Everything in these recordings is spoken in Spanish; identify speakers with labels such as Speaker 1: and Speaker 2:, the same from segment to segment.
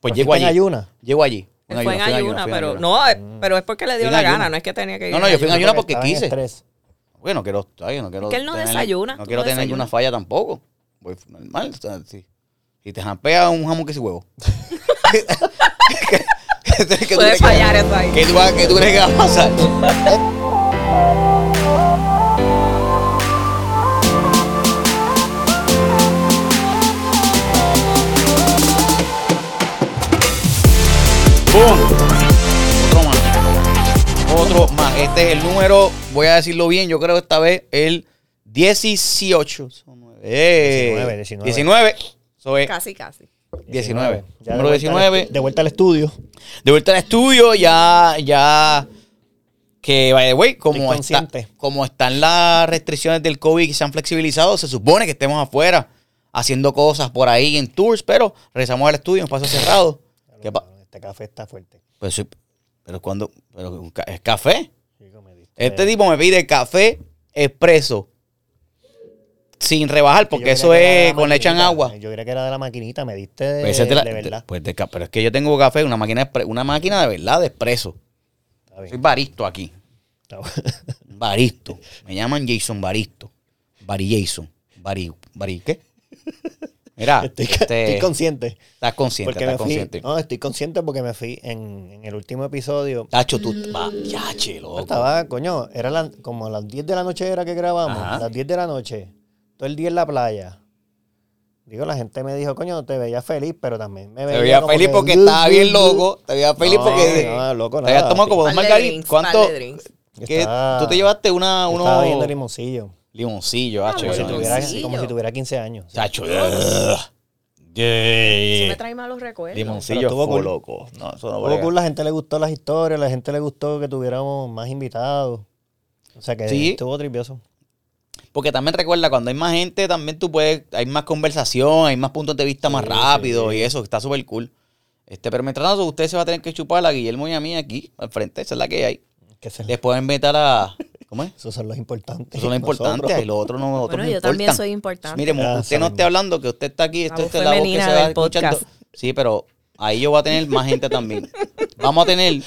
Speaker 1: Pues
Speaker 2: Pero
Speaker 1: llego
Speaker 2: fuiste en
Speaker 1: allí.
Speaker 2: ayuna.
Speaker 1: Llego allí. en
Speaker 3: Fue en
Speaker 1: fui en
Speaker 3: ayuna,
Speaker 1: fui en
Speaker 3: pero
Speaker 1: ayuna.
Speaker 3: no, eh, pero es porque le
Speaker 1: Fui
Speaker 3: dio
Speaker 1: en
Speaker 3: la
Speaker 1: ayuna.
Speaker 3: gana, no es que tenía que ir.
Speaker 1: No, no, yo fui en ayuna porque
Speaker 2: Estaba en
Speaker 1: quise.
Speaker 2: estrés.
Speaker 1: Bueno, quiero, está bien, no quiero.
Speaker 3: Es que él no
Speaker 1: tener-
Speaker 3: desayuna,
Speaker 1: No
Speaker 3: tú
Speaker 1: quiero
Speaker 3: no
Speaker 1: tener
Speaker 3: desayunas.
Speaker 1: ninguna falla tampoco. Voy normal. o sea, si, si te jampea un jamón que se huevo. ¿Qué, qué- qué tú
Speaker 3: Puede
Speaker 1: crees que-
Speaker 3: fallar eso ahí.
Speaker 1: ¿Qué tú, vas- qué tú crees que va a pasar? ¡Boom! Otro más. Otro más. Este es el número, voy a decirlo bien, yo creo esta vez el 18. Son nueve. Eh,
Speaker 2: 19, 19.
Speaker 1: 19. Eso es
Speaker 3: Casi, casi.
Speaker 1: 19.
Speaker 2: Ya
Speaker 1: número
Speaker 2: de vuelta al-
Speaker 1: 19.
Speaker 2: De vuelta al estudio.
Speaker 1: De vuelta al estudio, ya, ya. Que, by the way, como,
Speaker 2: Estoy
Speaker 1: está,
Speaker 2: consciente.
Speaker 1: como están las restricciones del COVID que se han flexibilizado, se supone que estemos afuera haciendo cosas por ahí en tours, pero regresamos al estudio en espacio cerrado. ¿Qué pa-
Speaker 2: Este café está fuerte.
Speaker 1: Pues sí, pero cuando. Pero un ca- es café.
Speaker 2: Chico, me diste-
Speaker 1: Este tipo me pide café expreso. Sin rebajar,
Speaker 2: Yo
Speaker 1: porque
Speaker 2: creía
Speaker 1: eso
Speaker 2: que era de
Speaker 1: es
Speaker 2: la
Speaker 1: con le echan
Speaker 2: maquinita.
Speaker 1: agua.
Speaker 2: Yo creía que era de la maquinita, me diste de,
Speaker 1: Pues ese te la-
Speaker 2: de verdad.
Speaker 1: pues de ca- pero es que yo tengo café, una máquina, expre- una máquina de verdad de expreso.
Speaker 2: Está
Speaker 1: Soy
Speaker 2: bien.
Speaker 1: baristo aquí.
Speaker 2: Está bu-
Speaker 1: Baristo. Me llaman Jason Baristo. Bari Jason. Bari, Bari ¿qué? Mira,
Speaker 2: Estoy,
Speaker 1: este,
Speaker 2: estoy consciente.
Speaker 1: estás consciente,
Speaker 2: Porque
Speaker 1: estás
Speaker 2: me fui,
Speaker 1: consciente.
Speaker 2: No, estoy consciente porque me fui en, en el último episodio.
Speaker 1: Tacho, tú, va, ya, che, loco.
Speaker 2: Estaba, coño, era la- como a las 10 de la noche era que grabamos.
Speaker 1: Ajá.
Speaker 2: A las 10 de la noche. Todo el día en la playa. Digo, la gente me dijo, coño, te veía feliz, pero también me
Speaker 1: Te
Speaker 2: veía.
Speaker 1: veía
Speaker 2: como
Speaker 1: feliz
Speaker 2: que-
Speaker 1: porque estaba bien loco. Te veía feliz
Speaker 2: No,
Speaker 1: porque.
Speaker 2: no, loco,
Speaker 1: te habías
Speaker 2: nada.
Speaker 1: tomado como dos
Speaker 3: Par de
Speaker 1: margaritas.
Speaker 3: drinks,
Speaker 1: ¿Cuánto?
Speaker 3: par de drinks.
Speaker 1: ¿Qué?
Speaker 2: Estaba-
Speaker 1: Tú te llevaste una,
Speaker 2: yo Estaba viendo
Speaker 1: uno. Ah,
Speaker 2: limoncillo.
Speaker 1: Limoncillo, hacho.
Speaker 2: Como si,
Speaker 3: bueno,
Speaker 2: tuviera,
Speaker 3: limoncillo.
Speaker 2: como si tuviera 15 años.
Speaker 1: Chacho.
Speaker 3: Sí me trae malos recuerdos.
Speaker 1: Limoncillo
Speaker 2: Pero estuvo
Speaker 1: fue
Speaker 2: cool.
Speaker 1: loco. No, eso no
Speaker 2: Estuvo
Speaker 1: brega.
Speaker 2: cool, la gente le gustó las historias, la gente le gustó que tuviéramos más invitados. O sea que
Speaker 1: Sí.
Speaker 2: estuvo trivioso.
Speaker 1: Porque también recuerda, cuando hay más gente, también tú puedes, hay más conversación, hay más puntos de vista más rápido y eso, está súper cool. Este, pero mientras tanto, usted se va a tener que chupar a Guillermo y a mí aquí, al frente, esa es la que hay.
Speaker 2: Que se-
Speaker 1: Les pueden invitar a. ¿Cómo es?
Speaker 2: esos son los
Speaker 1: Eso
Speaker 2: importantes.
Speaker 1: es lo
Speaker 2: Nosotros.
Speaker 1: importante, y lo otro no. lo otro
Speaker 3: Bueno,
Speaker 1: no
Speaker 3: yo también
Speaker 1: importan.
Speaker 3: soy importante.
Speaker 1: Mire,
Speaker 2: Ah,
Speaker 1: usted no
Speaker 2: saben.
Speaker 1: esté hablando, que usted está aquí, esto
Speaker 3: voz
Speaker 1: es la voz que se
Speaker 3: femenina
Speaker 1: va
Speaker 3: del podcast.
Speaker 1: escuchando. Sí, pero ahí yo voy a tener más gente también. Vamos a tener.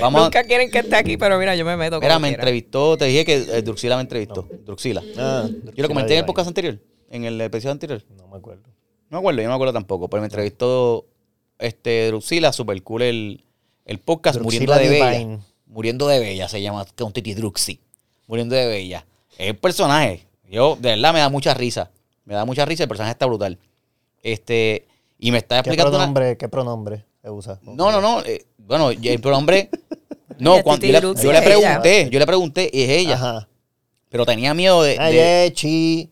Speaker 1: Vamos a,
Speaker 3: Nunca quieren que esté aquí, pero mira, yo me meto.
Speaker 1: Mira,
Speaker 3: como
Speaker 1: me
Speaker 3: quiera.
Speaker 1: entrevistó, te dije que eh, Druxila me entrevistó. Druxila.
Speaker 2: Ah,
Speaker 1: Yo lo comenté en el
Speaker 2: Divine.
Speaker 1: podcast anterior, en el episodio anterior.
Speaker 2: No me acuerdo.
Speaker 1: No me acuerdo, yo no me acuerdo tampoco, pero me entrevistó este Druxila, super cool el, el podcast
Speaker 2: Druxila
Speaker 1: Muriendo de
Speaker 2: Divine.
Speaker 1: Bella. Muriendo de Bella se llama con Titi Druxi. Muriendo de Bella. Es un personaje. Yo, de verdad, me da mucha risa. Me da mucha risa, el personaje está brutal. Este, y me está
Speaker 2: ¿Qué
Speaker 1: explicando. una-
Speaker 2: pronombre, ¿Qué pronombre se usa?
Speaker 1: no, no, no. eh, bueno, y el pronombre. No,
Speaker 3: Ella,
Speaker 1: cuando, yo,
Speaker 3: Titi
Speaker 1: le,
Speaker 3: Druxi
Speaker 1: yo le
Speaker 3: es ella.
Speaker 1: pregunté, yo le pregunté, y es ella.
Speaker 2: Ajá.
Speaker 1: Pero tenía miedo de.
Speaker 2: Ay,
Speaker 1: de-
Speaker 2: eh, chi.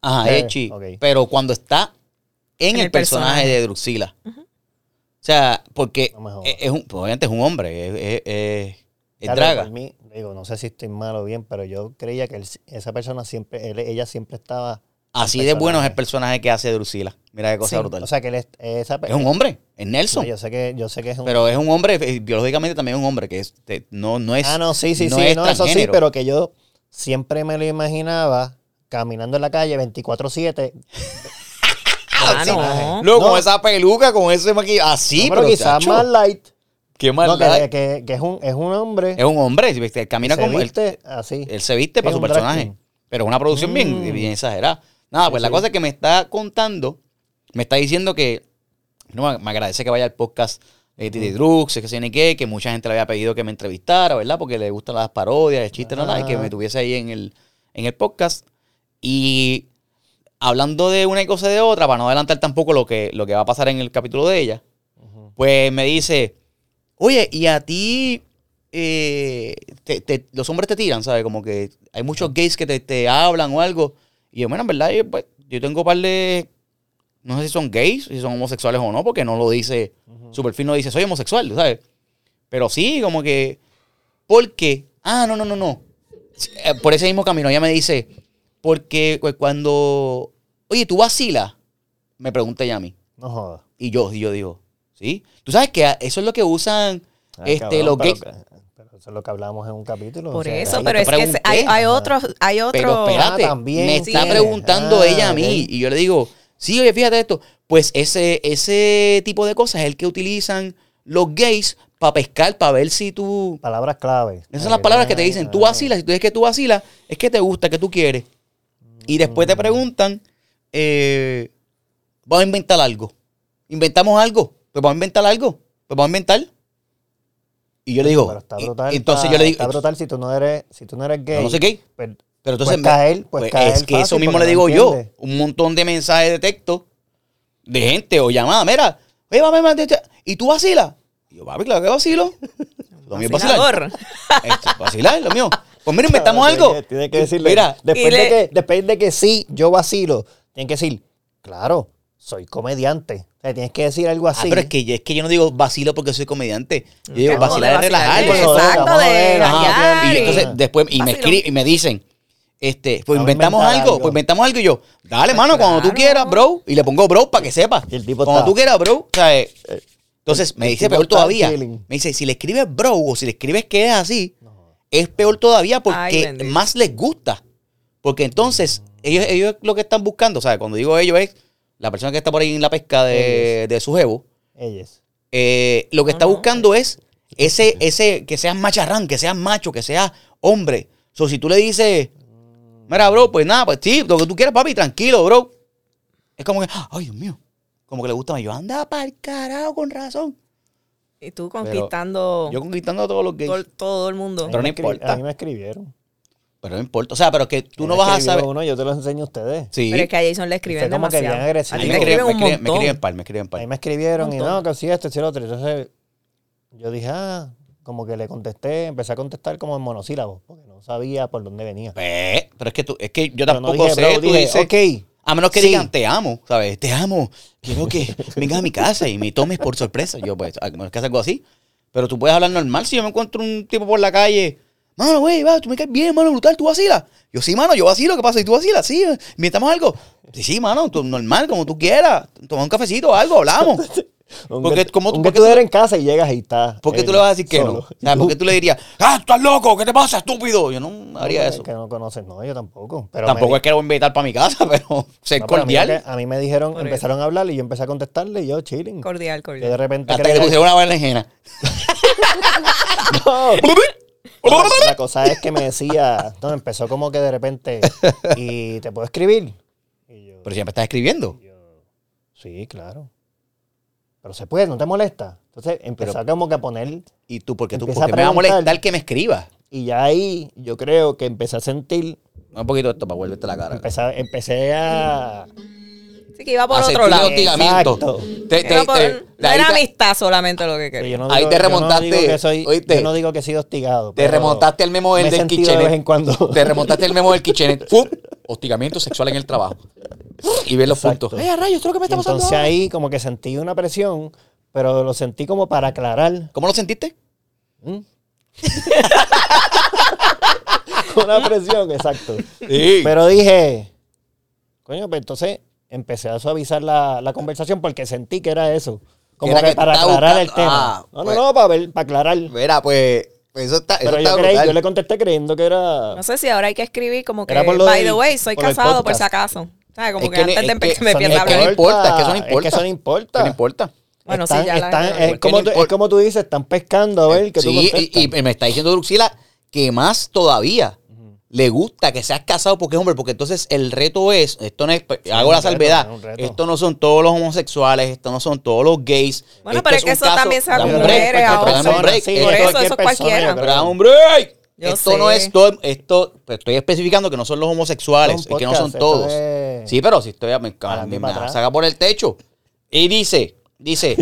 Speaker 1: ajá,
Speaker 2: eh,
Speaker 1: Echi.
Speaker 2: ok.
Speaker 1: Pero cuando está en,
Speaker 3: En
Speaker 1: el,
Speaker 3: el
Speaker 1: personaje,
Speaker 3: personaje.
Speaker 1: de Druxila. O sea, porque
Speaker 2: No me jodas.
Speaker 1: es, es un, pues, obviamente es un hombre, es, es- es- es
Speaker 2: Claro,
Speaker 1: draga.
Speaker 2: por mí, digo, no sé si estoy mal o bien, pero yo creía que él- esa persona siempre, él- ella siempre estaba.
Speaker 1: Así
Speaker 2: el
Speaker 1: de bueno es el
Speaker 2: personaje.
Speaker 1: personaje que hace Druxila. Mira qué cosa
Speaker 3: Sí,
Speaker 1: brutal.
Speaker 2: O sea, que él es, esa pe-
Speaker 1: es un hombre, es Nelson.
Speaker 2: No, yo sé que, yo sé que es un.
Speaker 1: pero es un hombre, eh, biológicamente también es un hombre, que es, te- no, no es.
Speaker 2: ah, no, sí, sí,
Speaker 1: no
Speaker 2: sí.
Speaker 1: es
Speaker 2: No, eso sí,
Speaker 1: transgénero.
Speaker 2: pero que yo siempre me lo imaginaba caminando en la calle 24-7.
Speaker 3: Ah, no.
Speaker 1: Luego,
Speaker 2: No.
Speaker 1: con esa peluca, con ese maquillaje. Así,
Speaker 2: No,
Speaker 1: pero,
Speaker 2: quizás
Speaker 1: chacho,
Speaker 2: más light.
Speaker 1: qué mal
Speaker 2: No,
Speaker 1: da-
Speaker 2: que, que- que es, un, es un hombre.
Speaker 1: Es un hombre, viste, camina
Speaker 2: se
Speaker 1: como él.
Speaker 2: viste así.
Speaker 1: Él se viste
Speaker 2: Sí,
Speaker 1: para su
Speaker 2: un drag
Speaker 1: personaje.
Speaker 2: queen. Mm.
Speaker 1: Pero es una producción bien, bien exagerada. Nada, pues la cosa es que me está contando, me está diciendo que. No, me agradece que vaya al podcast de Titi
Speaker 2: Mm.
Speaker 1: Drux, que se ni qué, que mucha gente le había pedido que me entrevistara, ¿verdad? Porque le gustan las parodias, el chiste, nada, y que
Speaker 2: Ah.
Speaker 1: me tuviese ahí en el, en el podcast. Y hablando de una cosa y de otra, para no adelantar tampoco lo que, lo que va a pasar en el capítulo de ella,
Speaker 2: Ujú.
Speaker 1: pues me dice, oye, ¿y a ti eh, te- te- los hombres te tiran, ¿sabes? Como que hay muchos gays que te, te hablan o algo. Y yo, bueno, en verdad, yo, pues, yo tengo un par de, no sé si son gays, si son homosexuales o no, porque no lo dice, su perfil no dice, soy homosexual, ¿sabes? Pero sí, como que, porque, ah, no, no, no, no. Eh, Por ese mismo camino, ella me dice, porque pues, cuando, oye, ¿tú vacilas? Me pregunta ella a mí.
Speaker 2: No jodas.
Speaker 1: Y yo, y yo digo, ¿sí? Tú sabes que a- eso es lo que usan
Speaker 2: Ah,
Speaker 1: este,
Speaker 2: cabrón,
Speaker 1: los
Speaker 2: pero
Speaker 1: gays.
Speaker 2: que- pero eso es lo que hablamos en un capítulo.
Speaker 3: Por
Speaker 2: o sea,
Speaker 3: eso,
Speaker 1: ahí
Speaker 3: pero
Speaker 1: te
Speaker 3: es que se- hay,
Speaker 1: pregunté.
Speaker 3: hay otros, hay otros.
Speaker 1: Pero espérate,
Speaker 2: Ah, también
Speaker 1: me está
Speaker 3: tiene.
Speaker 1: preguntando
Speaker 2: Ah,
Speaker 1: ella a mí.
Speaker 2: ok.
Speaker 1: Y yo le digo, Sí, oye, fíjate esto. Pues ese, ese tipo de cosas es el que utilizan los gays para pescar, para ver si tú...
Speaker 2: Palabras clave.
Speaker 1: Esas son las palabras que te dicen, tú vacilas, si tú dices que tú vacilas, es que te gusta, que tú quieres. Y después
Speaker 2: Mm.
Speaker 1: te preguntan, eh, vamos a inventar algo. Inventamos algo, pues vamos a inventar algo, pues vamos a inventar. Y yo le digo,
Speaker 2: Pero está
Speaker 1: y-
Speaker 2: brutal.
Speaker 1: entonces
Speaker 2: está-
Speaker 1: yo le digo,
Speaker 2: Está brutal si tú no eres, si tú no eres gay.
Speaker 1: no sé qué.
Speaker 2: Pero,
Speaker 1: Pero
Speaker 2: Pues
Speaker 1: entonces me-
Speaker 2: caer, pues caer
Speaker 1: es que eso
Speaker 2: fácil,
Speaker 1: mismo
Speaker 2: porque
Speaker 1: le
Speaker 2: no
Speaker 1: digo yo.
Speaker 2: entiende.
Speaker 1: Un montón de mensajes de texto de gente o llamada. Mira, oye, mami, mami, te- y tú vacilas. Y yo, papi, claro que vacilo. Lo mío es vacilar.
Speaker 3: Vacilador.
Speaker 1: Este, vacilar, lo mío. Pues mira, inventamos
Speaker 2: Claro,
Speaker 1: algo.
Speaker 2: tiene que- Tiene que decirle.
Speaker 1: Mira,
Speaker 2: después, de
Speaker 3: y le-
Speaker 2: que, después de que sí, yo vacilo, tienen que decir, claro, soy comediante. O sea, tienes que decir algo
Speaker 1: Ah,
Speaker 2: así.
Speaker 1: pero es que, yo- es que yo no digo vacilo porque soy comediante. Yo digo
Speaker 3: Vamos
Speaker 1: vacilar es
Speaker 3: de vacilar,
Speaker 1: relajar.
Speaker 2: Pues,
Speaker 1: Pues,
Speaker 2: joder,
Speaker 3: Exacto,
Speaker 2: vamos a
Speaker 3: de
Speaker 2: ver, ajá,
Speaker 3: rayar.
Speaker 1: Y
Speaker 2: Ay.
Speaker 1: entonces después, y me
Speaker 3: Vacilo.
Speaker 1: escriben, y me dicen, este, pues
Speaker 2: Vamos a
Speaker 1: inventamos
Speaker 2: inventar
Speaker 1: algo,
Speaker 2: algo.
Speaker 1: pues inventamos algo y yo, dale, mano, cuando tú
Speaker 3: Pues claro.
Speaker 1: quieras, bro. Y le pongo bro para que sepa.
Speaker 2: Y el tipo
Speaker 1: cuando
Speaker 2: está-
Speaker 1: tú quieras, bro. o sea, eh, entonces me
Speaker 2: el
Speaker 1: dice
Speaker 2: tipo
Speaker 1: peor
Speaker 2: está
Speaker 1: todavía.
Speaker 2: chilling.
Speaker 1: Me dice, si le escribes bro o si le escribes que es así,
Speaker 2: No.
Speaker 1: es peor todavía porque
Speaker 3: Ay, bendito.
Speaker 1: más les gusta. Porque entonces, ellos, ellos lo que están buscando, ¿sabes? Cuando digo ellos es la persona que está por ahí en la pesca de, de su jevo.
Speaker 2: Ellas.
Speaker 1: Eh, lo que
Speaker 3: No,
Speaker 1: está
Speaker 3: no.
Speaker 1: buscando es ese, ese, que seas macharrán, que seas macho, que seas hombre. O so, si tú le dices, mira, bro, pues nada, pues sí, lo que tú quieras, papi, tranquilo, bro. Es como que, ay, Dios mío. Como que le gusta más. Yo anda para el carajo con razón.
Speaker 3: Y tú conquistando
Speaker 1: Yo conquistando a todos los gays.
Speaker 3: todo, todo el mundo.
Speaker 1: Pero no
Speaker 2: Me escri-
Speaker 1: importa.
Speaker 2: A mí me escribieron.
Speaker 1: Pero no importa. O sea, pero que tú
Speaker 2: Me
Speaker 1: no vas a
Speaker 2: escribió
Speaker 1: saber.
Speaker 2: Uno, yo te lo enseño a ustedes.
Speaker 1: Sí.
Speaker 3: Pero es que a Jason le escriben
Speaker 2: Fue como que bien
Speaker 3: demasiado.
Speaker 2: agresivo.
Speaker 3: A
Speaker 1: A
Speaker 3: ti
Speaker 1: mí
Speaker 3: te
Speaker 1: me escriben, me
Speaker 3: escriben un
Speaker 1: escriben, me escriben
Speaker 3: montón.
Speaker 1: par, me escriben par.
Speaker 2: Ahí me escribieron y
Speaker 3: Montón.
Speaker 2: no, que hacía esto, hacía lo otro. Entonces, yo dije, ah, como que le contesté, empecé a contestar como en monosílabos, porque no sabía por dónde venía.
Speaker 1: Pues, pero es que tú, es que yo
Speaker 2: Pero no
Speaker 1: tampoco
Speaker 2: dije,
Speaker 1: sé.
Speaker 2: bro,
Speaker 1: tú
Speaker 2: dije,
Speaker 1: dices-
Speaker 2: ok,
Speaker 1: A menos que
Speaker 2: Sí.
Speaker 1: digan, te amo, ¿sabes? Te amo. Quiero que vengas a mi casa y me tomes por sorpresa. Yo, pues, a menos que hagas algo así. Pero tú puedes hablar normal. Si yo me encuentro un tipo por la calle, mano, güey, va, tú me caes bien, mano, brutal, tú vacilas. Yo, sí, mano, yo vacilo, ¿qué pasa? ¿Y tú vacilas? Sí, inventamos algo. Sí, sí, mano, tú, normal, como tú quieras. Toma un cafecito o algo, hablamos.
Speaker 2: Un
Speaker 1: Porque
Speaker 2: que-
Speaker 1: como tú-
Speaker 2: un que
Speaker 1: porque
Speaker 2: tú
Speaker 1: tú-
Speaker 2: eres en casa y llegas y estás.
Speaker 1: ¿Por qué
Speaker 2: él
Speaker 1: tú le vas a decir que no?
Speaker 2: solo.
Speaker 1: O sea, ¿Por qué tú le dirías, ah, estás loco, ¿qué te pasa, estúpido? Yo no haría
Speaker 2: No,
Speaker 1: eso.
Speaker 2: Que no conoces, no, yo tampoco. Pero
Speaker 1: Tampoco
Speaker 2: me-
Speaker 1: es que lo voy a invitar para mi casa, pero ser
Speaker 2: no, pero a mí
Speaker 1: cordial.
Speaker 2: lo que- A mí me dijeron,
Speaker 3: Por eso.
Speaker 2: empezaron a hablar y yo empecé a contestarle y yo chilling.
Speaker 3: Cordial,
Speaker 2: Que
Speaker 3: cordial.
Speaker 2: de repente.
Speaker 1: Hasta que
Speaker 2: creo
Speaker 1: le
Speaker 2: que-
Speaker 1: pusieron una berenjena.
Speaker 2: No. ¡Ah! La cosa es que me decía, no, empezó como que de repente, y te puedo escribir. Y yo,
Speaker 1: Pero siempre estás escribiendo.
Speaker 2: yo, sí, claro. Pero se puede, no te molesta. Entonces empezó como que a poner,
Speaker 1: ¿Y tú por qué tú?
Speaker 2: Empieza
Speaker 1: ¿Por
Speaker 2: a
Speaker 1: qué me va a
Speaker 2: preguntar.
Speaker 1: molestar que me escribas?
Speaker 2: y ya ahí yo creo que empecé a sentir,
Speaker 1: Un poquito de esto para vuelverte la cara.
Speaker 2: empecé, a- empecé a.
Speaker 3: Así que iba por
Speaker 1: Acepté
Speaker 3: otro lado.
Speaker 1: el hostigamiento.
Speaker 2: Exacto.
Speaker 1: Te- te-
Speaker 3: Iba por-
Speaker 1: te-
Speaker 3: no
Speaker 1: ahí
Speaker 3: era
Speaker 1: te-
Speaker 3: amistad solamente lo que quería.
Speaker 2: yo no
Speaker 1: Eh, Ahí te
Speaker 2: yo no digo
Speaker 1: remontaste,
Speaker 2: que soy-
Speaker 1: ¿oíste?
Speaker 2: Yo no digo que he sido hostigado.
Speaker 1: Te
Speaker 2: pero
Speaker 1: remontaste al memo del
Speaker 2: me he
Speaker 1: del
Speaker 2: sentido
Speaker 1: Kitchener.
Speaker 2: de vez en cuando.
Speaker 1: Te remontaste el memo del Kitchenet. ¡Fum! Hostigamiento sexual en el trabajo. Y ves los
Speaker 2: Exacto.
Speaker 1: puntos. ¡Ay, a rayos! ¿Esto es lo que me
Speaker 2: Y
Speaker 1: está pasando?
Speaker 2: entonces
Speaker 1: ahora?
Speaker 2: ahí como que sentí una presión, pero lo sentí como para aclarar.
Speaker 1: ¿Cómo lo sentiste?
Speaker 2: ¿Mm? una presión, exacto.
Speaker 1: Sí.
Speaker 2: Pero dije, coño, pues entonces empecé a suavizar la, la conversación porque sentí que era eso. Como
Speaker 1: Era
Speaker 2: que,
Speaker 1: que
Speaker 2: para
Speaker 1: estaba
Speaker 2: aclarar el
Speaker 1: buscando-
Speaker 2: tema.
Speaker 1: Ah,
Speaker 2: no,
Speaker 1: pues.
Speaker 2: no, no, para, ver, para aclarar.
Speaker 1: Mira, pues. pues Eso está. Eso
Speaker 2: Pero
Speaker 1: está
Speaker 2: yo, creí-
Speaker 1: brutal.
Speaker 2: yo le contesté creyendo que era...
Speaker 3: No sé si ahora hay que escribir como que,
Speaker 2: Era por lo
Speaker 3: by
Speaker 2: del-
Speaker 3: the way, soy
Speaker 2: por el
Speaker 3: casado por
Speaker 2: podcast.
Speaker 3: si acaso. ¿Sabes? Como
Speaker 1: Es
Speaker 3: que,
Speaker 1: que no-
Speaker 3: antes
Speaker 1: es
Speaker 3: de empe-
Speaker 1: que
Speaker 3: que me
Speaker 2: eso no
Speaker 3: pierda
Speaker 1: Es que no
Speaker 3: hablar.
Speaker 1: importa, es que eso no
Speaker 2: Es que
Speaker 1: importa.
Speaker 2: eso no importa.
Speaker 1: ¿Qué le importa?
Speaker 3: Bueno, sí,
Speaker 2: Están-
Speaker 3: ya la
Speaker 2: están-
Speaker 3: gente-
Speaker 2: es, como
Speaker 1: ¿Qué le
Speaker 2: tú, es
Speaker 1: importa?
Speaker 2: como tú dices, están pescando a ver que tú
Speaker 1: Sí, y-
Speaker 2: contestas.
Speaker 1: y, me está diciendo Druxila que más todavía le gusta que seas casado porque es hombre, porque entonces el reto es, esto no es, pues, hago la
Speaker 2: un reto,
Speaker 1: salvedad,
Speaker 2: es un reto.
Speaker 1: esto no son todos los homosexuales, esto no son todos los gays.
Speaker 3: Bueno,
Speaker 1: esto
Speaker 3: pero es
Speaker 1: un
Speaker 3: que eso
Speaker 1: caso-
Speaker 3: también se
Speaker 1: dame un
Speaker 2: acumula,
Speaker 1: break,
Speaker 2: eres
Speaker 1: pero
Speaker 2: ahora.
Speaker 1: dame un break,
Speaker 2: Sí,
Speaker 1: esto
Speaker 3: por
Speaker 1: es-
Speaker 3: eso, eso es
Speaker 2: cualquier persona,
Speaker 3: cualquiera.
Speaker 2: yo creo.
Speaker 1: pero dame un break.
Speaker 3: Yo
Speaker 1: esto no
Speaker 3: sé.
Speaker 1: es todo, esto, pues, estoy especificando que no son los homosexuales,
Speaker 2: Es un
Speaker 1: y que no son
Speaker 2: podcast, esto
Speaker 1: todos.
Speaker 2: es-
Speaker 1: Sí, pero si estoy a me,
Speaker 2: Para mí,
Speaker 1: me-
Speaker 2: para
Speaker 1: me
Speaker 2: atrás.
Speaker 1: saca por el techo. Y dice, dice,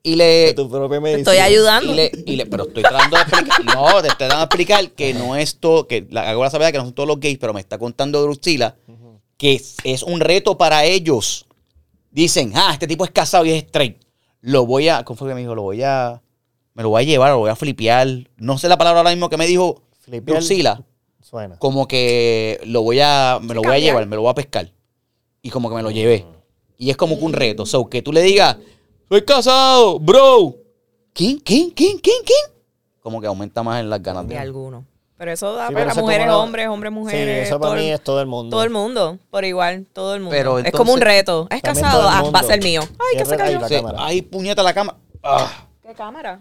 Speaker 1: y le,
Speaker 2: De tu propia
Speaker 3: Te
Speaker 2: medicina.
Speaker 3: estoy ayudando.
Speaker 1: y le- y le- pero estoy tratando de explicar. No, te estoy tratando de explicar que no es todo. Que la, hago la sabedad que no son todos los gays, pero me está contando Drusila que es, es un reto para ellos. Dicen, ah, este tipo es casado y es straight. Lo voy a. ¿Cómo fue que me dijo? Lo voy a. Me lo voy a llevar, lo voy a flipear. No sé la palabra ahora mismo que me dijo
Speaker 2: Flipear.
Speaker 1: Drusila.
Speaker 2: Suena.
Speaker 1: Como que lo voy a. Me lo voy a
Speaker 3: Cambiar.
Speaker 1: llevar, me lo voy a pescar. Y como que me lo llevé. Y es como
Speaker 3: Mm.
Speaker 1: que un reto. So que tú le digas, soy casado, bro. ¿Quién, quién, quién, quién, quién? Como que aumenta más en las ganas
Speaker 3: De
Speaker 1: de
Speaker 3: alguno. Pero eso da
Speaker 2: Sí, pero
Speaker 3: para
Speaker 2: eso es como
Speaker 3: mujeres,
Speaker 2: una-
Speaker 3: hombres, hombres, mujeres.
Speaker 2: Sí, eso para
Speaker 3: todo el-
Speaker 2: mí es todo el mundo.
Speaker 3: Todo el mundo, por igual, todo el mundo.
Speaker 1: Pero
Speaker 3: es como un
Speaker 1: entonces-
Speaker 3: reto. Es
Speaker 2: También
Speaker 3: casado,
Speaker 2: todo el
Speaker 3: ah, va a
Speaker 2: mundo.
Speaker 3: ser mío. Ay, que se
Speaker 2: Cierra ahí
Speaker 3: cayó.
Speaker 2: la
Speaker 1: Sí,
Speaker 2: cámara.
Speaker 1: Ay, puñeta la cama. Ah.
Speaker 3: ¿Qué cámara?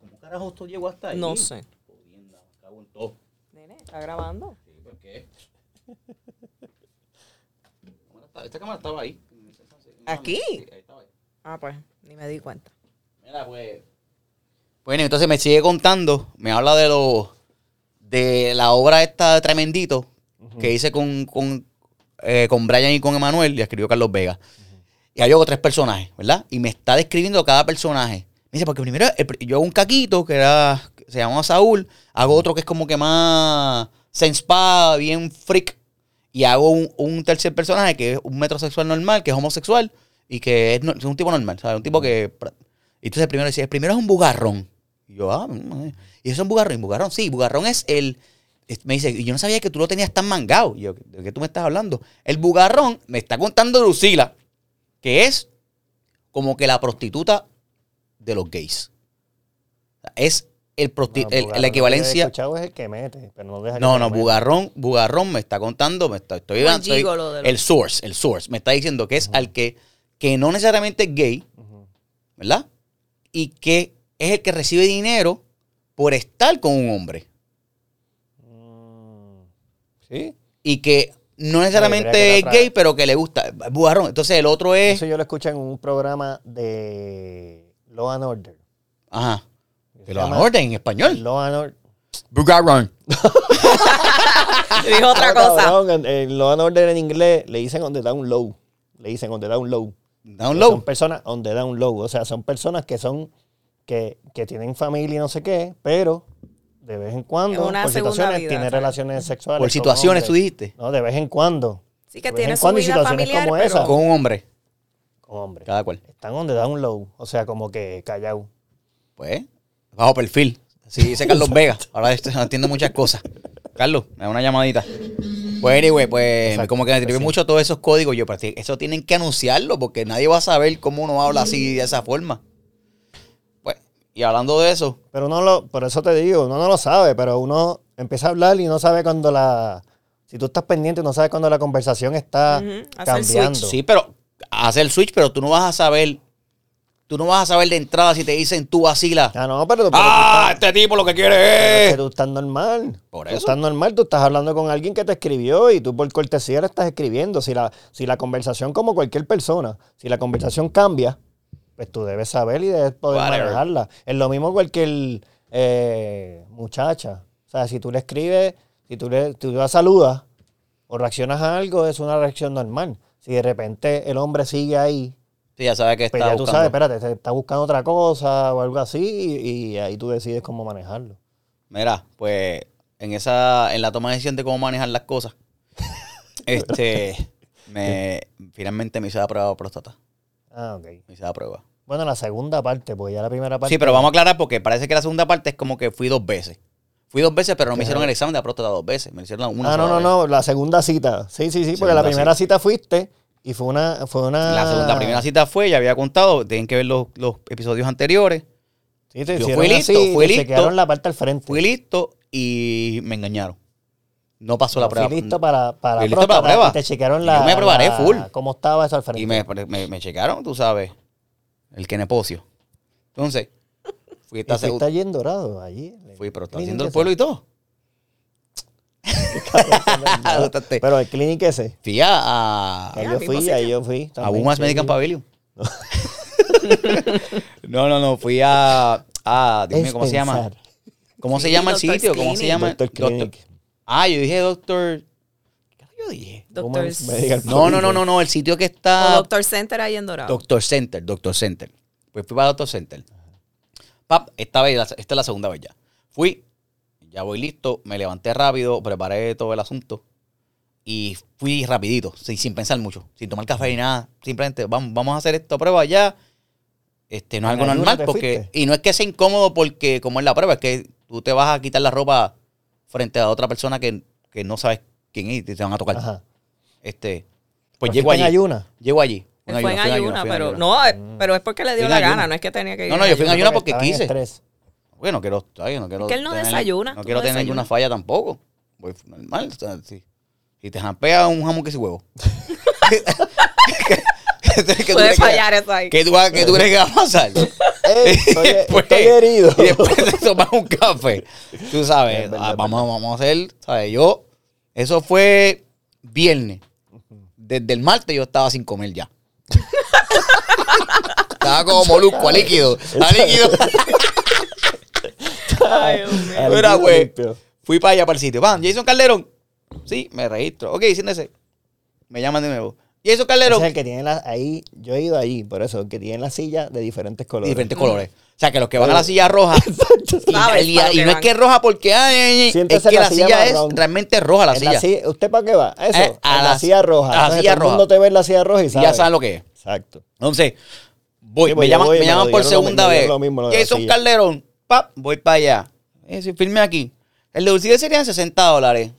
Speaker 1: ¿Cómo carajo tú llegó hasta ahí?
Speaker 3: No sé.
Speaker 1: Jodienda, me cago en todo.
Speaker 3: Nene, está grabando.
Speaker 1: Sí, ¿por qué? Cámara está- Esta cámara estaba ahí.
Speaker 3: ¿Aquí?
Speaker 1: Sí, ahí estaba ahí.
Speaker 3: Ah, pues, ni me di cuenta.
Speaker 1: Mira, pues. Bueno, entonces me sigue contando, me habla de lo de la obra esta de Tremendito que hice con, con, eh, con Brian y con Emanuel y escribió Carlos Vega. Y hay otros tres personajes, ¿verdad? Y me está describiendo cada personaje. Me dice, porque primero el pr- yo hago un caquito que era que se llamaba Saúl, hago otro que es como que más senspa, bien freak, y hago un, un tercer personaje que es un metrosexual normal, que es homosexual y que es, no- es un tipo normal, ¿sabes? Un tipo que... pra- Y entonces primero decía, el primero es un bugarrón. Y yo, ah, mm, eh. y eso es un bugarrón. Bugarrón, sí, bugarrón es el... es- Me dice, y yo no sabía que tú lo tenías tan mangado. Y yo, ¿de qué tú me estás hablando? El bugarrón me está contando Lucila, que es como que la prostituta de los gays. O sea, Es el prosti- el- la equivalencia...
Speaker 2: El es el que mete, pero no deja que
Speaker 1: No,
Speaker 2: te
Speaker 1: no,
Speaker 2: meta.
Speaker 1: Bugarrón, Bugarrón me está contando, me está, estoy,
Speaker 3: Un
Speaker 1: estoy-
Speaker 3: gigolo de los-
Speaker 1: el source, el source, me está diciendo que es al que, que no necesariamente es gay,
Speaker 2: Ujú.
Speaker 1: ¿verdad? Y que es el que recibe dinero por estar con un hombre.
Speaker 2: Mm, Sí.
Speaker 1: Y que no
Speaker 2: que
Speaker 1: necesariamente
Speaker 2: la
Speaker 1: es
Speaker 2: traga.
Speaker 1: gay, pero que le gusta. Bugarrón. Entonces el otro es.
Speaker 2: Eso yo lo escuché en un programa de Law and Order.
Speaker 1: Ajá. Que lo
Speaker 2: Se llama
Speaker 1: orden en español.
Speaker 2: Law and Order.
Speaker 1: Bugarrón.
Speaker 3: Dijo otra
Speaker 2: No,
Speaker 3: cosa.
Speaker 2: cabrón, en, en Law and Order en inglés le dicen on the down low. Le dicen on the down low. Son
Speaker 1: Download.
Speaker 2: personas on the down low. O sea, son personas que son que, que tienen familia y no sé qué, pero de vez en cuando,
Speaker 3: Es una
Speaker 2: por
Speaker 3: segunda
Speaker 2: situaciones,
Speaker 3: vida,
Speaker 2: tienen
Speaker 3: ¿sabes?
Speaker 2: relaciones sexuales.
Speaker 1: Por
Speaker 2: con
Speaker 1: situaciones,
Speaker 2: hombres.
Speaker 1: tú dijiste.
Speaker 2: No, de vez en cuando.
Speaker 3: Sí que
Speaker 2: De vez
Speaker 3: tiene
Speaker 2: en
Speaker 3: su
Speaker 2: cuando hay
Speaker 3: vida
Speaker 2: situaciones
Speaker 3: familiar,
Speaker 2: como
Speaker 3: pero-
Speaker 2: esa.
Speaker 1: Con un hombre.
Speaker 2: Con hombres.
Speaker 1: Cada cual.
Speaker 2: Están on the down low. O sea, como que callado.
Speaker 1: Pues, bajo perfil. Así dice Carlos Vega. Ahora este- entiendo muchas cosas. Carlos, me da una llamadita. Pues, anyway, pues,
Speaker 2: Exacto,
Speaker 1: como que me
Speaker 2: pues
Speaker 1: sirvió
Speaker 2: sí.
Speaker 1: mucho todos esos códigos. Yo, pero ti- eso tienen que anunciarlo porque nadie va a saber cómo uno habla así de esa forma. Pues, y hablando de eso,
Speaker 2: Pero uno lo, por eso te digo, uno no lo sabe, pero uno empieza a hablar y no sabe cuando la. Si tú estás pendiente, no sabes cuando la conversación está
Speaker 3: Ujú, hace el switch.
Speaker 2: cambiando.
Speaker 1: sí, pero hace el switch, pero tú no vas a saber. Tú no vas a saber de entrada si te dicen tú vacila.
Speaker 2: Ah, no, pero, pero
Speaker 1: ¡Ah!
Speaker 2: tú, estás,
Speaker 1: Este tipo lo que
Speaker 2: pero es
Speaker 1: quiere
Speaker 2: que
Speaker 1: es.
Speaker 2: tú estás normal.
Speaker 1: Por
Speaker 2: Tú
Speaker 1: eso.
Speaker 2: estás normal, tú estás hablando con alguien que te escribió y tú por cortesía le estás escribiendo. Si la, si la conversación, como cualquier persona, si la conversación cambia, pues tú debes saber y debes poder
Speaker 1: Whatever.
Speaker 2: manejarla. Es lo mismo cualquier eh, muchacha. O sea, si tú le escribes, si tú le tú la saludas o reaccionas a algo, es una reacción normal. Si de repente el hombre sigue ahí,
Speaker 1: Sí, ya sabes que está
Speaker 2: pues ya tú
Speaker 1: buscando.
Speaker 2: sabes, espérate, te está buscando otra cosa o algo así y, y ahí tú decides cómo manejarlo.
Speaker 1: Mira, pues en esa, en la toma de decisión de cómo manejar las cosas, este, me, finalmente me hice la prueba de próstata.
Speaker 2: Ah, ok.
Speaker 1: Me hice la prueba.
Speaker 2: Bueno, la segunda parte, porque ya la primera parte.
Speaker 1: Sí, pero vamos a aclarar porque parece que la segunda parte es como que fui dos veces. Fui dos veces, pero no me
Speaker 2: Ajá.
Speaker 1: hicieron el examen de la próstata dos veces. Me lo hicieron una
Speaker 2: Ah, no,
Speaker 1: sola
Speaker 2: no,
Speaker 1: vez.
Speaker 2: no, la segunda cita. Sí, sí, sí, porque
Speaker 1: Segunda
Speaker 2: la primera cita. fuiste y fue una. Fue una
Speaker 1: La segunda, primera cita fue, ya había contado, tienen que ver los, los episodios anteriores.
Speaker 2: Sí, te
Speaker 1: Yo
Speaker 2: hicieron
Speaker 1: fui
Speaker 2: así,
Speaker 1: listo, fui
Speaker 2: te
Speaker 1: listo.
Speaker 2: chequearon la parte al frente.
Speaker 1: Fui listo y me engañaron. No pasó la
Speaker 2: Fui
Speaker 1: prueba.
Speaker 2: listo para, para,
Speaker 1: Fui listo para la
Speaker 2: próstata
Speaker 1: prueba.
Speaker 2: y te chequearon
Speaker 1: Y
Speaker 2: la.
Speaker 1: yo me probaré
Speaker 2: la-
Speaker 1: full.
Speaker 2: ¿Cómo estaba eso al frente?
Speaker 1: Y me, me, me checaron, tú sabes, el que nepocio. Entonces, fui a
Speaker 2: Y
Speaker 1: esta
Speaker 2: fuiste
Speaker 1: segunda.
Speaker 2: allí en Dorado, allí.
Speaker 1: Fui, pero está
Speaker 2: Clínica
Speaker 1: haciendo el
Speaker 2: esa.
Speaker 1: pueblo y todo. Bastante.
Speaker 2: Pero el clinic ese.
Speaker 1: Fui a, a,
Speaker 2: Ahí
Speaker 3: Ya,
Speaker 2: yo
Speaker 3: mi
Speaker 2: fui,
Speaker 3: cosita.
Speaker 2: ahí yo fui.
Speaker 1: a
Speaker 2: también,
Speaker 1: Bumas
Speaker 2: sí.
Speaker 1: Medical Pavilion. no, no, no. Fui a. a dime
Speaker 2: Es
Speaker 1: cómo se llama.
Speaker 2: pensar.
Speaker 1: ¿Cómo se
Speaker 3: Sí,
Speaker 1: llama el
Speaker 3: Doctor's
Speaker 1: sitio? ¿Cómo se
Speaker 3: Clinic.
Speaker 1: llama?
Speaker 2: Doctor Clinic.
Speaker 1: Ah, yo dije Doctor. ¿Qué yo dije?
Speaker 3: Doctor,
Speaker 2: Women's Medical
Speaker 1: No, no, no, no, no. El sitio que
Speaker 3: o
Speaker 1: está.
Speaker 3: Oh, Doctor Center ahí en
Speaker 2: Ah.
Speaker 3: Dorado.
Speaker 1: Doctor Center, Doctor Center. Pues fui para Doctor Center. Pap, esta vez, esta es la segunda vez ya. Fui, ya voy listo, me levanté rápido, preparé todo el asunto y fui rapidito, sin, sin pensar mucho, sin tomar café ni nada. Simplemente vamos, vamos a hacer esta prueba ya. Este, no es
Speaker 2: En
Speaker 1: algo
Speaker 2: ayunas
Speaker 1: normal
Speaker 2: te
Speaker 1: porque
Speaker 2: fuiste.
Speaker 1: y no es que sea incómodo porque como es la prueba, es que tú te vas a quitar la ropa frente a otra persona que, que no sabes quién es y te van a tocar.
Speaker 2: Ajá.
Speaker 1: Este, pues
Speaker 2: Pues
Speaker 1: llego
Speaker 2: fuiste en
Speaker 1: allí,
Speaker 2: ayuna.
Speaker 1: llego allí.
Speaker 3: Él fue en
Speaker 1: fui
Speaker 3: ayuna,
Speaker 1: fui
Speaker 3: pero
Speaker 1: ayuna.
Speaker 3: no, eh, pero es porque le dio
Speaker 1: Fui en
Speaker 3: la
Speaker 1: ayuna.
Speaker 3: gana, no es que tenía que ir.
Speaker 1: No, no, yo fui en ayuna porque
Speaker 2: Estaba en
Speaker 1: quise.
Speaker 2: estrés.
Speaker 1: Porque no quiero, ay, no quiero
Speaker 3: que él no
Speaker 1: tener-
Speaker 3: desayuna,
Speaker 1: No
Speaker 3: tú
Speaker 1: quiero
Speaker 3: no
Speaker 1: tener
Speaker 3: desayunas.
Speaker 1: ninguna falla tampoco. Voy normal. o sea, si, si te jampea un jamón que se huevo. ¿Qué- qué- qué tú
Speaker 3: Puede
Speaker 1: crees que-
Speaker 3: fallar eso ahí.
Speaker 1: ¿Qué tú, vas- qué tú crees que va a pasar?
Speaker 2: Eh, estoy,
Speaker 1: Después-
Speaker 2: estoy herido.
Speaker 1: Pues, Y después te tomas un café. Tú sabes,
Speaker 2: Es verdad,
Speaker 1: ah,
Speaker 2: es
Speaker 1: vamos, vamos a hacer, ¿sabes? Yo, eso fue viernes. Desde el martes yo estaba sin comer ya. estaba como molusco, a líquido. A líquido.
Speaker 3: Ay, Dios mío.
Speaker 2: Al
Speaker 1: Mira,
Speaker 2: limpio,
Speaker 1: güey.
Speaker 2: limpio.
Speaker 1: Fui para allá, para el sitio. Van, Jason Calderón. Sí, me registro. Ok, siéntese. Me llaman de nuevo. Jason Calderón.
Speaker 2: Ese es el que tiene la, ahí, yo he ido ahí, por eso, el que tiene la silla de diferentes colores.
Speaker 1: diferentes colores. O sea, que los que van a la silla roja. y,
Speaker 3: Sabes
Speaker 1: y-
Speaker 3: para lo
Speaker 1: y
Speaker 3: que
Speaker 1: no es
Speaker 3: van.
Speaker 1: que es roja porque ay, ay, ay, es
Speaker 2: Siéntese
Speaker 1: que
Speaker 2: en
Speaker 1: la,
Speaker 2: la silla
Speaker 1: silla es
Speaker 2: marrón.
Speaker 1: realmente roja la
Speaker 2: En
Speaker 1: silla.
Speaker 2: la silla- ¿Usted para qué va? Eso,
Speaker 1: Eh, a
Speaker 2: en la,
Speaker 1: la-
Speaker 2: silla roja.
Speaker 1: a la
Speaker 2: Entonces,
Speaker 1: silla
Speaker 2: todo el
Speaker 1: roja.
Speaker 2: mundo te ve en la silla roja y
Speaker 1: Y
Speaker 2: sabe.
Speaker 1: ya saben lo que es.
Speaker 2: Exacto.
Speaker 1: Entonces, voy,
Speaker 2: Sí,
Speaker 1: me
Speaker 2: pues yo
Speaker 1: llaman,
Speaker 2: voy y
Speaker 1: me
Speaker 2: me
Speaker 1: llaman
Speaker 2: lo
Speaker 1: por
Speaker 2: dieron lo- me
Speaker 1: segunda
Speaker 2: dieron
Speaker 1: vez.
Speaker 2: lo mismo, lo de la
Speaker 1: Jason
Speaker 2: silla.
Speaker 1: Calderón, pap, voy para allá. Eh, sí, firme aquí. El deducible serían 60 dólares.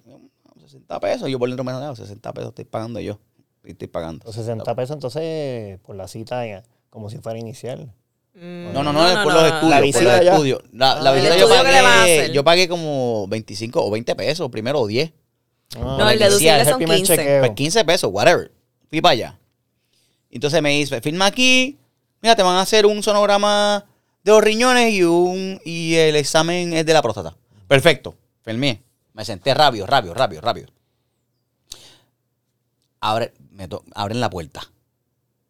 Speaker 1: 60 pesos. Yo por dentro me daba 60 pesos, estoy pagando yo. Y Estoy pagando.
Speaker 2: Los 60 pesos, entonces, por la cita, eh, como si fuera inicial.
Speaker 3: Mm,
Speaker 1: No, no, no, por los estudios.
Speaker 2: La
Speaker 1: por
Speaker 2: visita
Speaker 1: los
Speaker 2: ya.
Speaker 1: estudios. La, la
Speaker 2: Ah.
Speaker 1: visita
Speaker 2: ¿El
Speaker 1: yo
Speaker 3: estudio que le vas a
Speaker 1: pagué,
Speaker 3: hacer?
Speaker 1: yo pagué como 25 o 20 pesos, primero o 10.
Speaker 2: Ah,
Speaker 3: No, el
Speaker 2: la
Speaker 1: deducible
Speaker 2: inicial, es el
Speaker 3: son
Speaker 2: primer
Speaker 3: 15.
Speaker 2: chequeo.
Speaker 1: Pues 15 pesos, whatever. Fui para allá. Entonces me dice, firma aquí. Mira, te van a hacer un sonograma de los riñones y un y el examen es de la próstata. Perfecto. Firmé. Me senté rabio, rabio, rabio, rabio. Abre, me to- abren la puerta.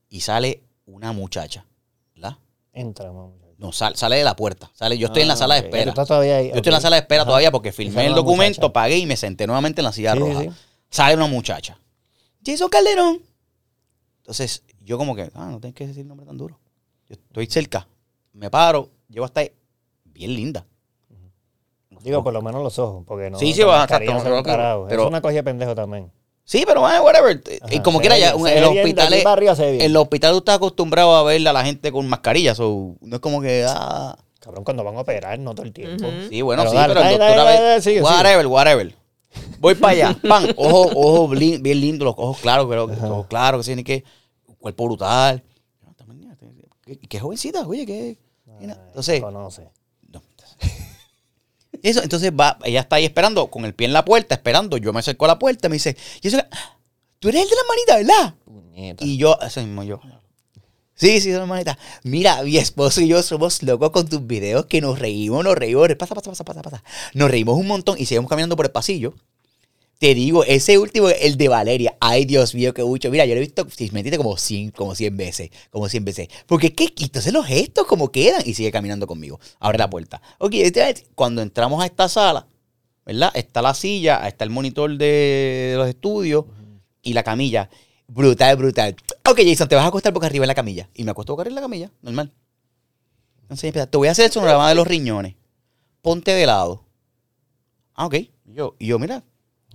Speaker 1: Y sale una muchacha. ¿Verdad?
Speaker 2: Entra, mamá.
Speaker 1: No, sal- sale de la puerta. Sale, yo estoy en la
Speaker 2: Ah,
Speaker 1: sala de
Speaker 2: ok.
Speaker 1: espera.
Speaker 2: Tú estás todavía ahí.
Speaker 1: Yo estoy en la sala de espera todavía porque
Speaker 2: Esa
Speaker 1: firmé
Speaker 2: era
Speaker 1: el
Speaker 2: la
Speaker 1: documento,
Speaker 2: muchacha.
Speaker 1: pagué y me senté nuevamente en la silla
Speaker 2: Sí, sí,
Speaker 1: roja.
Speaker 2: sí.
Speaker 1: Sale una muchacha. Jason Calderón. Entonces, yo como que, ah, no tienes que decir el nombre tan duro. Yo estoy cerca, me paro, llego hasta ahí. Bien linda.
Speaker 2: Digo, por lo menos los ojos, porque no.
Speaker 1: Oh. Sí, sí,
Speaker 2: esa
Speaker 1: va,
Speaker 2: mascarilla
Speaker 1: exacto,
Speaker 2: se ve un
Speaker 1: pero-
Speaker 2: carajo.
Speaker 1: pero-
Speaker 2: es una cogida de pendejo también.
Speaker 1: Sí, pero bueno, whatever. Y
Speaker 2: Ajá,
Speaker 1: como
Speaker 2: se
Speaker 1: quiera,
Speaker 2: ve
Speaker 1: ya,
Speaker 2: bien,
Speaker 1: un-
Speaker 2: se
Speaker 1: en
Speaker 2: ve
Speaker 1: los
Speaker 2: bien, de aquí
Speaker 1: hospitales.
Speaker 2: para arriba se ve bien.
Speaker 1: En los hospitales tú estás acostumbrado a ver a la gente con mascarillas. O no es como que, ah.
Speaker 2: Cabrón, cuando van a operar, no todo el tiempo.
Speaker 3: Ujú.
Speaker 1: Sí, bueno,
Speaker 2: Pero
Speaker 1: sí,
Speaker 2: dale,
Speaker 1: pero el
Speaker 2: dale,
Speaker 1: doctor a
Speaker 2: dale,
Speaker 1: ver-
Speaker 2: dale, sigue, sigue.
Speaker 1: whatever, whatever. Voy para allá. Pan, ojo, ojo blin- bien lindo, los ojos claros, creo que ojos claros, que sí, ni qué, cuerpo brutal. No, esta mañana, Qué, qué jovencita, oye, qué.
Speaker 2: Ay,
Speaker 1: mira, Entonces,
Speaker 2: Conoce.
Speaker 1: no. Eso, entonces va, ella está ahí esperando, con el pie en la puerta, esperando. Yo me acerco a la puerta, me dice, y eso, tú eres el de la manita, ¿verdad?
Speaker 2: Puñeta.
Speaker 1: Y yo, eso mismo yo. Sí, sí, soy manita. Mira, mi esposo y yo somos locos con tus videos que nos reímos, nos reímos. Pasa, pasa, pasa, pasa, pasa. Nos reímos un montón y seguimos caminando por el pasillo. Te digo, ese último, el de Valeria. Ay, Dios mío, qué mucho. Mira, yo lo he visto, si mentiste, como 100, como 100 veces. Como 100 veces. Porque es que entonces los gestos como quedan. Y sigue caminando conmigo. Abre la puerta. Ok, este- cuando entramos a esta sala, ¿verdad? Está la silla, está el monitor de los estudios y la camilla. Brutal, brutal. Ok, Jason, te vas a acostar boca arriba en la camilla. Y me acuesto boca arriba en la camilla, normal. Entonces empieza, te voy a hacer el sonorama de los riñones. Ponte de lado. Ah, ok. Y yo, y yo mira,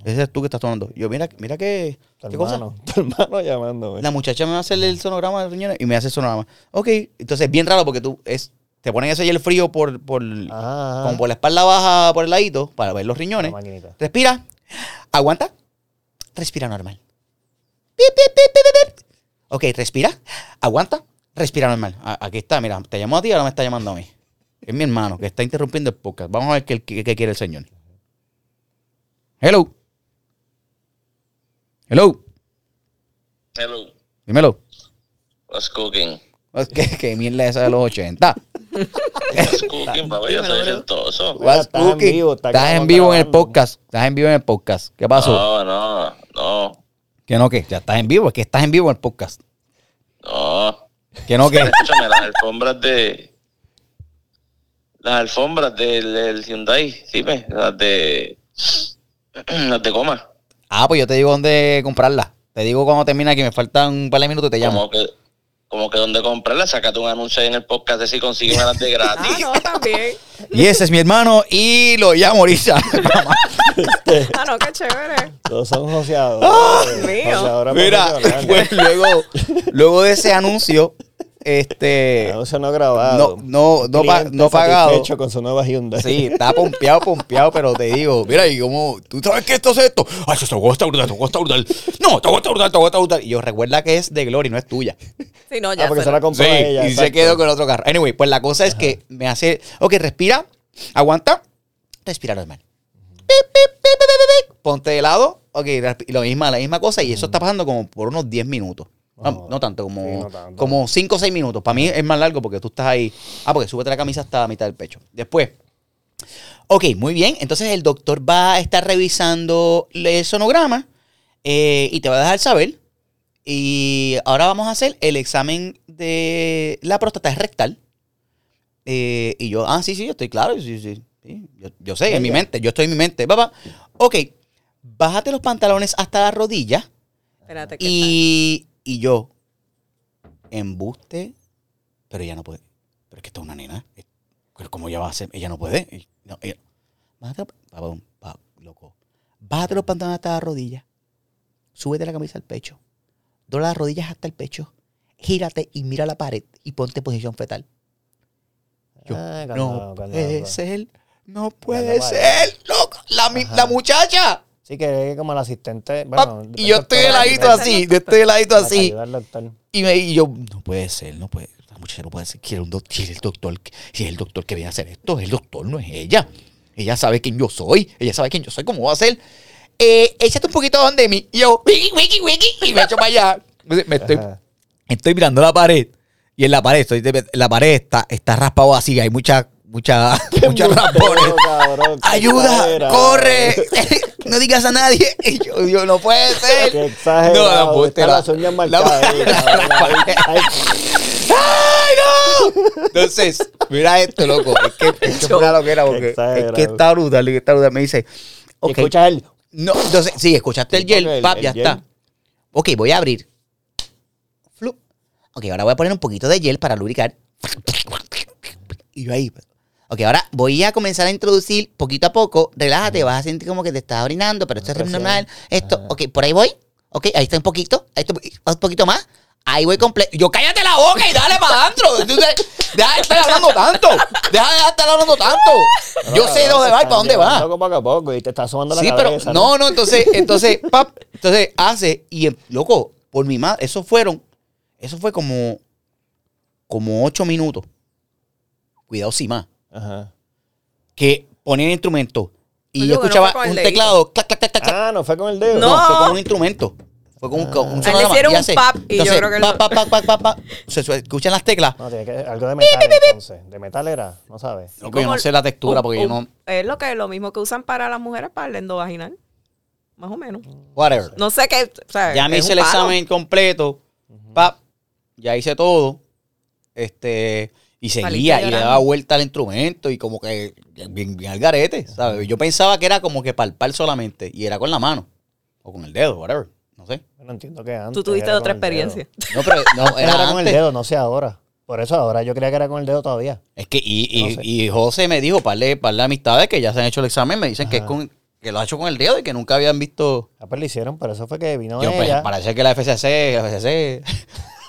Speaker 1: ese es tú que estás tomando. Yo, mira, mira que...
Speaker 2: Tu
Speaker 1: ¿Qué cosa?
Speaker 2: hermano, pues. tu hermano llamándome.
Speaker 1: La muchacha me va a hacer el sonograma de los riñones y me hace el sonograma. Ok, entonces bien raro porque tú es, te ponen ese el frío por, por,
Speaker 2: Ajá, ajá.
Speaker 1: como por la espalda baja, por el ladito, para ver los
Speaker 2: La
Speaker 1: riñones.
Speaker 2: maquinita.
Speaker 1: Respira. Aguanta. Respira normal. Pip, pip, pip, pip, pip, pip. Ok, respira. Aguanta. Respira normal. A- aquí está, mira, te llamó a ti, ahora me está llamando a mí. Es mi hermano que está interrumpiendo el podcast. Vamos a ver qué, qué- qué quiere el señor. Hello. Hello.
Speaker 4: Hello,
Speaker 1: Dímelo.
Speaker 4: what's cooking?
Speaker 1: ¿Qué, qué mierda esa de los 80?
Speaker 4: What's cooking, papá? Yo soy gentoso.
Speaker 2: Mira, estás en
Speaker 1: cooking?
Speaker 2: vivo, está
Speaker 1: Estás en
Speaker 2: grabando,
Speaker 1: vivo en el
Speaker 2: grabando.
Speaker 1: podcast. Estás en vivo en el podcast. ¿Qué pasó?
Speaker 4: No, no, no,
Speaker 1: Que no, que ya estás en vivo. Es que estás en vivo en el podcast.
Speaker 4: no.
Speaker 1: Que no, que.
Speaker 4: Escúchame, las alfombras de. Las alfombras del, del Hyundai, dime, las de. Las de goma.
Speaker 1: Ah, pues yo te digo dónde comprarla. Te digo cuando termina que me faltan un par de minutos te llamo.
Speaker 4: Como que, como que donde comprarlas, sácate un anuncio ahí en el podcast de si consigues unas de gratis.
Speaker 3: Ah, no, también.
Speaker 1: Y ese es mi hermano y lo llamo ahorita.
Speaker 3: Ah, no, qué chévere.
Speaker 2: Todos son joseadores.
Speaker 3: Dios mío.
Speaker 2: Joseadora
Speaker 1: Ah, Mira,
Speaker 2: profesional.
Speaker 1: pues luego, luego de ese anuncio, este,
Speaker 2: Anuncio no
Speaker 1: No-
Speaker 2: grabado.
Speaker 1: no- no pa-
Speaker 2: Cliente
Speaker 1: no pagado.
Speaker 2: satisfecho con su nueva Hyundai.
Speaker 1: sí, está pompeado, pompeado, pero te digo, mira, y como, ¿tú sabes qué esto es esto? Ay, eso te gusta brutal, te gusta brutal. No, te gusta brutal, te gusta brutal. Y yo recuerda que es de Glory, no es tuya.
Speaker 3: Sí, no,
Speaker 2: Ah,
Speaker 3: ya.
Speaker 2: porque
Speaker 3: se
Speaker 2: se
Speaker 3: lo-
Speaker 2: la compró
Speaker 1: Sí,
Speaker 2: a ella.
Speaker 1: y se
Speaker 2: exacto.
Speaker 1: quedó con otro carro. Anyway, pues la cosa es que me hace, ok, respira, Aguanta. Respira normal. Pip, pip, pip, pip, pip, pip. Ponte de lado. Ok, resp- y lo misma, la misma cosa. Y eso está pasando como por unos 10 minutos. No,
Speaker 2: Wow.
Speaker 1: no tanto, como,
Speaker 2: Ah. Sí, no tanto.
Speaker 1: como 5 o 6 minutos. Para mí es más largo porque tú estás ahí. Ah, porque súbete la camisa hasta la mitad del pecho. Después. Ok, muy bien. Entonces el doctor va a estar revisando el sonograma eh, y te va a dejar saber. Y ahora vamos a hacer el examen de la próstata es rectal. Eh, y yo, ah, sí, sí, yo estoy claro. sí, sí, sí. Yo, yo sé, en mi mente, yo estoy en mi mente. Papá, ok, bájate los pantalones hasta la rodilla.
Speaker 3: Espérate, que
Speaker 1: Y, y yo, embuste, pero ella no puede. Pero es que esta es una nena. eh, Pero como ella va a hacer, ella no puede. eh, no, ella- bájate, papá, pa- loco. Bájate los pantalones hasta la rodilla. Súbete la camisa al pecho. Dobla las rodillas hasta el pecho. Gírate y mira la pared y ponte en posición fetal. Yo,
Speaker 2: Ah,
Speaker 1: no
Speaker 2: cuando- cuando-
Speaker 1: puede
Speaker 2: cuando-
Speaker 1: ser, no
Speaker 2: Cuando
Speaker 1: puede
Speaker 2: vaya.
Speaker 1: ser, loco. La, mi-
Speaker 2: Ajá.
Speaker 1: la muchacha.
Speaker 2: Sí, que es como el asistente.
Speaker 1: pap,
Speaker 2: Bueno,
Speaker 1: y yo estoy de
Speaker 3: doctor,
Speaker 1: ladito
Speaker 3: doctor,
Speaker 1: así,
Speaker 3: doctor.
Speaker 1: yo estoy de ladito así.
Speaker 2: así.
Speaker 1: Y, me- y yo, no puede ser, no puede. La muchacha no puede ser. Quiere un doctor. Si es el doctor, que- si es el doctor que viene a hacer esto, es el doctor, no es ella. Ella sabe quién yo soy. Ella sabe quién yo soy, cómo va a ser. Eh, échate un poquito donde mí. Y yo, wiki, wiki, wiki. Y me echo para allá. Entonces, Me estoy, estoy mirando la pared. Y en la pared, estoy de- la pared está, está raspado así. Hay mucha, mucha, muchos raspones. Ayuda, corre, no digas a nadie. Y yo, yo, no puede ser.
Speaker 2: Qué exagerado.
Speaker 1: No, la
Speaker 2: Están las uñas marcadas
Speaker 1: la-
Speaker 2: ahí, cabrón.
Speaker 1: la-
Speaker 2: Ay,
Speaker 1: ¡Ay, no! Entonces, mira esto, loco. Es que, es que fue una loquera porque es
Speaker 2: exagerado.
Speaker 1: que está brutal, es que está brutal. Me dice, ok.
Speaker 2: Escuchas el.
Speaker 1: No, entonces, sí, escuchaste el
Speaker 2: Sí, porque
Speaker 1: gel,
Speaker 2: el-
Speaker 1: pap,
Speaker 2: el
Speaker 1: ya
Speaker 2: gel.
Speaker 1: está. Ok, voy a abrir. Flu. Ok, ahora voy a poner un poquito de gel para lubricar. Y yo ahí. pues. Ok, ahora voy a comenzar a introducir poquito a poco. Relájate, vas a sentir como que te estás orinando, pero esto es
Speaker 2: Presión.
Speaker 1: normal. Esto,
Speaker 2: Ajá.
Speaker 1: ok, por ahí voy. Ok, ahí está un poquito. Ahí está un po- un poquito más. Ahí voy completo. Yo cállate la boca y dale para adentro. Tú te- Deja de estar hablando tanto. Deja de estar hablando tanto. Yo sé dónde va y para dónde va.
Speaker 2: Poco a poco y te está asomando la
Speaker 1: Sí, pero
Speaker 2: cabeza.
Speaker 1: no, no, entonces, entonces, pap, entonces hace y em- loco, por mi madre, eso fueron, eso fue como, como ocho minutos. Cuidado, sin más,
Speaker 2: Ajá.
Speaker 1: que ponía el instrumento y
Speaker 3: Oye,
Speaker 1: yo
Speaker 3: que no
Speaker 1: escuchaba
Speaker 3: fue con el
Speaker 1: un
Speaker 3: dedito.
Speaker 1: teclado, clac, clac, clac, clac,
Speaker 2: Ah, no fue con el dedo.
Speaker 3: No.
Speaker 1: no, fue con un instrumento. Fue con un, con un
Speaker 3: Ah, le hicieron
Speaker 1: y
Speaker 3: un
Speaker 1: hace-
Speaker 3: pap, y yo
Speaker 1: entonces,
Speaker 3: creo que
Speaker 1: pap,
Speaker 3: lo-
Speaker 1: pap, pap, pap, pap, pap, se su- escuchan las teclas.
Speaker 2: No, tiene que algo de metal entonces. De metal era, no sabes.
Speaker 1: Loco, yo no sé la textura porque yo no,
Speaker 3: Es lo que lo mismo que usan para las mujeres para el endovaginal. Más o menos.
Speaker 1: whatever.
Speaker 3: No sé qué. o sea,
Speaker 1: Ya me
Speaker 3: es
Speaker 1: hice el
Speaker 3: un palo.
Speaker 1: examen completo. Pap, ya hice todo. Este, y seguía,
Speaker 3: Saliste
Speaker 1: y le
Speaker 3: llorando.
Speaker 1: daba vuelta al instrumento y como que bien, bien al garete, ¿sabes? Yo pensaba que era como que palpar solamente y era con la mano o con el dedo, whatever, no sé.
Speaker 2: No entiendo qué antes.
Speaker 3: Tú tuviste
Speaker 2: era
Speaker 3: otra
Speaker 2: con el dedo.
Speaker 3: experiencia.
Speaker 1: No, pero no,
Speaker 2: Era,
Speaker 1: era
Speaker 2: con el
Speaker 1: antes.
Speaker 2: dedo, no sé ahora. Por eso ahora yo creía que era con el dedo todavía.
Speaker 1: Es que, y, y,
Speaker 2: No sé.
Speaker 1: y José me dijo, par de, par de amistades que ya se han hecho el examen, me dicen que es
Speaker 2: Ajá.
Speaker 1: con, que lo ha hecho con el dedo y que nunca habían visto.
Speaker 2: Ah, pues lo hicieron, por eso fue que vino
Speaker 1: Yo, pues,
Speaker 2: ella.
Speaker 1: parece que la FCC, la FCC.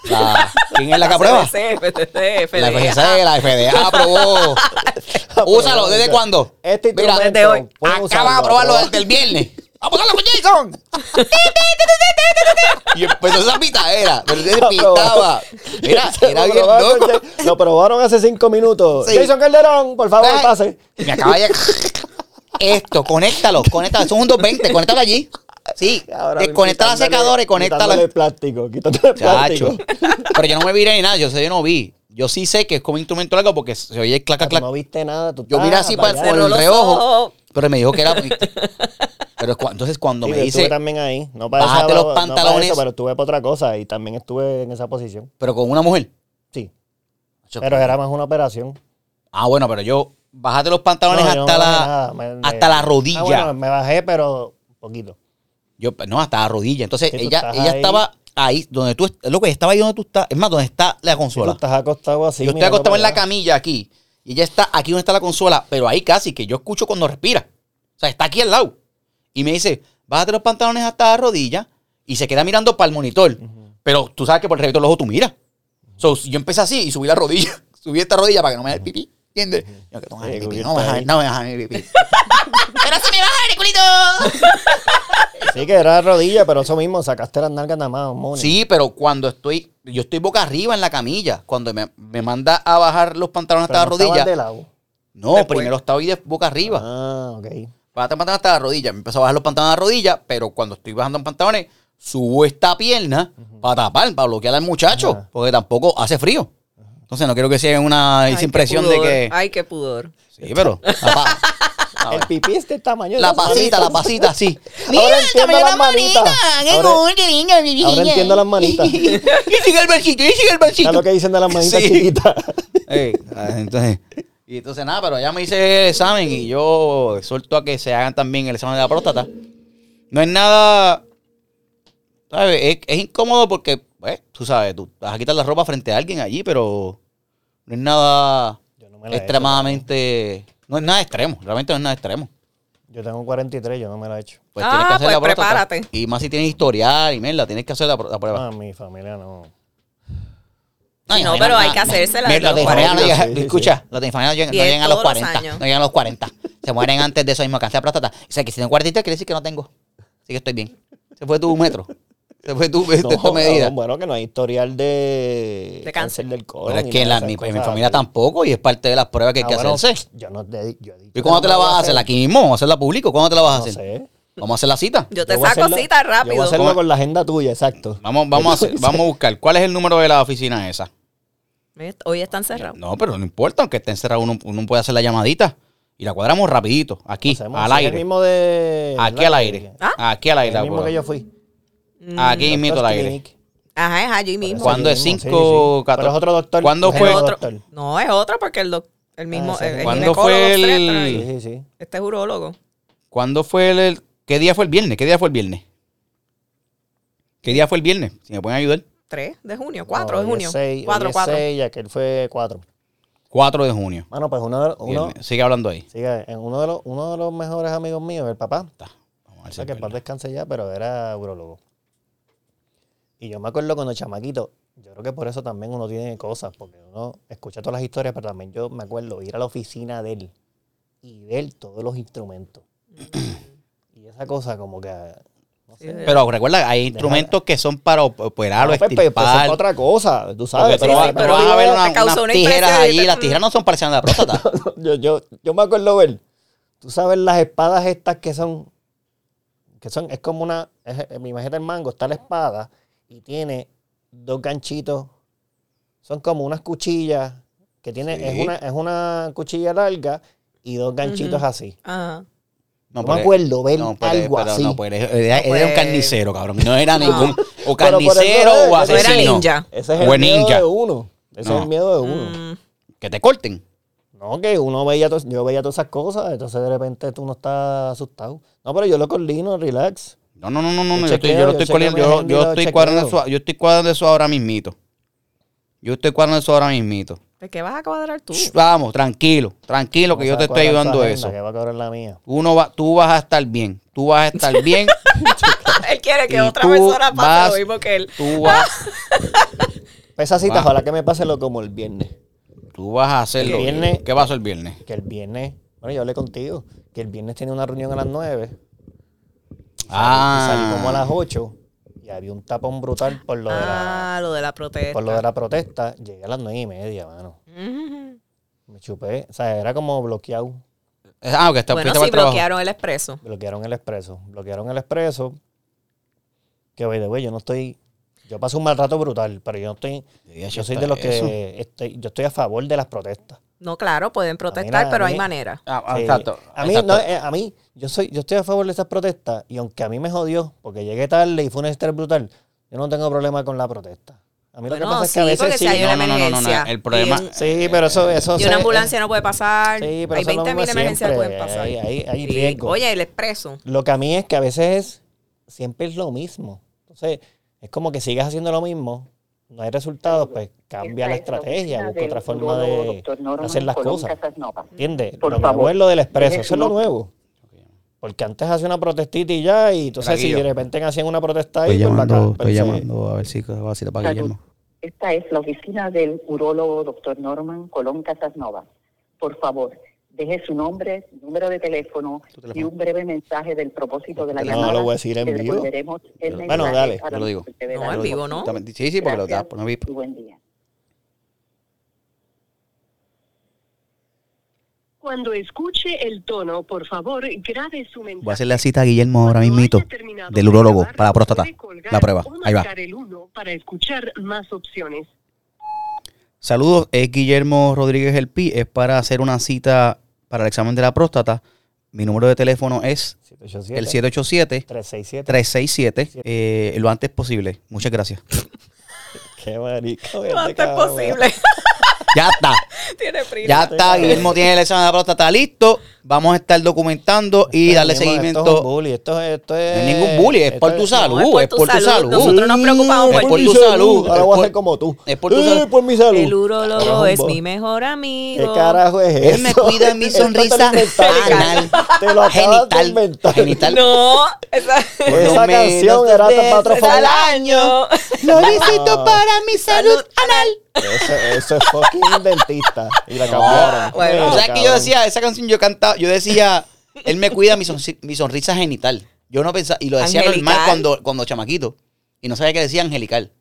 Speaker 1: la- ¿Quién es la que aprueba?
Speaker 3: FCC, FCC,
Speaker 1: La
Speaker 3: FDA.
Speaker 1: FCC, la FDA aprobó. Úsalo, ¿desde cuándo?
Speaker 2: Este
Speaker 1: Mira,
Speaker 2: instrumento,
Speaker 3: desde hoy.
Speaker 2: pueden
Speaker 1: acaban
Speaker 2: usarlo,
Speaker 1: de aprobarlo
Speaker 2: pero-
Speaker 1: desde el viernes. ¡Vamos a usarlo con Jason! y empezó esa pitadera, pero se pitaba. Mira, era
Speaker 2: Lo
Speaker 1: bien
Speaker 2: probaron,
Speaker 1: loco.
Speaker 2: che- Lo probaron hace cinco minutos.
Speaker 1: Sí.
Speaker 2: Jason Calderón, por favor,
Speaker 1: Ay.
Speaker 2: pase.
Speaker 1: Me acaba de... Esto, conéctalo, conéctalo. Son un 220, conéctalo allí. Sí,
Speaker 2: Ahora mismo
Speaker 1: desconecta la
Speaker 2: quitándole-
Speaker 1: secadora y
Speaker 2: quitándole
Speaker 1: conéctala.
Speaker 2: el plástico, quitándole el plástico.
Speaker 1: Chacho. Pero yo no me viré ni nada, yo sé, yo no vi. Yo sí sé que es como instrumento largo porque se oye el clac,
Speaker 2: Ah, tú
Speaker 1: clac,
Speaker 2: No viste nada. tú
Speaker 1: Yo miré
Speaker 2: estabas
Speaker 1: así para,
Speaker 2: allá.
Speaker 1: por
Speaker 3: Cerró
Speaker 1: el
Speaker 3: los
Speaker 1: reojo.
Speaker 3: ojos.
Speaker 1: Pero me dijo que era. Pero cu- entonces cuando
Speaker 2: Sí,
Speaker 1: me
Speaker 2: yo
Speaker 1: dice.
Speaker 2: estuve también ahí. No para
Speaker 1: bájate
Speaker 2: esa-
Speaker 1: los
Speaker 2: no para eso,
Speaker 1: pantalones.
Speaker 2: pero estuve para otra cosa y también estuve en esa posición.
Speaker 1: Pero con una mujer.
Speaker 2: Sí.
Speaker 1: Yo-
Speaker 2: Pero era más una operación.
Speaker 1: Ah, bueno, pero yo. Bájate los pantalones
Speaker 2: No, yo
Speaker 1: hasta
Speaker 2: no bajé
Speaker 1: la.
Speaker 2: nada, me-
Speaker 1: hasta la rodilla.
Speaker 2: Ah, bueno, me bajé, pero poquito.
Speaker 1: Yo, no, hasta la rodilla. Entonces,
Speaker 2: Sí, tú
Speaker 1: ella,
Speaker 2: estás
Speaker 1: ella
Speaker 2: ahí.
Speaker 1: estaba ahí donde tú. Lo que estaba ahí donde tú estás. Es más, donde está la
Speaker 2: Si tú
Speaker 1: consola.
Speaker 2: estás acostado así.
Speaker 1: yo estoy
Speaker 2: mirando
Speaker 1: acostado en
Speaker 2: para
Speaker 1: la camilla aquí. Y ella está aquí donde está la consola. Pero ahí casi que yo escucho cuando respira. O sea, está aquí al lado. Y me dice, bájate los pantalones hasta la rodilla. Y se queda mirando para el monitor. Pero tú sabes que por el reto del ojo tú miras. So, yo empecé así y subí la rodilla. Subí esta rodilla para que no me dé el pipí. ¿Entiendes? Yo, que no me hagas el
Speaker 2: Sí,
Speaker 1: pipí,
Speaker 2: porque
Speaker 1: no me
Speaker 2: está
Speaker 1: hagas-
Speaker 2: ahí.
Speaker 1: no me hagas mi pipí. ¡Pero si me baja el culito!
Speaker 2: allá. Sí, que era rodilla, pero eso mismo, sacaste las nalgas nada más. Moni.
Speaker 1: Sí, pero cuando estoy... Yo estoy boca arriba en la camilla. Cuando me, me manda a bajar los pantalones
Speaker 2: Pero
Speaker 1: hasta
Speaker 2: no
Speaker 1: la
Speaker 2: estabas
Speaker 1: rodilla...
Speaker 2: de lado.
Speaker 1: No,
Speaker 3: Después.
Speaker 1: primero estaba ahí de boca arriba.
Speaker 2: Ah, ok.
Speaker 1: Bajaba el pantalón hasta la rodilla. Me empezó a bajar los pantalones a la rodilla, pero cuando estoy bajando los pantalones, subo esta pierna para tapar, para bloquear al muchacho,
Speaker 2: Ajá.
Speaker 1: porque tampoco hace frío. Entonces no quiero que sea una
Speaker 3: Ay,
Speaker 1: esa
Speaker 3: qué
Speaker 1: impresión de
Speaker 3: pudor.
Speaker 1: que...
Speaker 3: Ay, qué pudor.
Speaker 1: Sí, pero... La, pa-
Speaker 2: El pipí es de tamaño. de
Speaker 1: la
Speaker 2: las
Speaker 1: pasita, la pasita,
Speaker 2: manitas.
Speaker 1: sí.
Speaker 2: Ahora entiendo las manitas. Ahora- ahora entiendo las manitas.
Speaker 1: y sigue el versito, y sigue el versito.
Speaker 2: ¿Sabes lo que dicen de las manitas
Speaker 1: Sí.
Speaker 2: chiquitas?
Speaker 1: Ey, ah, entonces, y entonces nada, pero ya me hice el examen y yo exhorto a que se hagan también el examen de la próstata. No es nada, ¿sabes? Es, es incómodo porque, pues, tú sabes, tú vas a quitar la ropa frente a alguien allí, pero no es nada
Speaker 2: Yo no me la he hecho.
Speaker 1: extremadamente, no es nada extremo, realmente no es nada extremo.
Speaker 2: Yo tengo 43, yo no me la he hecho.
Speaker 1: Pues
Speaker 3: Ah,
Speaker 1: tienes que hacer
Speaker 3: pues
Speaker 1: la próstata.
Speaker 3: prepárate.
Speaker 1: Y más si tienes historial y mierda, tienes que hacer la, pro- la prueba.
Speaker 2: Ah, mi familia no.
Speaker 3: Sí, no, pero hay que hacérsela
Speaker 1: Mira,
Speaker 3: de los
Speaker 1: la de Infanera
Speaker 2: 40.
Speaker 1: no llega-
Speaker 2: Sí, sí,
Speaker 1: Escucha, los de Infanera no llegan, no
Speaker 3: Diez
Speaker 1: llegan a los
Speaker 3: todos los
Speaker 1: 40.
Speaker 3: años.
Speaker 1: No llegan a los 40. Se mueren antes de eso mismo, cáncer de próstata. O sea, que si tengo 43, quiere decir que no tengo. Así que estoy bien. Se fue tu metro. Se fue tu, este,
Speaker 2: No,
Speaker 1: tu medida.
Speaker 2: cabrón, bueno, que no hay historial de,
Speaker 3: De
Speaker 2: cáncer.
Speaker 3: cáncer.
Speaker 2: del colon.
Speaker 1: Pero es
Speaker 2: y
Speaker 1: que en
Speaker 2: nada
Speaker 1: la,
Speaker 2: de
Speaker 1: mi,
Speaker 2: esas
Speaker 1: en mi
Speaker 2: cosas.
Speaker 1: familia tampoco y es parte de las pruebas que hay
Speaker 2: Ah,
Speaker 1: que
Speaker 2: bueno,
Speaker 1: hacerse.
Speaker 2: Yo no te, yo he dicho
Speaker 1: ¿Y cuándo
Speaker 2: que
Speaker 1: te
Speaker 2: no
Speaker 1: la
Speaker 2: me
Speaker 1: vas a hacer? ¿Aquí mismo? ¿Vamos a hacerla público? ¿Cuándo te la vas a
Speaker 2: No
Speaker 1: hacer?
Speaker 2: sé.
Speaker 1: Vamos a hacer la cita.
Speaker 3: Yo te
Speaker 2: Yo voy a
Speaker 3: saco
Speaker 2: hacerla-
Speaker 3: citas
Speaker 2: Yo voy a
Speaker 3: rápido.
Speaker 2: hacerlo con la agenda tuya, exacto.
Speaker 1: Vamos, vamos, a hacer- vamos a buscar. ¿Cuál es el número de la oficina esa?
Speaker 3: Mira, Hoy están cerrados.
Speaker 1: No, pero no importa, aunque esté encerrado, uno, uno puede hacer la llamadita y la cuadramos rapidito, aquí,
Speaker 2: Hacemos-
Speaker 1: al
Speaker 2: sí, El
Speaker 1: aire.
Speaker 2: mismo de.
Speaker 1: Aquí al aire.
Speaker 3: ¿Ah?
Speaker 1: Aquí al aire.
Speaker 2: El mismo
Speaker 1: abuela.
Speaker 2: que yo fui.
Speaker 3: Mm.
Speaker 1: Aquí mismo al
Speaker 2: Doctor's
Speaker 1: aire.
Speaker 2: Clinic.
Speaker 3: Ajá, es allí mismo.
Speaker 1: ¿Cuándo? es
Speaker 2: Sí,
Speaker 1: cinco,
Speaker 2: sí, sí. Pero
Speaker 1: catorce?
Speaker 2: es otro doctor.
Speaker 1: ¿Cuándo
Speaker 2: Es el
Speaker 1: fue?
Speaker 2: mismo
Speaker 3: Otro-
Speaker 2: doctor.
Speaker 3: No, es otro porque el, doc- el mismo.
Speaker 2: Ah, sí.
Speaker 3: el- el
Speaker 1: ¿Cuándo
Speaker 3: ginecólogo,
Speaker 1: fue el-
Speaker 3: obstetra, y-
Speaker 2: Sí, sí, sí.
Speaker 3: Este es urólogo.
Speaker 1: ¿Cuándo fue el, el- ¿Qué día fue el viernes? ¿Qué día fue el viernes? ¿Qué día fue el viernes? Si me pueden ayudar.
Speaker 3: 3 de junio, 4
Speaker 2: Hoy
Speaker 3: de
Speaker 2: es
Speaker 3: junio.
Speaker 2: seis, hoy
Speaker 3: 4,
Speaker 2: es
Speaker 3: 4.
Speaker 2: seis, y aquel fue 4.
Speaker 1: 4 de junio.
Speaker 2: Mano, pues uno de, uno,
Speaker 1: Viernes. Sigue hablando ahí.
Speaker 2: sigue, en uno, de los, uno de los mejores amigos míos, el papá,
Speaker 1: Está. Vamos a ver
Speaker 2: O
Speaker 1: si
Speaker 2: sea,
Speaker 1: es
Speaker 2: que el
Speaker 1: verdad.
Speaker 2: papá descanse ya, pero era urologo. Y yo me acuerdo cuando chamaquito, yo creo que por eso también uno tiene cosas, porque uno escucha todas las historias, pero también yo me acuerdo ir a la oficina de él y ver todos los instrumentos.
Speaker 1: Mm.
Speaker 2: y esa cosa como que... No sé.
Speaker 1: Pero recuerda, hay instrumentos que son para op- operar o
Speaker 2: No, pues, pues, pues, es
Speaker 1: extirpar.
Speaker 2: otra cosa, tú
Speaker 1: Porque
Speaker 2: sabes.
Speaker 1: tú vas-
Speaker 3: sí,
Speaker 1: tú
Speaker 3: pero
Speaker 1: vas a
Speaker 3: digo,
Speaker 1: ver
Speaker 3: te
Speaker 1: una-
Speaker 3: causó
Speaker 1: unas
Speaker 3: una
Speaker 1: tijeras
Speaker 3: impresión y
Speaker 1: allí.
Speaker 3: te-
Speaker 1: Las tijeras no son parciales de la próstata.
Speaker 2: yo, yo, yo me acuerdo ver. Tú sabes las espadas estas que son. Que son, es como una. es- en mi imagínate el mango, está la espada y tiene dos ganchitos. Son como unas cuchillas. Que tiene,
Speaker 1: Sí.
Speaker 2: es, una, es una cuchilla larga y dos ganchitos así.
Speaker 3: Ajá.
Speaker 1: No,
Speaker 2: Yo
Speaker 1: pero-
Speaker 2: me acuerdo ver
Speaker 1: no, pero-
Speaker 2: algo
Speaker 1: pero
Speaker 2: así.
Speaker 1: No, pero era, era-
Speaker 3: No,
Speaker 1: era un
Speaker 3: pues.
Speaker 1: carnicero, cabrón. No era
Speaker 3: No.
Speaker 1: ningún. O
Speaker 2: Pero por eso
Speaker 1: carnicero
Speaker 2: es,
Speaker 1: o
Speaker 2: eso
Speaker 3: era
Speaker 1: asesino.
Speaker 3: ninja.
Speaker 2: Ese es
Speaker 1: o
Speaker 2: el miedo
Speaker 1: ninja.
Speaker 2: de uno. Ese es
Speaker 1: No.
Speaker 2: el miedo de uno.
Speaker 3: Mm,
Speaker 1: Que te corten.
Speaker 2: No, que uno veía, to- yo veía todas esas cosas, entonces de repente tú no estás asustado. No, pero yo lo coordino, relax.
Speaker 1: No, no, no, no, no.
Speaker 2: Yo
Speaker 1: Yo, estoy,
Speaker 2: chequeo,
Speaker 1: yo lo
Speaker 2: yo
Speaker 1: estoy
Speaker 2: chequeo
Speaker 1: cuadrando,
Speaker 2: mi
Speaker 1: yo,
Speaker 2: agenda,
Speaker 1: yo
Speaker 2: lo
Speaker 1: estoy
Speaker 2: chequeo.
Speaker 1: cuadrando eso, yo estoy cuadrando eso ahora mismito. Yo estoy cuadrando eso ahora mismito.
Speaker 3: ¿De qué vas a cuadrar tú?
Speaker 1: Shh, Vamos, tranquilo, tranquilo, que yo te estoy ayudando a eso.
Speaker 2: Que va a cobrar la mía.
Speaker 1: Uno va, tú vas a estar bien, tú vas a estar bien,
Speaker 3: él quiere que
Speaker 1: Y
Speaker 3: otra
Speaker 1: tú
Speaker 3: persona pase
Speaker 1: vas-
Speaker 3: lo mismo que él.
Speaker 1: tú vas,
Speaker 2: Pues esa cita,
Speaker 1: Va.
Speaker 2: ojalá que me pase lo como el viernes.
Speaker 1: tú vas a hacerlo.
Speaker 2: El viernes-
Speaker 1: ¿Qué pasó el viernes?
Speaker 2: Que el viernes, bueno, yo hablé contigo, que el viernes tenía una reunión a las 9.
Speaker 1: Ah,
Speaker 2: Salí como a las 8 y había un tapón brutal por lo, de, la,
Speaker 3: Ah, lo de la protesta.
Speaker 2: por lo de la protesta. Llegué a las 9 y media, mano.
Speaker 3: Ujú.
Speaker 2: Me chupé. O sea, era como bloqueado.
Speaker 1: ah, que está
Speaker 3: Bueno,
Speaker 1: fuiste para
Speaker 3: sí,
Speaker 1: el trabajo.
Speaker 3: bloquearon el expreso.
Speaker 2: Bloquearon el expreso. Bloquearon el expreso. Que, by the way, yo no estoy... Yo paso un mal rato brutal, pero yo no estoy...
Speaker 1: Sí, eso
Speaker 2: Yo soy
Speaker 1: está-
Speaker 2: de los
Speaker 1: eso.
Speaker 2: que... Estoy, yo estoy a favor de las protestas.
Speaker 3: No, claro, pueden protestar,
Speaker 2: nada,
Speaker 3: pero
Speaker 2: a
Speaker 3: hay
Speaker 2: mí-
Speaker 3: manera.
Speaker 1: Ah, ah,
Speaker 2: Sí.
Speaker 1: exacto.
Speaker 2: A mí,
Speaker 1: exacto.
Speaker 2: no, eh, a mí, yo soy, yo estoy a favor de esas protestas y aunque a mí me jodió porque llegué tarde y fue un estrés brutal, yo no tengo problema con la protesta. A mí lo que
Speaker 3: Bueno,
Speaker 2: pasa es que a
Speaker 3: sí,
Speaker 2: veces
Speaker 3: porque
Speaker 2: sí.
Speaker 3: si hay una
Speaker 1: No, no, no, no, no,
Speaker 3: emergencia.
Speaker 1: el problema-
Speaker 3: Y, un-
Speaker 2: Sí, pero eso, eso.
Speaker 3: y
Speaker 2: se-
Speaker 3: una ambulancia no puede pasar.
Speaker 2: Sí, pero
Speaker 3: hay
Speaker 2: eso es lo
Speaker 3: 20.000
Speaker 2: mismo
Speaker 3: emergencias que
Speaker 2: siempre,
Speaker 3: pueden pasar.
Speaker 2: hay- hay- hay
Speaker 3: Sí.
Speaker 2: riesgo.
Speaker 3: Oye, el expreso.
Speaker 2: Lo que a mí es que a veces es, siempre es lo mismo. Entonces, es como que sigas haciendo lo mismo, no hay resultados, pues cambia la estrategia, busca otra forma de hacer las cosas. ¿Entiendes?
Speaker 5: Por
Speaker 2: lo nuevo
Speaker 5: favor,
Speaker 2: es lo del expreso,
Speaker 5: deje
Speaker 2: eso es lo
Speaker 5: su-
Speaker 2: nuevo. Porque antes hacía una protestita y ya, y entonces si
Speaker 1: Tranquilo.
Speaker 2: de repente hacían una protesta ahí,
Speaker 1: Estoy
Speaker 2: pues, la
Speaker 1: llamando,
Speaker 2: ca-
Speaker 1: estoy
Speaker 2: pues, se-
Speaker 1: llamando a ver si va a ser para
Speaker 5: Salud.
Speaker 1: Guillermo.
Speaker 5: Esta es la oficina del urólogo doctor Norman Colón Casasnova. Por favor, deje su nombre, número de teléfono, y un breve mensaje del propósito de la
Speaker 2: No,
Speaker 5: llamada.
Speaker 2: lo voy a decir en
Speaker 5: Te
Speaker 2: vivo.
Speaker 5: devolveremos el
Speaker 1: Yo-
Speaker 2: Bueno,
Speaker 5: mensaje
Speaker 2: dale,
Speaker 5: a
Speaker 1: yo
Speaker 5: la
Speaker 1: lo digo.
Speaker 5: perseverancia.
Speaker 3: No, en vivo, ¿no?
Speaker 1: Sí, sí, porque lo
Speaker 5: Gracias
Speaker 1: da por no vi.
Speaker 5: y buen día.
Speaker 6: Cuando escuche el tono, por favor, grabe su mensaje.
Speaker 1: Voy a hacer la cita a Guillermo ahora mismito, del urólogo, para la próstata, la prueba. Ahí va.
Speaker 6: para escuchar más opciones.
Speaker 1: Saludos, es Guillermo Rodríguez El Pi, es para hacer una cita para el examen de la próstata. Mi número de teléfono es el
Speaker 2: 787.
Speaker 1: 787
Speaker 2: 367.
Speaker 1: 367 eh, lo antes posible. Muchas gracias.
Speaker 2: Qué marico.
Speaker 3: Lo antes posible.
Speaker 1: Ya está,
Speaker 3: Tiene prisa.
Speaker 1: ya está. Guillermo tiene el examen de la próstata listo. Vamos a estar documentando y darle
Speaker 2: Esto es un
Speaker 1: seguimiento.
Speaker 2: bully. Esto, es- esto
Speaker 1: No
Speaker 2: es,
Speaker 1: es ningún bullying, es por
Speaker 2: esto
Speaker 1: tu salud,
Speaker 3: No,
Speaker 1: es por tu salud.
Speaker 3: Nosotros nos preocupamos
Speaker 1: Es
Speaker 3: por
Speaker 1: por
Speaker 2: mi
Speaker 1: tu salud.
Speaker 2: Ahora
Speaker 1: es
Speaker 2: voy a
Speaker 1: por-
Speaker 2: ser como tú.
Speaker 1: es por tu
Speaker 2: Eh,
Speaker 1: salud.
Speaker 2: por mi salud.
Speaker 3: El urólogo
Speaker 2: Caramba.
Speaker 3: es mi mejor amigo.
Speaker 2: ¿Qué carajo es eso?
Speaker 1: Él me cuida mi
Speaker 2: Esto te lo
Speaker 1: sonrisa
Speaker 2: inventaste.
Speaker 1: anal,
Speaker 2: Te lo acabas de
Speaker 1: genital,
Speaker 2: inventar.
Speaker 1: genital.
Speaker 3: No, esa,
Speaker 2: Esa
Speaker 1: Por lo
Speaker 2: canción
Speaker 1: menos
Speaker 2: era
Speaker 1: dos
Speaker 2: para otro
Speaker 1: veces al
Speaker 2: favor.
Speaker 1: año. Lo visito para mi salud anal.
Speaker 2: Eso, eso es fucking dentista. Y la
Speaker 1: Eh,
Speaker 2: cambiaron.
Speaker 1: O
Speaker 3: bueno.
Speaker 1: sea, que yo decía, esa canción yo cantaba, yo decía, él me cuida mi, sonsi- mi sonrisa genital. Yo no pensaba, y lo decía normal
Speaker 3: Angelical.
Speaker 1: cuando, cuando chamaquito. Y no sabía que decía angelical.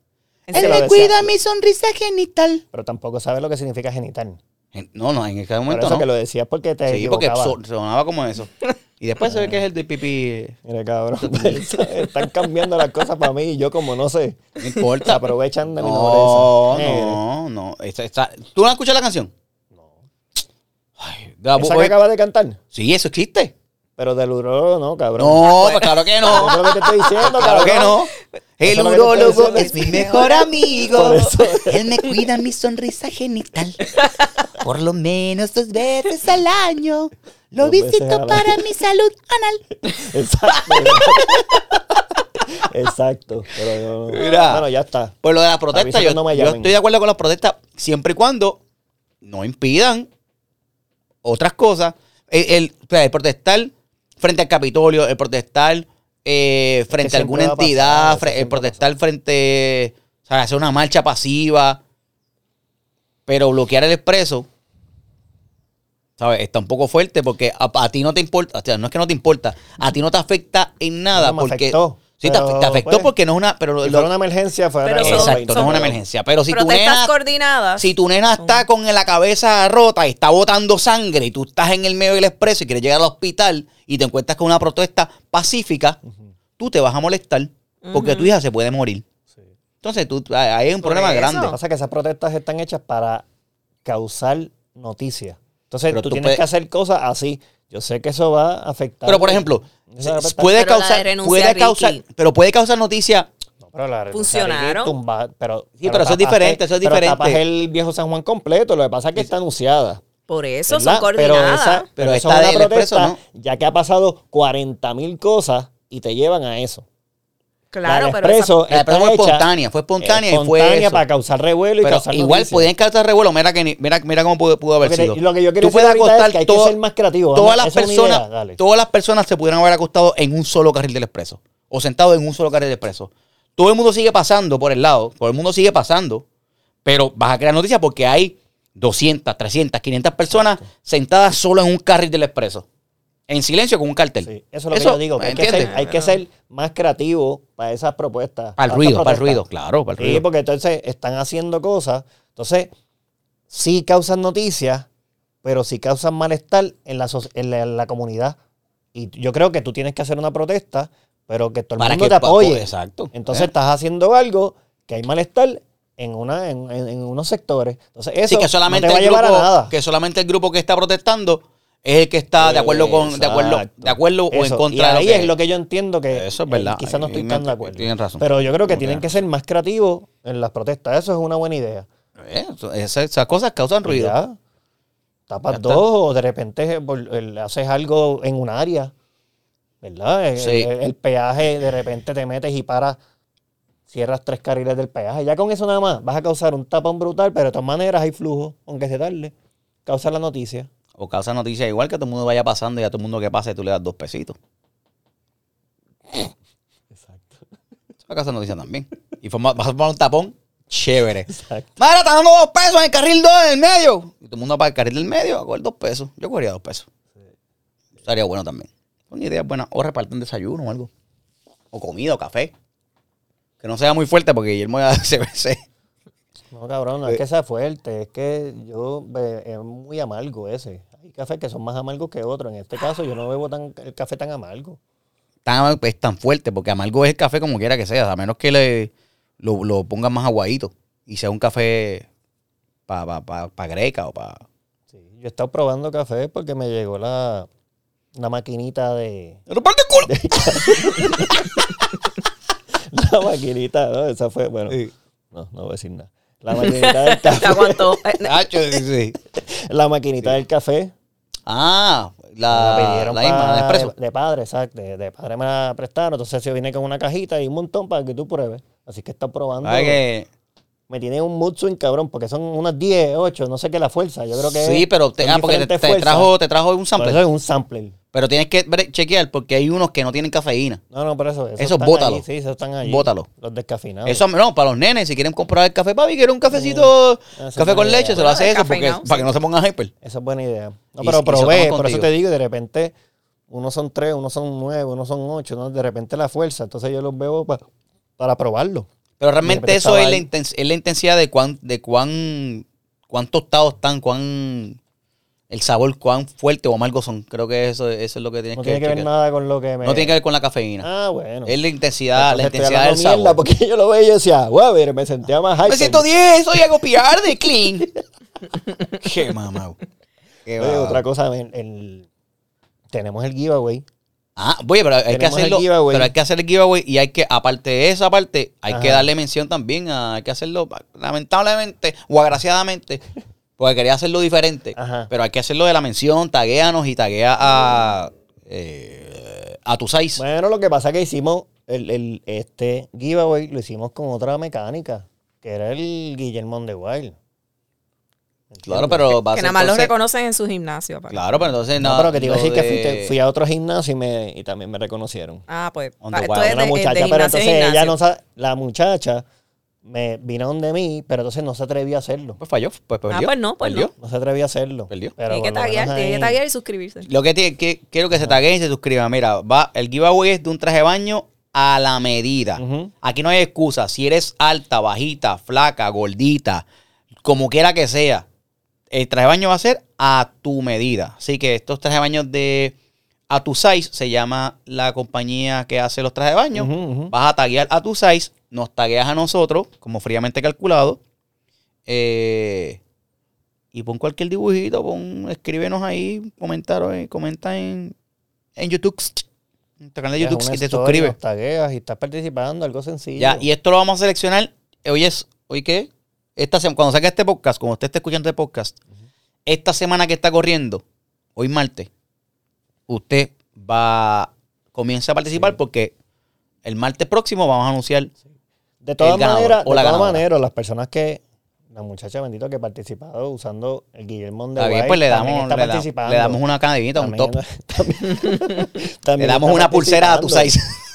Speaker 3: ¿En
Speaker 2: serio? Lo decía.
Speaker 1: mi sonrisa genital.
Speaker 2: Pero tampoco sabes lo que significa genital.
Speaker 1: Gen- No, no, en aquel
Speaker 2: Por
Speaker 1: momento
Speaker 2: eso
Speaker 1: no.
Speaker 2: que lo decías porque te
Speaker 1: sí, porque
Speaker 2: equivocabas.
Speaker 1: so- sonaba como eso. Y después se ve que es el de pipí.
Speaker 2: Mira, cabrón. Están cambiando las cosas para mí y yo como no sé.
Speaker 1: No
Speaker 2: Se
Speaker 1: importa.
Speaker 2: aprovechan de mi
Speaker 1: No,
Speaker 2: nobleza.
Speaker 1: Oh,
Speaker 2: Eh,
Speaker 1: no, no. Esta- esta- ¿Tú no has escuchado la canción? No.
Speaker 2: Mira, Esa que acabas de cantar.
Speaker 1: sí, eso existe.
Speaker 2: Pero del urólogo no, cabrón.
Speaker 1: No, pues claro que
Speaker 2: Eso es
Speaker 1: no.
Speaker 2: lo que te estoy diciendo,
Speaker 1: Claro
Speaker 2: cabrón.
Speaker 1: que no. El
Speaker 2: Eso es lo que te estoy
Speaker 1: urólogo
Speaker 2: diciendo.
Speaker 1: es mi mejor amigo.
Speaker 2: Por eso.
Speaker 1: Él me cuida mi sonrisa genital. Por lo menos dos veces al año. Lo
Speaker 2: Dos veces al
Speaker 1: visito
Speaker 2: año.
Speaker 1: para mi salud anal.
Speaker 2: Exacto. Exacto. Pero no, no.
Speaker 1: Mira.
Speaker 2: Bueno, ya está.
Speaker 1: Por lo de las
Speaker 2: Avisa
Speaker 1: protestas,
Speaker 2: que
Speaker 1: yo,
Speaker 2: no me
Speaker 1: yo
Speaker 2: llamen.
Speaker 1: estoy de acuerdo con las protestas siempre y cuando no impidan otras cosas. El, el- o sea, el protestar frente al Capitolio, el protestar eh, frente a alguna
Speaker 2: siempre va a pasar,
Speaker 1: entidad,
Speaker 2: eso
Speaker 1: fre- el
Speaker 2: siempre
Speaker 1: protestar frente, o sea, hacer una marcha pasiva, pero bloquear el expreso, ¿sabes? Está un poco fuerte porque a, a ti no te importa, o sea, no es que no te importa, a ti no te afecta en nada
Speaker 2: Bueno, me
Speaker 1: porque...
Speaker 2: afectó,
Speaker 1: sí, te,
Speaker 2: pero,
Speaker 1: afe- te afectó
Speaker 2: pues,
Speaker 1: porque no es una... Pero lo-
Speaker 2: Si
Speaker 1: lo-
Speaker 2: fuera una emergencia, fuera
Speaker 3: Pero son-
Speaker 1: Exacto, no es
Speaker 3: son-
Speaker 1: una emergencia. Pero si tu
Speaker 3: Protestas
Speaker 1: nena,
Speaker 3: coordinadas.
Speaker 1: si tu nena está con la cabeza rota y está botando sangre y tú estás en el medio del expreso y quieres llegar al hospital y te encuentras con una protesta pacífica, tú te vas a molestar porque tu hija se puede morir. Entonces, tú, ahí hay un
Speaker 3: Por
Speaker 1: problema
Speaker 3: eso.
Speaker 1: grande.
Speaker 2: Lo que pasa es que esas protestas están hechas para causar noticias. Entonces
Speaker 1: Pero
Speaker 2: tú,
Speaker 1: tú
Speaker 2: tienes
Speaker 1: puedes-
Speaker 2: que hacer cosas así. Yo sé que eso va a afectar.
Speaker 1: Pero, por ejemplo,
Speaker 2: Esa protesta-
Speaker 1: puede
Speaker 3: Pero la de
Speaker 1: causar,
Speaker 3: renuncia a
Speaker 1: puede
Speaker 3: Ricky.
Speaker 1: causar, pero puede causar noticia.
Speaker 2: No, pero la-
Speaker 3: Funcionaron.
Speaker 2: o sea, tumba- pero, sí,
Speaker 1: pero eso es diferente, eso es diferente.
Speaker 2: Tapas el viejo San Juan completo. Lo que pasa es que está anunciada.
Speaker 3: Por eso
Speaker 2: ¿verdad?
Speaker 3: son coordinadas.
Speaker 2: Pero, esa, pero,
Speaker 1: Pero
Speaker 2: eso
Speaker 1: esta
Speaker 2: es
Speaker 1: del
Speaker 2: una protesta,
Speaker 1: expreso,
Speaker 2: ya que ha pasado 40 mil cosas y te llevan a eso.
Speaker 3: claro,
Speaker 2: La del
Speaker 3: pero
Speaker 2: expreso
Speaker 1: La del
Speaker 2: está
Speaker 1: expreso fue
Speaker 2: hecha-
Speaker 1: espontánea, fue espontánea y fue
Speaker 2: espontánea
Speaker 1: eso.
Speaker 2: para causar revuelo y
Speaker 1: Pero
Speaker 2: causar
Speaker 1: igual
Speaker 2: noticias.
Speaker 1: podían causar revuelo. Mira, que ni- mira, mira cómo pudo, pudo haber
Speaker 2: Lo que te-
Speaker 1: sido.
Speaker 2: lo que yo
Speaker 1: Tú
Speaker 2: quiero decir
Speaker 1: puedes
Speaker 2: ahorita es
Speaker 1: acostar
Speaker 2: que hay que
Speaker 1: todo-
Speaker 2: ser más creativo.
Speaker 1: Todas
Speaker 2: Vamos,
Speaker 1: las
Speaker 2: esa es una
Speaker 1: personas,
Speaker 2: idea, dale.
Speaker 1: todas las personas se pudieran haber acostado en un solo carril del expreso o sentado en un solo carril del expreso. Todo el mundo sigue pasando por el lado, todo el mundo sigue pasando, pero vas a crear noticias porque hay 200, 300, 500 personas sentadas solo en un carril del expreso, en silencio con un cartel.
Speaker 2: Sí, eso es lo que yo digo. que
Speaker 1: ¿me
Speaker 2: hay, que ser,
Speaker 1: entiendes?
Speaker 2: hay que ser más creativo para esas propuestas.
Speaker 1: Para el
Speaker 2: esas
Speaker 1: ruido, para el
Speaker 2: protestas.
Speaker 1: ruido, claro, para el
Speaker 2: Sí,
Speaker 1: ruido.
Speaker 2: porque entonces están haciendo cosas. Entonces, sí causan noticias, pero sí causan malestar en la, so- en la, en la comunidad. Y yo creo que tú tienes que hacer una protesta, pero que todo el
Speaker 1: Para
Speaker 2: mundo
Speaker 1: que
Speaker 2: te
Speaker 1: pa-
Speaker 2: apoye.
Speaker 1: exacto.
Speaker 2: Entonces
Speaker 1: Eh.
Speaker 2: estás haciendo algo que hay malestar en, una, en, en- en unos sectores. Entonces eso
Speaker 1: Sí, que solamente
Speaker 2: no te va a
Speaker 1: el
Speaker 2: llevar
Speaker 1: grupo,
Speaker 2: a nada.
Speaker 1: que solamente el grupo que está protestando es el que está de acuerdo con de acuerdo
Speaker 2: Exacto.
Speaker 1: de acuerdo o en
Speaker 2: Eso.
Speaker 1: contra
Speaker 2: Y ahí
Speaker 1: de
Speaker 2: es lo que yo entiendo que
Speaker 1: Eso es verdad.
Speaker 2: eh, quizás no estoy
Speaker 1: Ahí
Speaker 2: tan de
Speaker 1: me-
Speaker 2: acuerdo.
Speaker 1: tienes razón.
Speaker 2: Pero yo creo que
Speaker 1: Como
Speaker 2: tienen
Speaker 1: que-
Speaker 2: que ser más creativos en las protestas. Eso es una buena idea.
Speaker 1: Eh, eso- esas, esas cosas causan
Speaker 2: Pues
Speaker 1: ruido.
Speaker 2: ya,
Speaker 1: Ya
Speaker 2: tapas
Speaker 1: está.
Speaker 2: dos o de repente eh, vol- el- haces algo en un área. ¿Verdad? El,
Speaker 1: Sí.
Speaker 2: el- el peaje, de repente te metes y paras, cierras tres carriles del peaje. Ya con eso nada más vas a causar un tapón brutal, pero de todas maneras hay flujo, aunque se tarde. Causa la noticia.
Speaker 1: O causan noticias igual que todo el mundo vaya pasando y a todo el mundo que pase tú le das dos pesitos.
Speaker 2: Exacto.
Speaker 1: Eso va a causar noticias también. Y forma- vas a formar un tapón chévere.
Speaker 2: Exacto.
Speaker 1: Mara, está dando dos pesos en el carril dos en el medio. Y todo el mundo va para el carril del medio a coger dos pesos. Yo cogería dos pesos. Estaría bueno también. Son ideas buenas. O reparten desayuno o algo. O comida o café. Que no sea muy fuerte porque Guillermo ya se se-
Speaker 2: No, cabrón, no es que sea fuerte, es que yo. eh, Es muy amargo ese. Ay, cafés que son más amargos que otros. En este caso, yo no bebo tan, el café tan amargo.
Speaker 1: Tan, amar- es pues, tan fuerte, porque amargo es el café como quiera que sea, a menos que le, lo, lo pongan más aguadito y sea un café para pa, pa- pa greca o para...
Speaker 2: Sí, yo he estado probando café porque me llegó la, la maquinita de. La maquinita, ¿no? Esa fue, bueno. No, no voy a decir nada. La maquinita del
Speaker 3: Te
Speaker 2: café.
Speaker 3: aguantó. Eh, eh,
Speaker 1: Nacho, sí, sí.
Speaker 2: La maquinita del café.
Speaker 1: Ah,
Speaker 2: Me la
Speaker 1: la, la,
Speaker 2: pidieron
Speaker 1: misma,
Speaker 2: pa-
Speaker 1: la expreso.
Speaker 2: De, de padre, exacto. De, de padre me la prestaron. Entonces yo vine con una cajita y un montón para que tú pruebes. Así que está probando.
Speaker 1: Ay, Ah, que-
Speaker 2: Me tiene un mood swing, cabrón, porque son unas 10, 8, no sé qué la fuerza. Yo creo que.
Speaker 1: Sí, pero te,
Speaker 2: son
Speaker 1: ah, porque te,
Speaker 2: diferentes
Speaker 1: te
Speaker 2: fuerzas.
Speaker 1: trajo, te trajo un
Speaker 2: Por
Speaker 1: sample.
Speaker 2: eso es un sampler.
Speaker 1: Pero tienes que bre- chequear porque hay unos que no tienen cafeína.
Speaker 2: No, no, pero eso.
Speaker 1: Esos
Speaker 2: están
Speaker 1: bótalos.
Speaker 2: allí, sí, esos están allí.
Speaker 1: Bótalos.
Speaker 2: Los descafeinados.
Speaker 1: Eso, no, para los nenes, si quieren comprar el café, papi, quiero un cafecito,
Speaker 2: Esa es
Speaker 1: café con
Speaker 2: buena
Speaker 1: leche,
Speaker 2: idea.
Speaker 1: se lo hace eso, porque,
Speaker 3: Descafeinado,
Speaker 1: para que no se pongan hyper.
Speaker 2: Esa es buena idea. No,
Speaker 1: Y-
Speaker 2: pero
Speaker 1: y
Speaker 2: probé,
Speaker 1: somos
Speaker 2: por eso
Speaker 1: contigo.
Speaker 2: te digo, y de repente, unos son tres, unos son nueve, unos son ocho, ¿no? de repente la fuerza. Entonces yo los bebo pa- para probarlo.
Speaker 1: Pero
Speaker 2: pero
Speaker 1: realmente eso
Speaker 2: estaba
Speaker 1: es la,
Speaker 2: ahí.
Speaker 1: intens- es la intensidad de cuán, de cuán, cuán tostados están, cuán, el sabor, cuán fuerte o amargo son. Creo que eso, eso es lo que tienes
Speaker 2: No
Speaker 1: que,
Speaker 2: tiene que ver
Speaker 1: chequear.
Speaker 2: nada con lo que me.
Speaker 1: No tiene que ver con la cafeína.
Speaker 2: Ah, bueno.
Speaker 1: es la intensidad, la
Speaker 2: Entonces estoy
Speaker 1: intensidad del
Speaker 2: hablando mierda,
Speaker 1: sabor.
Speaker 2: Porque yo lo veía y yo decía, guau, mira, me sentía más hyper.
Speaker 1: Me siento 10, soy hago PR de clean. Qué mamá. Qué
Speaker 2: Oye,
Speaker 1: mamau.
Speaker 2: otra cosa, el, el- tenemos el giveaway.
Speaker 1: Ah, oye, pero hay que
Speaker 2: Tenemos el
Speaker 1: hacerlo.
Speaker 2: giveaway.
Speaker 1: Pero hay que hacer el giveaway y hay que, aparte de esa parte, hay que
Speaker 2: Ajá.
Speaker 1: darle mención también. a- hay que hacerlo, lamentablemente o agraciadamente, porque quería hacerlo diferente.
Speaker 2: Ajá.
Speaker 1: Pero hay que hacerlo de la mención, taguéanos y taguea a, eh, a tu size.
Speaker 2: Bueno, lo que pasa es que hicimos el, el- este giveaway, lo hicimos con otra mecánica, que era el Guillermo de Wild.
Speaker 1: claro, pero va a
Speaker 3: que
Speaker 1: ser
Speaker 3: nada más lo
Speaker 1: entonces-
Speaker 3: reconocen en su gimnasio. papá.
Speaker 1: Claro, pero entonces
Speaker 2: No,
Speaker 1: no.
Speaker 2: pero que te iba a
Speaker 1: lo
Speaker 2: decir que
Speaker 1: de-
Speaker 2: fui, que fui a otro gimnasio y, me, y también me reconocieron.
Speaker 3: Ah, pues.
Speaker 1: On
Speaker 3: pa-
Speaker 1: the
Speaker 3: esto
Speaker 1: wild.
Speaker 3: es
Speaker 2: Una
Speaker 3: de-
Speaker 2: muchacha,
Speaker 3: de
Speaker 2: pero
Speaker 3: gimnasio en
Speaker 2: entonces ella
Speaker 3: gimnasio.
Speaker 2: no sa- la muchacha me vino donde mí, pero entonces no se atrevió a hacerlo.
Speaker 1: Pues falló. Pues perdió.
Speaker 3: Ah, pues no, pues
Speaker 1: perdió.
Speaker 3: no.
Speaker 2: No se atrevió a hacerlo.
Speaker 1: Perdió.
Speaker 2: Pero
Speaker 3: Tiene que
Speaker 2: por lo menos
Speaker 3: taguear, tiene que
Speaker 2: ahí-
Speaker 3: taguear y suscribirse.
Speaker 1: Lo que, tiene, que quiero que se taguen y se suscriban. Mira, va, el giveaway es de un traje de baño a la medida.
Speaker 2: Ujú.
Speaker 1: Aquí no hay excusa. Si eres alta, bajita, flaca, gordita, como quiera que sea, el traje de baño va a ser a tu medida. Así que estos trajes de baño de A Tu Size se llama la compañía que hace los trajes de baño.
Speaker 2: Ujú, ujú.
Speaker 1: Vas a taguear a Tu Size, nos tagueas a nosotros, como fríamente calculado. Eh, y pon cualquier dibujito, pon, escríbenos ahí, comentaros, eh, comenta en, en YouTube, en tu canal de
Speaker 2: Deja
Speaker 1: YouTube
Speaker 2: una
Speaker 1: y te
Speaker 2: story,
Speaker 1: suscribes.
Speaker 2: nos tagueas y estás participando, algo sencillo.
Speaker 1: Ya, y esto lo vamos a seleccionar. eh, Hoy es, ¿hoy qué? Esta semana, cuando saque este podcast, cuando usted esté escuchando este podcast, esta semana que está corriendo, hoy martes, usted va, comienza a participar porque el martes próximo vamos a anunciar.
Speaker 2: De todas
Speaker 1: el ganador
Speaker 2: maneras,
Speaker 1: o
Speaker 2: de
Speaker 1: la
Speaker 2: todas
Speaker 1: ganadora.
Speaker 2: maneras, las personas que, la muchacha bendito que ha participado usando el Guillermo de
Speaker 1: Está bien,
Speaker 2: Guay,
Speaker 1: pues le
Speaker 2: también
Speaker 1: damos,
Speaker 2: está
Speaker 1: le, da-
Speaker 2: participando.
Speaker 1: le damos una canadita, un
Speaker 2: También-
Speaker 1: top.
Speaker 2: también-
Speaker 1: Le
Speaker 2: también
Speaker 1: damos
Speaker 2: está
Speaker 1: una pulsera a tu
Speaker 2: participando.
Speaker 1: size.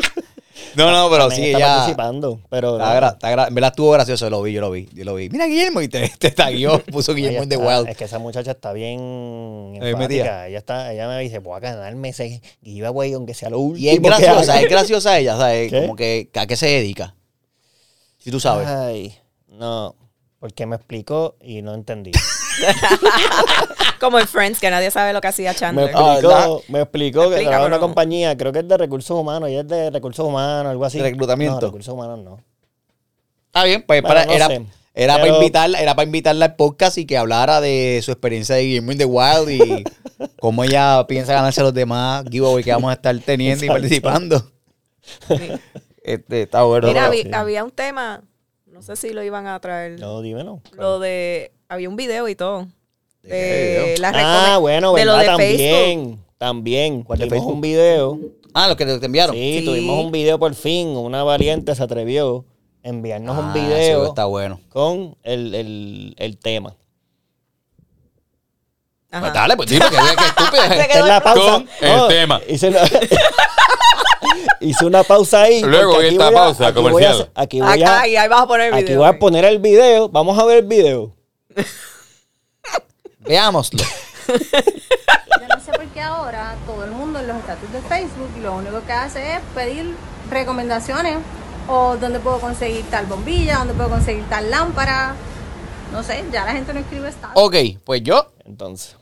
Speaker 1: no, no, pero Ah,
Speaker 2: También
Speaker 1: sí,
Speaker 2: está
Speaker 1: ella.
Speaker 2: participando, pero
Speaker 1: Está gra- está gra- en verdad estuvo gracioso, lo vi, yo lo vi, yo lo vi. Mira Guillermo y te, te tagueó, puso
Speaker 2: Ella
Speaker 1: Guillermo en The
Speaker 2: está-
Speaker 1: Wild.
Speaker 2: ah, Es que esa muchacha está bien
Speaker 1: Eh, metida.
Speaker 2: enfática. Ella, está, ella me dice, voy a ganarme ese giveaway, aunque sea lo último
Speaker 1: Y es
Speaker 2: que
Speaker 1: graciosa,
Speaker 2: haga".
Speaker 1: es graciosa ella, ¿sabes?
Speaker 2: ¿Qué?
Speaker 1: Como que a qué se dedica. Si tú sabes.
Speaker 2: Ay, no, porque me explicó y no entendí.
Speaker 3: Como en Friends, que nadie sabe lo que hacía
Speaker 2: me
Speaker 3: Chandler.
Speaker 1: Ah,
Speaker 2: explicó,
Speaker 1: ¿verdad?
Speaker 2: me explicó que
Speaker 3: Explícamelo.
Speaker 2: trabaja en una compañía, creo que es de recursos humanos, y es de recursos humanos, algo así.
Speaker 1: De reclutamiento.
Speaker 2: No, recursos humanos no.
Speaker 1: Está bien, pues
Speaker 2: Bueno,
Speaker 1: para,
Speaker 2: no
Speaker 1: era,
Speaker 2: sé.
Speaker 1: era
Speaker 2: Pero-
Speaker 1: para invitarla, era para invitarla al podcast y que hablara de su experiencia de Guillermo in the Wild y cómo ella piensa ganarse a los demás giveaway que vamos a estar teniendo
Speaker 2: Exacto.
Speaker 1: y participando. Este, está bueno.
Speaker 3: Mira,
Speaker 1: Pero-
Speaker 3: habí- había un tema, no sé si lo iban a traer.
Speaker 2: No, dímelo.
Speaker 3: Lo de. Había un video y todo.
Speaker 1: ¿De qué
Speaker 3: De
Speaker 1: video?
Speaker 3: la
Speaker 2: ah,
Speaker 3: recome-
Speaker 2: bueno,
Speaker 3: de
Speaker 2: ¿verdad?
Speaker 3: lo de Facebook.
Speaker 2: también, también.
Speaker 1: ¿Cuál de
Speaker 2: tuvimos
Speaker 1: Facebook?
Speaker 2: un video.
Speaker 1: ah, los que te enviaron.
Speaker 2: Sí,
Speaker 3: Sí.
Speaker 2: tuvimos un video por fin. Una valiente se atrevió a enviarnos un
Speaker 1: Ah,
Speaker 2: video
Speaker 1: eso está bueno.
Speaker 2: con el, el- el tema.
Speaker 3: Ajá.
Speaker 1: Pues dale, pues dime que, que
Speaker 3: Se
Speaker 1: estúpido.
Speaker 3: quedó
Speaker 2: Esta es la
Speaker 3: el-
Speaker 2: pausa.
Speaker 7: Con el tema.
Speaker 2: Hice una, hice una pausa ahí.
Speaker 7: Luego
Speaker 2: porque aquí
Speaker 7: esta
Speaker 2: voy a-
Speaker 7: pausa
Speaker 2: aquí voy a
Speaker 7: comercial.
Speaker 2: hacer- Aquí voy a,
Speaker 3: Acá, y ahí vas a poner el
Speaker 2: aquí
Speaker 3: video.
Speaker 2: voy a poner el video. Vamos a ver el video.
Speaker 1: Veámoslo.
Speaker 8: Yo no sé por qué ahora todo el mundo en los estatus de Facebook lo único que hace es pedir recomendaciones o dónde puedo conseguir tal bombilla, dónde puedo conseguir tal lámpara. No sé, ya la gente no escribe estatus.
Speaker 1: Ok, pues yo
Speaker 2: Entonces.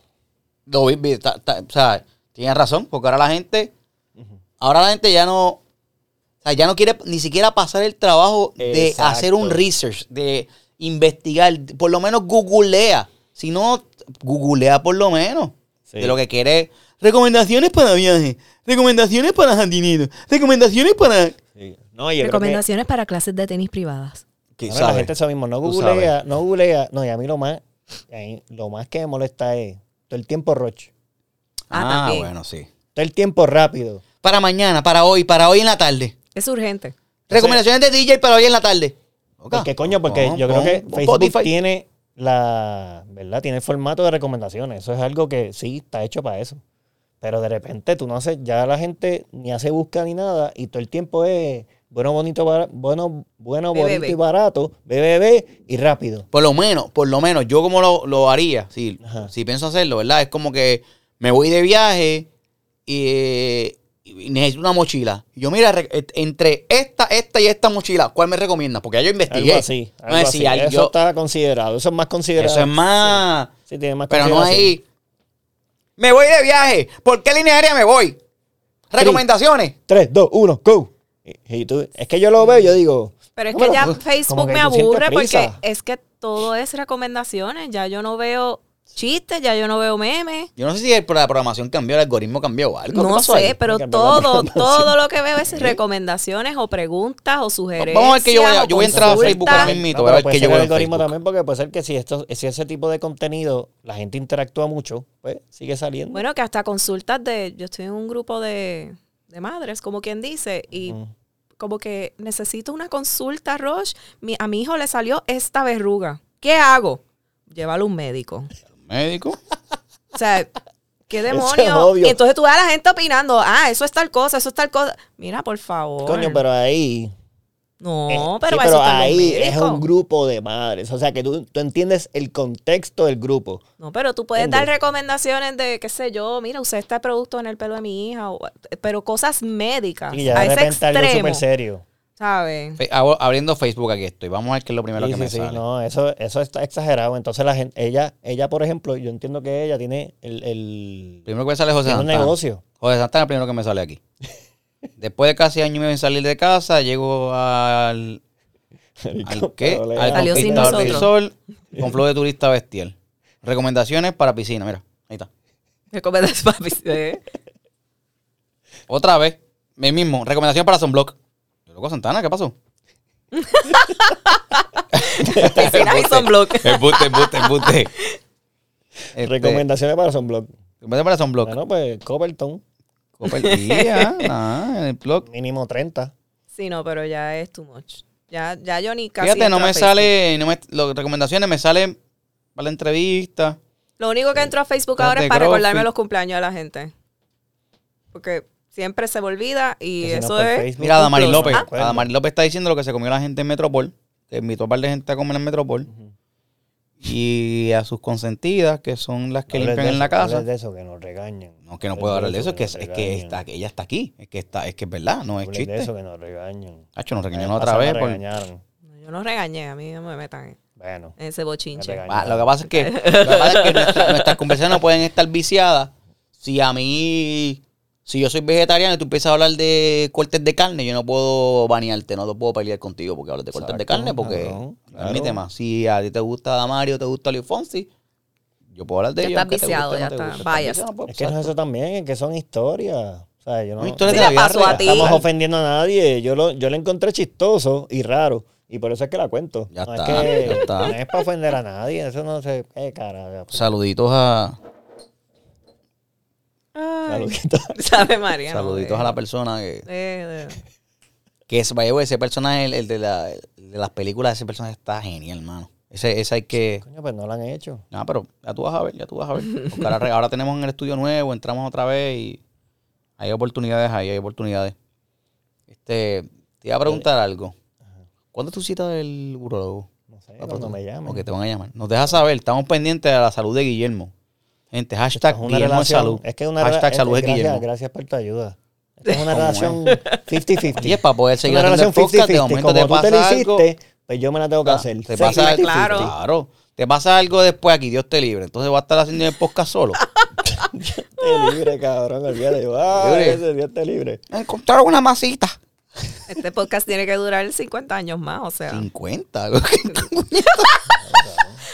Speaker 1: Lo vi- vi- ta- ta- o sea, tienes razón, porque ahora la gente, ahora la gente ya no, o sea, ya no quiere ni siquiera pasar el trabajo de
Speaker 2: Exacto.
Speaker 1: hacer un research, de investigar, por lo menos googlea, si no, googlea por lo menos,
Speaker 7: Sí.
Speaker 1: de lo que quiere. Recomendaciones para viajes, recomendaciones para jardineros, recomendaciones para...
Speaker 7: Sí.
Speaker 2: No, yo creo que-
Speaker 9: Recomendaciones para clases de tenis privadas.
Speaker 2: Ahora
Speaker 1: ¿Sabes?
Speaker 2: la gente es lo mismo, no
Speaker 1: Tú
Speaker 2: googlea, no googlea. No, y a mí lo más, a mí lo más que me molesta es todo el tiempo roche,
Speaker 3: Ah, también.
Speaker 1: bueno, sí.
Speaker 2: todo el tiempo rápido.
Speaker 1: Para mañana, para hoy, para hoy en la tarde.
Speaker 3: Es urgente.
Speaker 1: Recomendaciones de DJ para hoy en la tarde. Ah.
Speaker 2: Porque coño, porque
Speaker 1: Pon-
Speaker 2: yo creo que
Speaker 1: pon- pon
Speaker 2: Facebook
Speaker 1: Spotify.
Speaker 2: tiene la, ¿verdad? Tiene el formato de recomendaciones. Eso es algo que sí está hecho para eso. Pero de repente tú no haces, ya la gente ni hace busca ni nada y todo el tiempo es bueno, bonito, bara- bueno, bueno,
Speaker 3: Ve,
Speaker 2: bonito
Speaker 3: ve, ve.
Speaker 2: y barato, bebé y rápido.
Speaker 1: Por lo menos, por lo menos, yo como lo, lo haría, si,
Speaker 2: Ajá.
Speaker 1: si pienso hacerlo, ¿verdad? Es como que me voy de viaje y, eh, y necesito una mochila. Y Yo, mira, re- et- entre esta, esta y esta mochila, ¿cuál me recomienda? Porque ya yo investigué.
Speaker 2: Algo así.
Speaker 1: No
Speaker 2: algo
Speaker 1: es
Speaker 2: así.
Speaker 1: si al-
Speaker 2: eso
Speaker 1: yo-
Speaker 2: está considerado. Eso es más considerado.
Speaker 1: eso es más.
Speaker 2: Sí, tiene más
Speaker 1: Pero no
Speaker 2: consideración.
Speaker 1: ahí. Me voy de viaje. ¿Por qué línea aérea me voy? Recomendaciones.
Speaker 2: 3, 2, 1, go. Y- y tú- es que yo lo veo y yo digo.
Speaker 3: Pero es
Speaker 2: no,
Speaker 3: que ya
Speaker 1: pues,
Speaker 2: uh, como
Speaker 3: Facebook
Speaker 2: que
Speaker 3: me
Speaker 2: tú sientes
Speaker 3: aburre porque
Speaker 2: prisa.
Speaker 3: es que todo es recomendaciones. Ya yo no veo chistes, ya yo no veo memes.
Speaker 1: Yo no sé si el- la programación cambió, el algoritmo cambió o algo. ¿Qué
Speaker 3: No
Speaker 1: pasó
Speaker 3: sé,
Speaker 1: ahí?
Speaker 3: pero
Speaker 2: Hay que ver la
Speaker 3: todo,
Speaker 2: programación.
Speaker 3: todo lo que veo es recomendaciones o preguntas o sugerencias.
Speaker 1: Vamos a ver que yo voy a,
Speaker 3: o
Speaker 1: yo voy a entrar a
Speaker 3: consultas.
Speaker 1: Facebook ahora mismo.
Speaker 2: No,
Speaker 1: voy a
Speaker 2: pero
Speaker 1: ver
Speaker 2: puede
Speaker 1: que
Speaker 2: ser
Speaker 1: yo
Speaker 2: el
Speaker 1: veo en
Speaker 2: algoritmo
Speaker 1: Facebook.
Speaker 2: también, porque puede ser que si, esto, si ese tipo de contenido la gente interactúa mucho, pues sigue saliendo.
Speaker 3: Bueno, que hasta consultas de. Yo estoy en un grupo de, de madres, como quien dice, y
Speaker 2: Ujú.
Speaker 3: como que necesito una consulta, Roche. Mi, a mi hijo le salió esta verruga. ¿Qué hago? Llévalo a un médico.
Speaker 1: Médico.
Speaker 3: O sea, ¿qué
Speaker 2: Eso es
Speaker 3: demonios?
Speaker 2: obvio.
Speaker 3: Y entonces tú ves a la gente opinando, ah, eso es tal cosa, eso es tal cosa. Mira, por favor.
Speaker 2: Coño, pero ahí.
Speaker 3: no,
Speaker 2: eh,
Speaker 3: pero,
Speaker 2: sí,
Speaker 3: para eso están los
Speaker 2: ahí es
Speaker 3: médicos.
Speaker 2: un grupo de madres. O sea, que tú, tú entiendes el contexto del grupo.
Speaker 3: No, pero tú puedes
Speaker 2: ¿Entiendes?
Speaker 3: dar recomendaciones de, qué sé yo, mira, usé este producto en el pelo de mi hija, o- pero cosas médicas.
Speaker 2: Y ya
Speaker 3: Ah, a
Speaker 2: de
Speaker 3: ese
Speaker 2: repente algo
Speaker 3: extremo,
Speaker 2: súper serio.
Speaker 3: ¿sabes?
Speaker 1: Fe- abro- Abriendo Facebook aquí estoy. Vamos a ver qué es lo primero
Speaker 2: Sí,
Speaker 1: que
Speaker 2: sí,
Speaker 1: me
Speaker 2: sí,
Speaker 1: sale.
Speaker 2: no, eso, eso está exagerado. Entonces la gente, ella, ella, por ejemplo, yo entiendo que ella tiene el, el-
Speaker 1: Primero que me sale es José
Speaker 2: tiene un
Speaker 1: Santana.
Speaker 2: negocio.
Speaker 1: José Santana es el primero que me sale aquí. Después de casi año y medio en salir de casa, llego al... ¿Al qué? Al
Speaker 3: Salió sin
Speaker 1: Conquistador del
Speaker 3: nosotros.
Speaker 1: Sol con flow de turista bestial. Recomendaciones para piscina, mira. Ahí está.
Speaker 3: Recomendaciones para mis- ¿eh?
Speaker 1: Otra vez, mi mismo. Recomendación para Sunblock. Yo loco Santana, ¿qué pasó?
Speaker 3: Piscinas y sunblock.
Speaker 1: Embuste, embuste, embuste. Este,
Speaker 2: Recomendaciones para Sunblock.
Speaker 1: recomendación para Sunblock.
Speaker 2: Bueno, pues Copperton,
Speaker 1: Copelía, nada, Ah, en el blog.
Speaker 2: mínimo 30.
Speaker 3: Sí, no, pero ya es too much. Ya, ya yo ni casi
Speaker 1: Fíjate, no
Speaker 3: entro a
Speaker 1: me
Speaker 3: Facebook.
Speaker 1: sale, no me, las recomendaciones me salen para la entrevista.
Speaker 3: Lo único que entro a Facebook
Speaker 1: Cosas
Speaker 3: ahora
Speaker 1: de
Speaker 3: es para recordarme
Speaker 1: CrossFit.
Speaker 3: los cumpleaños de la gente. Porque siempre se me olvida y
Speaker 2: Que si no,
Speaker 3: eso
Speaker 2: por
Speaker 3: es...
Speaker 2: Facebook.
Speaker 1: Mira, Adamaris López.
Speaker 2: Ah.
Speaker 1: Adamaris López está diciendo lo que se comió la gente en Metropol. Que invitó a un par de gente a comer en Metropol. Y a sus consentidas, que son las que
Speaker 2: No hables
Speaker 1: limpian
Speaker 2: de
Speaker 1: en la
Speaker 2: eso, no hables
Speaker 1: casa.
Speaker 2: de eso, que nos regañen.
Speaker 1: No, que no puedo hablar de eso, es que, es que está, ella está aquí. Es que, está, es que es verdad, no
Speaker 2: No
Speaker 1: es
Speaker 2: hables de eso,
Speaker 1: chiste.
Speaker 2: que nos regañen.
Speaker 1: Hacho, nos
Speaker 2: La
Speaker 1: regañaron
Speaker 2: vez
Speaker 1: otra
Speaker 2: pasada
Speaker 1: vez. pues.
Speaker 2: me
Speaker 1: por-
Speaker 2: regañaron.
Speaker 3: Yo no regañé, a mí no me metan en
Speaker 2: Bueno,
Speaker 3: en ese bochinche.
Speaker 2: regañaron.
Speaker 1: Ah, lo que pasa es que, lo que pasa es que nuestra- nuestras conversaciones no pueden estar viciadas. Si a mí, si yo soy vegetariano y tú empiezas a hablar de cortes de carne, yo no puedo banearte, no te puedo pelear contigo porque hablas de cortes de
Speaker 2: Exacto,
Speaker 1: carne, porque
Speaker 2: cabrón,
Speaker 1: no es mi
Speaker 2: claro.
Speaker 1: tema. Si a ti te gusta Damario, te gusta Leo Fonsi, yo puedo hablar de
Speaker 3: Ya
Speaker 1: ellos.
Speaker 3: estás
Speaker 1: aunque te guste,
Speaker 3: viciado,
Speaker 1: no
Speaker 3: ya
Speaker 1: te
Speaker 3: está,
Speaker 1: guste.
Speaker 3: biased.
Speaker 1: viciado, pues, no puedo
Speaker 2: Es que no es
Speaker 1: pasar.
Speaker 2: eso también, es que son historias. O sea, yo no,
Speaker 1: Son historias de
Speaker 3: Mira,
Speaker 1: la vida
Speaker 3: pasó a
Speaker 1: real.
Speaker 3: ti.
Speaker 2: no estamos
Speaker 1: Estamos ofen-
Speaker 2: ofendiendo a nadie. Yo lo, yo lo encontré chistoso y raro. Y por eso es que la cuento.
Speaker 1: Ya
Speaker 2: no,
Speaker 1: está,
Speaker 2: es que,
Speaker 1: ya está.
Speaker 2: no es para ofender a nadie. Eso no se... Eh, cara.
Speaker 1: Saluditos a,
Speaker 2: Saludito.
Speaker 3: ¿Sabes, María? No,
Speaker 1: saluditos
Speaker 3: eh,
Speaker 1: a la persona que,
Speaker 3: eh, eh.
Speaker 1: que es by the way, ese personaje, el, el de, la- el de las películas, ese personaje está genial, hermano. Ese, ese hay que.
Speaker 2: Coño, pues no lo han hecho.
Speaker 1: No, pero ya tú vas a ver, ya tú vas a ver. Porque ahora, re- ahora tenemos en el estudio nuevo, entramos otra vez y hay oportunidades ahí, hay oportunidades. Este, te iba a preguntar algo. ¿Cuándo es tu cita del urologo?
Speaker 2: No sé,
Speaker 1: Ah,
Speaker 2: Eh, cuando
Speaker 1: perdón.
Speaker 2: me llaman.
Speaker 1: Porque te van a llamar. Nos deja saber, estamos pendientes de la salud de Guillermo. Gente, hashtag
Speaker 2: Esto es
Speaker 1: Guillermo es salud.
Speaker 2: Es que es una
Speaker 1: hashtag
Speaker 2: rela-
Speaker 1: salud de
Speaker 2: es- gracias,
Speaker 1: Guillermo.
Speaker 2: gracias por tu ayuda. Esto es una
Speaker 1: ¿Cómo es?
Speaker 2: relación
Speaker 1: Y es
Speaker 2: 50-50.
Speaker 1: para poder
Speaker 2: Es
Speaker 1: seguir
Speaker 2: una
Speaker 1: haciendo el
Speaker 2: relación
Speaker 1: podcast, de
Speaker 2: 50-50.
Speaker 1: momento
Speaker 2: Como
Speaker 1: te
Speaker 2: tú te
Speaker 1: pasa
Speaker 2: lo
Speaker 1: algo.
Speaker 2: hiciste, pues yo me la tengo que
Speaker 1: Ta-
Speaker 2: hacer.
Speaker 1: Te pasa algo,
Speaker 3: claro.
Speaker 1: claro. Te pasa algo después aquí, Dios te libre. Entonces vas a estar haciendo el podcast solo.
Speaker 2: esté libre, cabrón. Olvídate. Yo, ah,
Speaker 1: Libre.
Speaker 2: ese Dios esté libre.
Speaker 1: Encontraron una masita.
Speaker 3: Este podcast tiene que durar 50 años más, o sea,
Speaker 1: 50.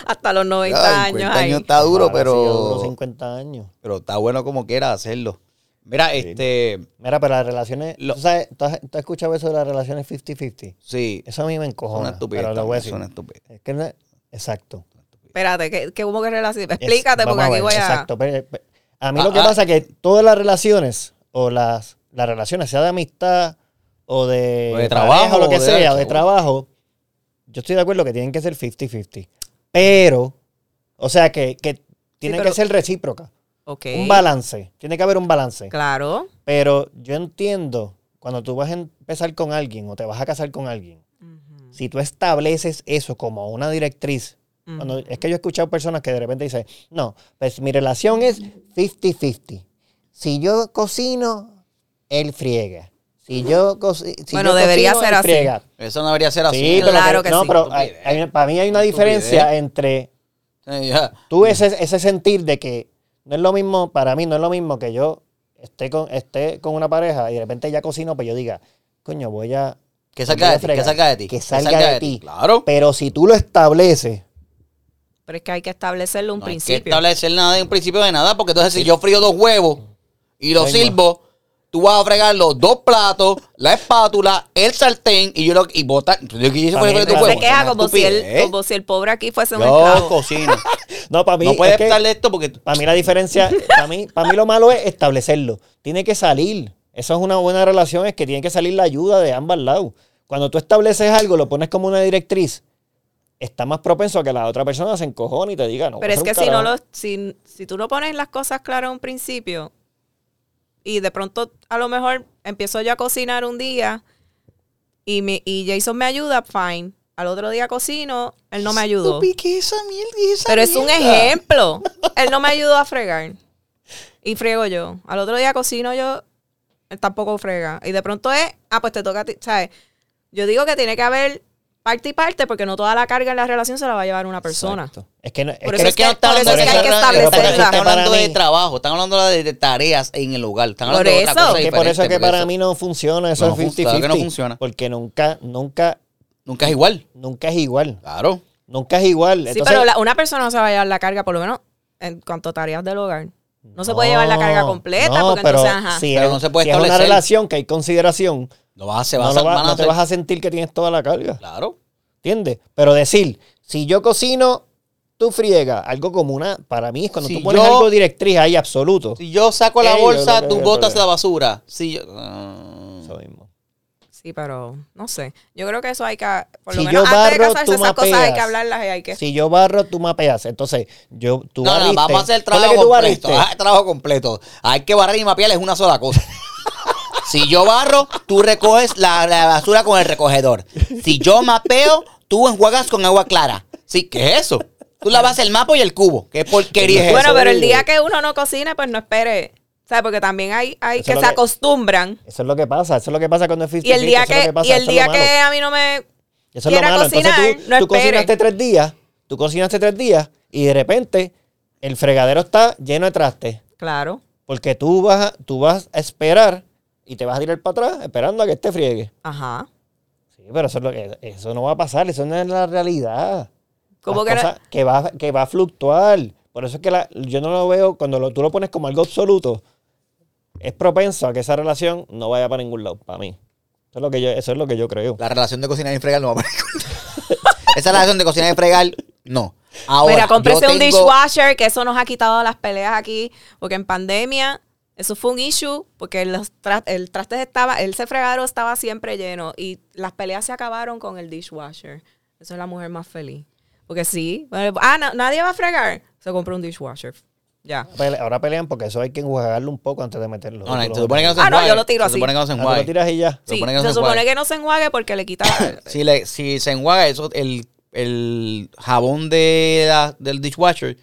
Speaker 3: hasta los 90
Speaker 2: Ah,
Speaker 3: años
Speaker 1: 50
Speaker 3: ahí.
Speaker 1: años está duro,
Speaker 2: Ahora sí, yo duro
Speaker 1: pero,
Speaker 2: 50 años.
Speaker 1: pero está bueno como quiera hacerlo. Mira, este.
Speaker 2: Mira, pero las relaciones.
Speaker 1: Lo-
Speaker 2: ¿tú, sabes, tú has, tú has escuchado eso de las relaciones 50-50?
Speaker 1: Sí,
Speaker 2: Eso a mí me
Speaker 1: son
Speaker 2: encojona.
Speaker 1: una estupidez.
Speaker 2: pero lo voy
Speaker 1: también,
Speaker 2: a decir.
Speaker 1: Son una estupidez.
Speaker 2: Es que no- exacto.
Speaker 3: Espérate, que, que hubo que relación.
Speaker 2: Es-
Speaker 3: Explícate,
Speaker 2: vamos
Speaker 3: porque
Speaker 2: a
Speaker 3: aquí
Speaker 2: ver,
Speaker 3: voy a.
Speaker 2: Exacto. pe- pe- a mí
Speaker 1: Ah,
Speaker 2: lo que
Speaker 1: ah.
Speaker 2: pasa es que todas las relaciones, o las, las relaciones, sea de amistad, o de,
Speaker 1: O de trabajo,
Speaker 2: o lo que
Speaker 1: o de-
Speaker 2: sea, o de
Speaker 1: seguro.
Speaker 2: trabajo, yo estoy de acuerdo que tienen que ser 50-50. Pero, o sea, que, que tienen
Speaker 3: pero-
Speaker 2: que ser recíproca.
Speaker 3: Ok.
Speaker 2: Un balance. Tiene que haber un balance.
Speaker 3: Claro.
Speaker 2: Pero yo entiendo, cuando tú vas a empezar con alguien o te vas a casar con alguien,
Speaker 3: Ujú,
Speaker 2: si tú estableces eso como una directriz, cuando-
Speaker 3: ujú.
Speaker 2: es que yo he escuchado personas que de repente dicen, no, pues mi relación es 50-50. Si yo cocino, él friega. Si yo, coci- si
Speaker 3: Bueno,
Speaker 2: yo
Speaker 3: debería
Speaker 2: cocino,
Speaker 3: ser
Speaker 2: él
Speaker 3: así.
Speaker 2: friega.
Speaker 1: Eso no debería ser así.
Speaker 2: Sí, pero,
Speaker 3: Claro
Speaker 2: que-
Speaker 3: que
Speaker 2: no,
Speaker 3: sí.
Speaker 2: pero hay- hay- para mí hay una
Speaker 1: Estupidez.
Speaker 2: diferencia entre
Speaker 1: Eh, ya.
Speaker 2: tú ese, ese sentir de que no es lo mismo, para mí no es lo mismo que yo esté con, esté con una pareja y de repente ya cocino, pues yo diga, coño, voy a...
Speaker 1: Que salga de ti, que
Speaker 2: fregar.
Speaker 1: salga de ti.
Speaker 2: Que salga de ti.
Speaker 1: Claro.
Speaker 2: Pero si tú lo estableces,
Speaker 3: Pero es que hay que establecerlo un
Speaker 1: No hay que
Speaker 3: principio.
Speaker 1: establecer nada de un principio de nada, porque entonces si yo frío dos huevos y los
Speaker 2: Ay,
Speaker 1: sirvo, tú vas a fregar los dos platos, la espátula, el sartén y yo lo y botar. Yo lo que hice fue fregar
Speaker 2: También tu
Speaker 1: dos
Speaker 3: se
Speaker 1: huevos.
Speaker 3: queja
Speaker 1: Una
Speaker 3: como si,
Speaker 1: estupidez.
Speaker 3: el, como si el pobre aquí fuese un
Speaker 1: Yo
Speaker 3: esclavo.
Speaker 1: cocino.
Speaker 2: no, para mí...
Speaker 1: No
Speaker 2: es
Speaker 1: puedes
Speaker 2: que-
Speaker 1: estarle esto porque
Speaker 2: Para mí la diferencia, para mí, para mí lo malo es establecerlo. Tiene que salir. Eso es una buena relación, es que tiene que salir la ayuda de ambos lados. Cuando tú estableces algo, lo pones como una directriz, está más propenso a que la otra persona se encojone y te diga no. voy
Speaker 3: Pero
Speaker 2: a
Speaker 3: es
Speaker 2: hacer
Speaker 3: que
Speaker 2: pues un
Speaker 3: si no
Speaker 2: carajo.
Speaker 3: lo, si, si tú no pones las cosas claras a un principio, y de pronto a lo mejor empiezo yo a cocinar un día y me, y Jason me ayuda, fine. Al otro día cocino, él no me ayudó. Pero es un ejemplo. Él no me ayudó a fregar. Y friego yo. Al otro día cocino yo, él tampoco frega. Y de pronto es, ah, pues te toca a ti, ¿sabes? Yo digo que tiene que haber parte y parte porque no toda la carga en la relación se la va a llevar una persona.
Speaker 2: Exacto. Es que no, es
Speaker 3: Por
Speaker 2: que
Speaker 1: Pero
Speaker 3: eso
Speaker 1: es que no
Speaker 3: por
Speaker 1: están
Speaker 3: eso
Speaker 1: hablando
Speaker 2: es que hay que
Speaker 1: de trabajo,
Speaker 2: establecerla.
Speaker 1: están hablando
Speaker 2: Para
Speaker 1: de
Speaker 2: mí-
Speaker 1: trabajo, están hablando de de tareas en el hogar. Están
Speaker 3: Por
Speaker 1: hablando de otra
Speaker 3: eso.
Speaker 1: cosa
Speaker 2: es que por eso es
Speaker 1: diferente,
Speaker 2: que
Speaker 1: por
Speaker 2: para
Speaker 1: eso.
Speaker 2: mí no funciona eso
Speaker 1: No,
Speaker 2: es 50
Speaker 1: claro que no funciona.
Speaker 2: Porque nunca, nunca,
Speaker 1: Nunca es igual.
Speaker 2: nunca es igual.
Speaker 1: Claro.
Speaker 2: Nunca es igual.
Speaker 3: Sí,
Speaker 2: Entonces-
Speaker 3: pero la- una persona no se va a llevar la carga, por lo menos en cuanto a tareas del hogar. No se puede llevar la carga
Speaker 2: No,
Speaker 3: completa
Speaker 2: no,
Speaker 3: porque
Speaker 2: pero
Speaker 3: entonces, ajá.
Speaker 2: si
Speaker 1: Pero
Speaker 2: es-
Speaker 1: no se puede
Speaker 2: si es una
Speaker 1: establecer.
Speaker 2: relación que hay consideración,
Speaker 1: No vas a se
Speaker 2: no,
Speaker 1: vas
Speaker 2: lo
Speaker 1: a-
Speaker 2: va-
Speaker 1: van a
Speaker 2: no te
Speaker 1: hacer-
Speaker 2: vas a sentir que tienes toda la carga.
Speaker 1: Claro.
Speaker 2: ¿Entiendes? Pero decir, si yo cocino, tú friega. Algo como una, para mí es cuando
Speaker 1: Si
Speaker 2: tú pones
Speaker 1: yo-
Speaker 2: algo directriz ahí absoluto.
Speaker 1: Si yo saco la
Speaker 2: Ey, yo
Speaker 1: bolsa,
Speaker 2: creo
Speaker 1: tú
Speaker 2: que-
Speaker 1: botas la basura. Si yo. Ah.
Speaker 2: Eso mismo.
Speaker 3: Sí, pero no sé. Yo creo que eso hay que, por
Speaker 2: Si
Speaker 3: lo menos
Speaker 2: yo
Speaker 3: antes de
Speaker 2: barro,
Speaker 3: casarse,
Speaker 2: tú
Speaker 3: esas cosas hay que
Speaker 2: mapeas.
Speaker 3: hablarlas y hay que.
Speaker 2: Si yo barro, tú mapeas. Entonces, yo, tú
Speaker 1: No, no,
Speaker 2: barriste.
Speaker 1: vamos a hacer el
Speaker 2: Ponle
Speaker 1: trabajo
Speaker 2: que tú
Speaker 1: completo.
Speaker 2: barriste.
Speaker 1: Ah, el trabajo completo. Hay que barrer y mapear es una sola cosa. si yo barro, tú recoges la, la basura con el recogedor. Si yo mapeo, tú enjuagas con agua clara. Sí, ¿qué es eso? Tú lavas el mapa y el cubo. ¿Qué porquería es
Speaker 3: Bueno,
Speaker 1: eso?
Speaker 3: pero el
Speaker 2: digo.
Speaker 3: día que uno no cocine, pues no espere. ¿Sabes? Porque también hay, hay
Speaker 2: Eso
Speaker 3: que
Speaker 2: es lo
Speaker 3: se
Speaker 2: que-
Speaker 3: acostumbran.
Speaker 2: Eso es lo que pasa. Eso es lo que pasa cuando es 50
Speaker 3: Y el día
Speaker 2: eso es lo
Speaker 3: que,
Speaker 2: pasa,
Speaker 3: y el
Speaker 2: eso es
Speaker 3: día
Speaker 2: lo malo.
Speaker 3: que a mí no me.
Speaker 2: Eso es lo
Speaker 3: quiera
Speaker 2: malo. Entonces
Speaker 3: cocinar,
Speaker 2: tú,
Speaker 3: no
Speaker 2: tú
Speaker 3: espere.
Speaker 2: cocinaste tres días, tú cocinaste tres días y de repente el fregadero está lleno de trastes.
Speaker 3: Claro.
Speaker 2: Porque tú vas, a- tú vas a esperar y te vas a tirar para atrás esperando a que este friegue.
Speaker 3: Ajá.
Speaker 2: Sí, pero eso, es lo que, eso no va a pasar, eso no es la realidad. Las
Speaker 3: Como que no-
Speaker 2: cosas que, va, que va a fluctuar. Por eso es que la- yo no lo veo, cuando lo- tú lo pones como algo absoluto, es propenso a que esa relación no vaya para ningún lado, para mí. Eso es lo que yo, eso es lo que yo creo.
Speaker 1: La relación de cocinar y fregar no va a Esa relación de cocinar y fregar, no. Ahora,
Speaker 3: Mira, cómprese
Speaker 1: yo
Speaker 3: un
Speaker 1: tengo-
Speaker 3: dishwasher, que eso nos ha quitado las peleas aquí. Porque en pandemia, eso fue un issue, porque los tra- el traste estaba, el fregadero estaba siempre lleno. Y las peleas se acabaron con el dishwasher. Eso es la mujer más feliz. Porque sí, bueno, ah, no, nadie va a fregar. Se compró un dishwasher. Ya.
Speaker 2: Pele- Ahora pelean porque eso hay que enjuagarlo un poco antes de meterlo.
Speaker 1: No, no,
Speaker 2: Tú
Speaker 1: se
Speaker 2: lo-
Speaker 1: supone que no se
Speaker 3: Ah, no,
Speaker 1: enjuague.
Speaker 3: yo lo tiro
Speaker 1: Se
Speaker 3: así.
Speaker 1: supone que no se
Speaker 2: Ah, tú lo
Speaker 1: enjuague.
Speaker 2: tiras y ya.
Speaker 1: Se
Speaker 3: Sí,
Speaker 1: supone que no
Speaker 3: se,
Speaker 1: se
Speaker 3: supone
Speaker 1: enjuague.
Speaker 3: que no se enjuague porque le quita.
Speaker 1: Si, le, si se enjuaga eso, el, el jabón de la- del dishwasher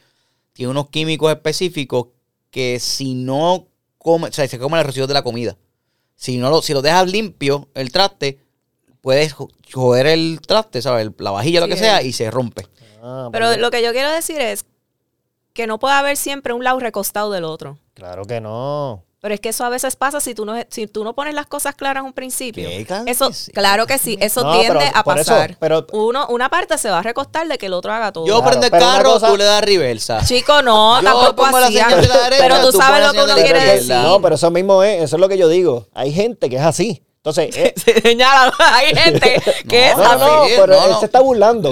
Speaker 1: tiene unos químicos específicos que si no come, o sea, se come los residuos de la comida. Si no lo, si lo dejas limpio, el traste, puedes jo- joder el traste, ¿sabes? El- La vajilla, lo
Speaker 3: Sí,
Speaker 1: que sea,
Speaker 3: eh.
Speaker 1: y se rompe.
Speaker 2: Ah,
Speaker 3: Pero
Speaker 2: perdón.
Speaker 3: lo que yo quiero decir es que no puede haber siempre un lado recostado del otro.
Speaker 2: Claro que no.
Speaker 3: Pero es que eso a veces pasa si tú no, si tú no pones las cosas claras a un principio.
Speaker 1: ¿Qué? Claro
Speaker 3: Eso,
Speaker 1: que sí.
Speaker 3: claro que sí, eso
Speaker 2: No,
Speaker 3: tiende
Speaker 2: pero
Speaker 3: a
Speaker 2: por eso,
Speaker 3: pasar.
Speaker 2: pero-
Speaker 3: Uno, una parte se va a recostar de que el otro haga todo.
Speaker 1: Yo prendo el
Speaker 2: pero una
Speaker 1: carro,
Speaker 2: cosa-
Speaker 1: tú le das reversa.
Speaker 3: Chico, no,
Speaker 1: Yo
Speaker 3: tampoco
Speaker 1: pongo la
Speaker 3: así. ah.
Speaker 1: señal de la derecha,
Speaker 3: pero tú,
Speaker 1: tú
Speaker 3: sabes lo
Speaker 1: pones
Speaker 3: que uno
Speaker 1: la señal de la
Speaker 3: quiere
Speaker 1: izquierda.
Speaker 2: Pero que-
Speaker 3: decir.
Speaker 1: verdad.
Speaker 2: no, pero eso mismo es, eso es lo que yo digo. Hay gente que es así. Entonces, eh,
Speaker 3: Señala, hay gente que es
Speaker 2: no, no,
Speaker 1: Ah,
Speaker 2: no,
Speaker 1: sí,
Speaker 2: pero
Speaker 1: no,
Speaker 2: él
Speaker 1: no.
Speaker 2: se está burlando.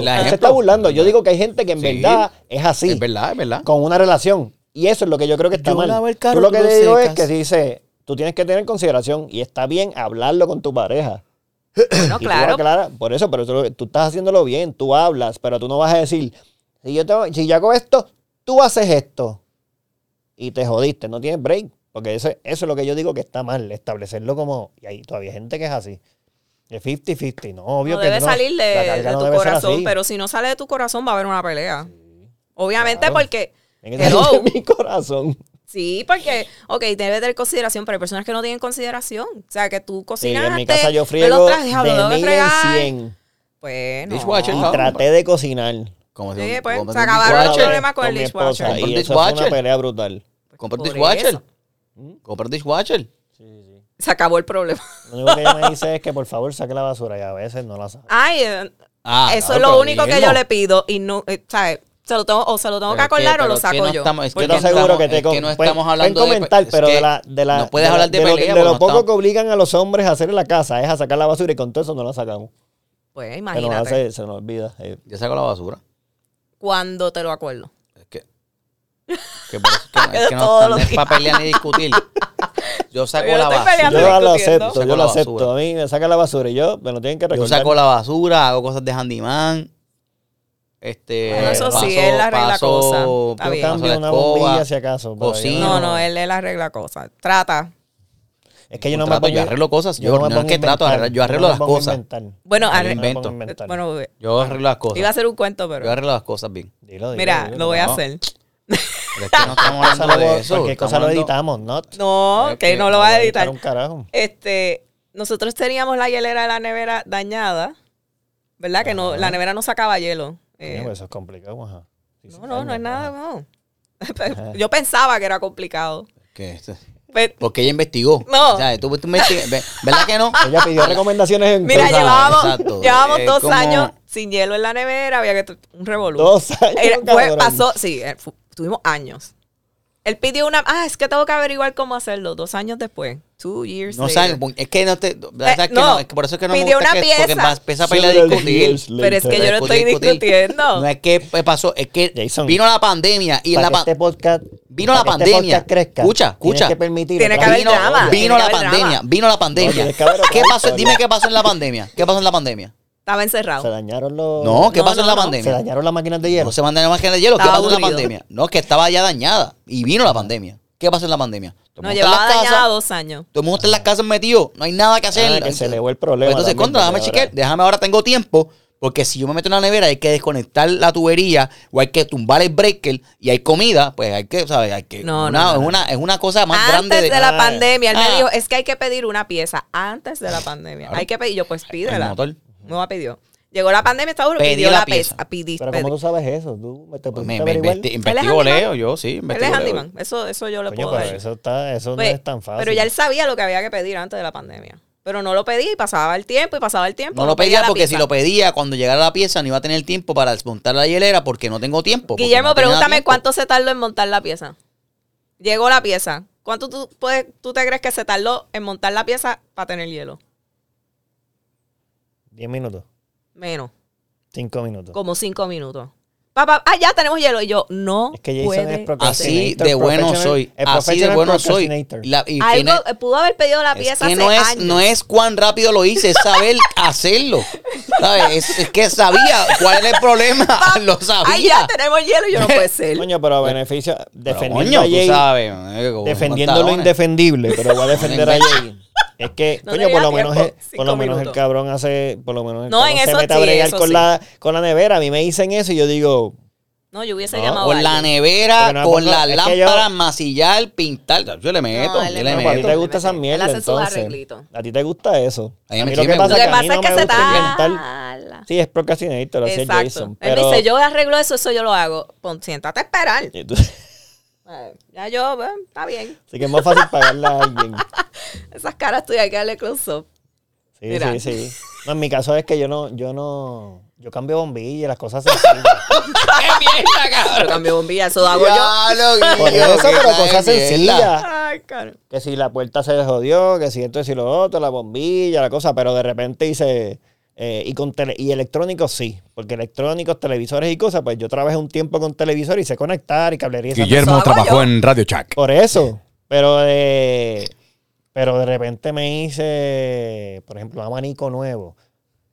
Speaker 1: La
Speaker 2: Él se
Speaker 1: ejemplo.
Speaker 2: está burlando. Yo digo que hay gente que en
Speaker 1: Sí.
Speaker 2: verdad es así.
Speaker 1: Es verdad, es verdad.
Speaker 2: Con una relación. Y eso es lo que yo creo que está
Speaker 1: Yo
Speaker 2: mal.
Speaker 1: lavo el carro,
Speaker 2: Tú lo
Speaker 1: tú
Speaker 2: que
Speaker 1: lo
Speaker 2: te digo es
Speaker 1: secas.
Speaker 2: que dice, tú tienes que tener consideración y está bien hablarlo con tu pareja.
Speaker 3: Bueno,
Speaker 2: Y tú
Speaker 3: Oh, claro.
Speaker 2: aclaras- por eso, pero tú, lo- tú estás haciéndolo bien, tú hablas, pero tú no vas a decir, si yo, tengo- si yo hago esto, tú haces esto. Y te jodiste, no tienes break. Porque ese- eso es lo que yo digo que está mal, establecerlo como... Y ahí todavía hay gente que es así. De 50-50, no, obvio
Speaker 3: no
Speaker 2: que
Speaker 3: debe
Speaker 2: no.
Speaker 3: salir de,
Speaker 2: La carga
Speaker 3: de
Speaker 2: no
Speaker 3: tu
Speaker 2: debe ser
Speaker 3: corazón,
Speaker 2: así.
Speaker 3: pero si no sale de tu corazón va a haber una pelea. Obviamente
Speaker 2: Claro.
Speaker 3: porque...
Speaker 2: Tiene que salir
Speaker 3: Hello.
Speaker 2: de mi corazón.
Speaker 3: Sí, porque, ok, debe tener consideración, pero hay personas que no tienen consideración. O sea, que tú
Speaker 2: Sí,
Speaker 3: cocinaste,
Speaker 2: en mi casa yo
Speaker 3: me
Speaker 2: friego
Speaker 3: lo
Speaker 2: de
Speaker 3: traje, diablo, lo tengo que
Speaker 2: mil en
Speaker 3: fregar.
Speaker 2: 100.
Speaker 3: Pues no.
Speaker 1: Dishwasher,
Speaker 2: Y
Speaker 1: cabrón.
Speaker 2: traté de cocinar.
Speaker 1: Como
Speaker 3: Sí,
Speaker 1: un-
Speaker 3: pues,
Speaker 1: como
Speaker 3: se
Speaker 1: un
Speaker 3: acabaron los
Speaker 1: dishwasher.
Speaker 3: problemas con el
Speaker 2: mi esposa,
Speaker 3: dishwasher.
Speaker 2: Y
Speaker 1: Con
Speaker 2: eso fue una
Speaker 1: dishwasher.
Speaker 2: pelea brutal.
Speaker 1: Compra un
Speaker 3: pues, Por
Speaker 1: dishwasher.
Speaker 3: eso.
Speaker 1: Compra un dishwasher.
Speaker 3: Se acabó el problema.
Speaker 2: Lo único que ella me dice es que por favor saque la basura y a veces no la saca.
Speaker 3: Ay, eh,
Speaker 1: Ah,
Speaker 3: eso
Speaker 1: claro,
Speaker 3: es lo
Speaker 1: pero
Speaker 3: único que
Speaker 1: mismo.
Speaker 3: yo le pido y no, eh, ¿sabes? Se lo tengo, o se lo tengo que
Speaker 1: Pero es
Speaker 3: acordar o
Speaker 1: pero
Speaker 3: lo
Speaker 1: es que
Speaker 3: saco
Speaker 1: no
Speaker 3: yo.
Speaker 1: estamos- es
Speaker 2: Yo
Speaker 1: no
Speaker 2: te aseguro
Speaker 1: estamos-
Speaker 2: que te
Speaker 1: es que no
Speaker 2: con-
Speaker 1: estamos
Speaker 2: pueden-
Speaker 1: hablando
Speaker 2: pueden
Speaker 1: de-
Speaker 2: comentar,
Speaker 1: es
Speaker 2: pero
Speaker 1: que
Speaker 2: de la de la
Speaker 1: no puedes
Speaker 2: la-
Speaker 1: hablar de
Speaker 2: lo-
Speaker 1: pelea
Speaker 2: de
Speaker 1: porque
Speaker 2: lo
Speaker 1: no
Speaker 2: poco
Speaker 1: estamos-
Speaker 2: que obligan a los hombres a hacer en la casa es a sacar la basura y con todo eso no la sacamos.
Speaker 3: Pues
Speaker 2: Se nos
Speaker 3: imagínate.
Speaker 2: hace, se nos olvida. eh.
Speaker 1: Yo saco la basura.
Speaker 3: Cuando te lo acuerdo.
Speaker 1: Es que. que por eso que- es que
Speaker 3: Todos
Speaker 1: no
Speaker 3: los
Speaker 1: es para pelear ni discutir. Yo saco
Speaker 3: Yo no
Speaker 1: la
Speaker 3: estoy
Speaker 1: basura.
Speaker 3: peleando
Speaker 2: Yo lo
Speaker 3: discutiendo.
Speaker 2: acepto,
Speaker 1: Saco
Speaker 2: yo lo
Speaker 1: la
Speaker 2: acepto.
Speaker 1: basura.
Speaker 2: A mí me saca la basura y yo me lo tienen que
Speaker 1: Yo
Speaker 2: recordar.
Speaker 1: saco la basura, hago cosas de handyman. Este,
Speaker 3: Bueno, Ah, eso sí,
Speaker 1: paso-
Speaker 3: él arregla
Speaker 1: paso-
Speaker 3: cosas.
Speaker 1: paso
Speaker 3: Está bien.
Speaker 1: la
Speaker 2: cambio una
Speaker 1: escoba.
Speaker 2: bombilla si acaso. pero yo
Speaker 1: cocino. Sí,
Speaker 3: no,
Speaker 1: no.
Speaker 3: no, él, él arregla cosas. Trata.
Speaker 2: Es que yo no me
Speaker 1: Trato, yo
Speaker 2: pongo-
Speaker 1: arreglo cosas, yo-
Speaker 2: me
Speaker 1: no es
Speaker 2: pongo
Speaker 1: que
Speaker 2: a inventar,
Speaker 1: trato de arreglar, yo
Speaker 2: no
Speaker 1: arreglo
Speaker 2: me
Speaker 1: las
Speaker 2: pongo a
Speaker 1: cosas.
Speaker 2: inventar.
Speaker 3: Bueno,
Speaker 2: Yo no me
Speaker 3: arregla-
Speaker 2: pongo a
Speaker 1: invento.
Speaker 2: inventar.
Speaker 3: bueno, bebé,
Speaker 1: Yo arreglo las
Speaker 3: iba a
Speaker 1: cosas.
Speaker 3: hacer un cuento, pero.
Speaker 1: Yo arreglo las cosas bien.
Speaker 2: Dilo, dilo,
Speaker 3: Mira,
Speaker 2: dilo.
Speaker 3: lo voy a
Speaker 1: no.
Speaker 3: hacer.
Speaker 1: Pero es que no estamos
Speaker 2: Cosa
Speaker 1: hablando
Speaker 2: lo-
Speaker 1: de eso.
Speaker 2: Cualquier
Speaker 1: estamos
Speaker 2: cosa lo
Speaker 1: hablando-
Speaker 2: editamos, ¿no?
Speaker 3: No,
Speaker 1: Es
Speaker 3: que
Speaker 1: que
Speaker 3: no
Speaker 1: no
Speaker 3: lo vas a editar.
Speaker 2: un carajo.
Speaker 3: Este, nosotros teníamos la hielera de la nevera dañada, ¿verdad? Que no, la nevera no sacaba hielo. Eh,
Speaker 2: Coño, pues eso es complicado, ajá. Sí, sí,
Speaker 3: no, no, no
Speaker 2: coño,
Speaker 3: es nada,
Speaker 2: ajá.
Speaker 3: no. Yo pensaba que era complicado. Pues,
Speaker 1: ¿Qué es esto?
Speaker 3: Pero-
Speaker 1: Porque ella investigó.
Speaker 3: No.
Speaker 1: O sea, tú, tú investigas- ve- ¿Verdad que no?
Speaker 2: Ella pidió recomendaciones en
Speaker 3: pues. mira,
Speaker 1: Exacto,
Speaker 3: llevábamos,
Speaker 1: exacto.
Speaker 3: llevábamos
Speaker 1: Eh,
Speaker 3: dos
Speaker 1: como-
Speaker 3: años sin hielo en la nevera, había que t- un revolú.
Speaker 2: dos años.
Speaker 3: Era- fue-
Speaker 2: cabrón.
Speaker 3: pasó, sí, eh, fu- tuvimos años. Él pidió una, ah, es que tengo que averiguar cómo hacerlo, dos años después. Two years
Speaker 1: No
Speaker 3: later.
Speaker 1: saben, pon- es que no te. ¿verdad?
Speaker 3: Eh,
Speaker 1: Es que no,
Speaker 3: no.
Speaker 1: es que por eso es que no me
Speaker 3: Pidió
Speaker 1: gusta
Speaker 3: una
Speaker 1: que, porque
Speaker 3: pieza.
Speaker 1: vas- empieza a pelear a discutir.
Speaker 3: Pero es que yo no
Speaker 1: Discutir,
Speaker 3: estoy
Speaker 1: discutir.
Speaker 3: discutiendo.
Speaker 1: No es que eh, pasó, es que
Speaker 2: Jason.
Speaker 1: vino la pandemia y en
Speaker 2: Para
Speaker 1: la
Speaker 2: que
Speaker 1: pan-
Speaker 2: este podcast,
Speaker 1: vino
Speaker 2: para
Speaker 1: la
Speaker 2: que este
Speaker 1: pandemia.
Speaker 2: podcast crezca,
Speaker 1: Escucha,
Speaker 2: tienes
Speaker 1: escucha.
Speaker 2: que permitir
Speaker 3: Tiene que
Speaker 2: otra-
Speaker 3: haber
Speaker 1: vino,
Speaker 3: drama, tiene
Speaker 1: vino
Speaker 3: que
Speaker 1: la
Speaker 3: haber drama.
Speaker 1: pandemia, vino la
Speaker 2: No,
Speaker 1: pandemia.
Speaker 2: tienes que haber otra
Speaker 1: ¿Qué pasó?
Speaker 2: historia.
Speaker 1: Dime qué pasó en la pandemia. ¿Qué pasó en la pandemia?
Speaker 3: Estaba
Speaker 2: Se
Speaker 3: encerrado.
Speaker 2: dañaron los.
Speaker 1: No, ¿qué
Speaker 3: No,
Speaker 1: pasó
Speaker 3: no,
Speaker 1: en la
Speaker 3: no.
Speaker 2: Se
Speaker 1: pandemia?
Speaker 2: dañaron las máquinas de hielo.
Speaker 1: No se mandan más que de hielo. ¿Qué
Speaker 3: Estaba
Speaker 1: pasó en la
Speaker 3: aburrido.
Speaker 1: pandemia? No, que estaba ya dañada y vino la pandemia. ¿Qué pasó en la pandemia? Todo el mundo
Speaker 3: Nos
Speaker 1: está en
Speaker 3: llevaba
Speaker 1: la casa.
Speaker 3: dañada dos años.
Speaker 1: Todo el mundo está en las casas metido, no hay nada que hacer. Pues
Speaker 2: Ah, que se elevó el problema
Speaker 1: Entonces,
Speaker 2: también,
Speaker 1: contra, déjame
Speaker 2: porque
Speaker 1: chequear,
Speaker 2: ahora-
Speaker 1: déjame ahora tengo tiempo, porque si yo me meto en la nevera hay que desconectar la tubería o hay que tumbar el breaker y hay comida, pues hay que, ¿sabes? Hay que
Speaker 3: No,
Speaker 1: una-
Speaker 3: no, no, no.
Speaker 1: es una es una cosa más
Speaker 3: antes
Speaker 1: grande
Speaker 3: de, la
Speaker 2: Ah,
Speaker 3: pandemia, él
Speaker 1: ah.
Speaker 3: me dijo, es que hay que pedir una pieza antes de la pandemia.
Speaker 1: Claro.
Speaker 3: Hay que pedir, yo pues
Speaker 1: El
Speaker 3: pídela.
Speaker 1: motor.
Speaker 3: No la pidió. Llegó la pandemia, estaba duro,
Speaker 1: Pedí
Speaker 3: pidió
Speaker 1: la
Speaker 3: la
Speaker 1: pieza.
Speaker 3: pieza. Pidí,
Speaker 2: Pero
Speaker 3: pedí.
Speaker 2: ¿cómo tú sabes eso? ¿Tú me te
Speaker 1: Pues
Speaker 2: pusiste
Speaker 1: me,
Speaker 2: a
Speaker 1: me
Speaker 2: averiguar?
Speaker 1: investi-
Speaker 2: Coño,
Speaker 1: investigo,
Speaker 3: Él es
Speaker 1: leo, yo sí,
Speaker 3: Él es
Speaker 1: investigo. leo.
Speaker 3: handyman. Eso, eso yo le puedo
Speaker 2: pero
Speaker 3: dar.
Speaker 2: eso, está, eso
Speaker 3: Pues,
Speaker 2: no es tan fácil.
Speaker 3: Pero ya él sabía lo que había que pedir antes de la pandemia. Pero no lo pedí y pasaba el tiempo y pasaba el tiempo.
Speaker 1: No lo pedía
Speaker 3: la
Speaker 1: porque si
Speaker 3: pizza.
Speaker 1: lo pedía, cuando llegara la pieza no iba a tener tiempo para desmontar la hielera porque no tengo tiempo. porque
Speaker 3: Guillermo,
Speaker 1: no tenía
Speaker 3: pregúntame
Speaker 1: tiempo.
Speaker 3: cuánto se tardó en montar la pieza. Llegó la pieza. ¿Cuánto tú, puedes, tú te crees que se tardó en montar la pieza para tener hielo?
Speaker 2: Diez minutos,
Speaker 3: Menos.
Speaker 2: cinco minutos.
Speaker 3: como cinco minutos. Papá, ah, ya tenemos hielo. Y yo, no.
Speaker 2: Es que Jason
Speaker 3: puede
Speaker 2: es
Speaker 3: ser.
Speaker 1: Así
Speaker 2: Procrastinator,
Speaker 1: de bueno
Speaker 2: professional-
Speaker 1: soy.
Speaker 2: el
Speaker 1: Así de
Speaker 2: professional
Speaker 1: bueno soy.
Speaker 2: procrastinator.
Speaker 1: La- y tiene-
Speaker 3: Algo, eh, pudo haber pedido la
Speaker 1: Es
Speaker 3: pieza
Speaker 1: que
Speaker 3: hace
Speaker 1: no es,
Speaker 3: años.
Speaker 1: no es cuán rápido lo hice, es saber hacerlo. ¿Sabes? Es, es que sabía cuál era el problema. lo sabía.
Speaker 3: Ay, ya tenemos hielo y yo no puede ser.
Speaker 2: Coño, pero a
Speaker 3: Pues,
Speaker 2: beneficio,
Speaker 1: Pero,
Speaker 2: defendiendo
Speaker 1: coño,
Speaker 2: a
Speaker 1: tú
Speaker 2: Jay-
Speaker 1: sabes, eh, con
Speaker 2: defendiendo lo
Speaker 1: pantalones.
Speaker 2: indefendible, pero voy a defender a Jay. Es que,
Speaker 3: No
Speaker 2: coño, por lo
Speaker 3: tenía
Speaker 2: menos,
Speaker 3: tiempo,
Speaker 2: el- por lo
Speaker 3: cinco
Speaker 2: menos el
Speaker 3: minutos.
Speaker 2: cabrón hace, por lo menos el
Speaker 3: No,
Speaker 2: cabrón
Speaker 3: en
Speaker 2: se
Speaker 3: eso
Speaker 2: mete a
Speaker 3: sí,
Speaker 2: bregar
Speaker 3: eso
Speaker 2: con,
Speaker 3: sí.
Speaker 2: la, con la nevera. A mí me dicen eso y yo digo,
Speaker 3: no, yo hubiese
Speaker 2: No,
Speaker 3: llamado
Speaker 1: Con
Speaker 3: a
Speaker 1: la
Speaker 3: alguien.
Speaker 1: nevera,
Speaker 2: Porque no me
Speaker 1: con
Speaker 2: pongo-
Speaker 1: la
Speaker 2: es que
Speaker 1: lámpara,
Speaker 2: yo-
Speaker 1: masillar, pintar. Yo le meto,
Speaker 3: él
Speaker 1: yo
Speaker 3: es
Speaker 1: le
Speaker 2: no,
Speaker 3: mejor.
Speaker 2: pues a ti
Speaker 1: meto.
Speaker 2: te
Speaker 3: Él
Speaker 2: gusta esa
Speaker 3: hace
Speaker 2: mierda,
Speaker 3: sus
Speaker 2: entonces.
Speaker 3: arreglitos.
Speaker 2: A ti te gusta eso.
Speaker 1: A mí me-
Speaker 2: lo
Speaker 1: sí
Speaker 2: que
Speaker 1: me
Speaker 2: pasa
Speaker 1: gusta.
Speaker 2: es
Speaker 3: Lo
Speaker 2: que
Speaker 3: que
Speaker 2: a mí
Speaker 3: pasa
Speaker 2: no
Speaker 3: es que
Speaker 2: me
Speaker 3: se
Speaker 2: gusta inventar.
Speaker 3: tarda.
Speaker 2: Sí, es procrastinator, lo hacía
Speaker 3: Exacto.
Speaker 2: Jason.
Speaker 3: Él
Speaker 2: Pero...
Speaker 3: me dice, yo arreglo eso, eso yo lo hago. Pon, siéntate a esperar.
Speaker 2: Y tú-
Speaker 3: Eh, ya yo, pues, está bien.
Speaker 2: Así que es más fácil pagarle a alguien.
Speaker 3: Esas caras tuyas hay que darle close up.
Speaker 2: Sí,
Speaker 3: Mira.
Speaker 2: sí, sí. No, en mi caso es que yo no, yo no, yo cambio bombilla, las cosas sencillas.
Speaker 3: Yo cambio bombilla, eso hago yo.
Speaker 1: Ya lo
Speaker 2: Por
Speaker 1: guillo,
Speaker 2: eso,
Speaker 1: que está
Speaker 2: pero cosas
Speaker 1: de mierda.
Speaker 2: sencillas.
Speaker 3: Ay, cara.
Speaker 2: que si la puerta se jodió, que si esto, que si lo otro, la bombilla, la cosa, pero de repente hice... eh, y, con tele- y electrónicos sí, porque electrónicos, televisores y cosas, pues yo trabajé un tiempo con televisor y sé conectar y cablería. y esas
Speaker 7: Guillermo
Speaker 3: Eso hago
Speaker 7: trabajó
Speaker 3: yo.
Speaker 7: en Radio Shack.
Speaker 2: cosas. Por eso, pero de, pero de repente me hice, por ejemplo, un abanico nuevo,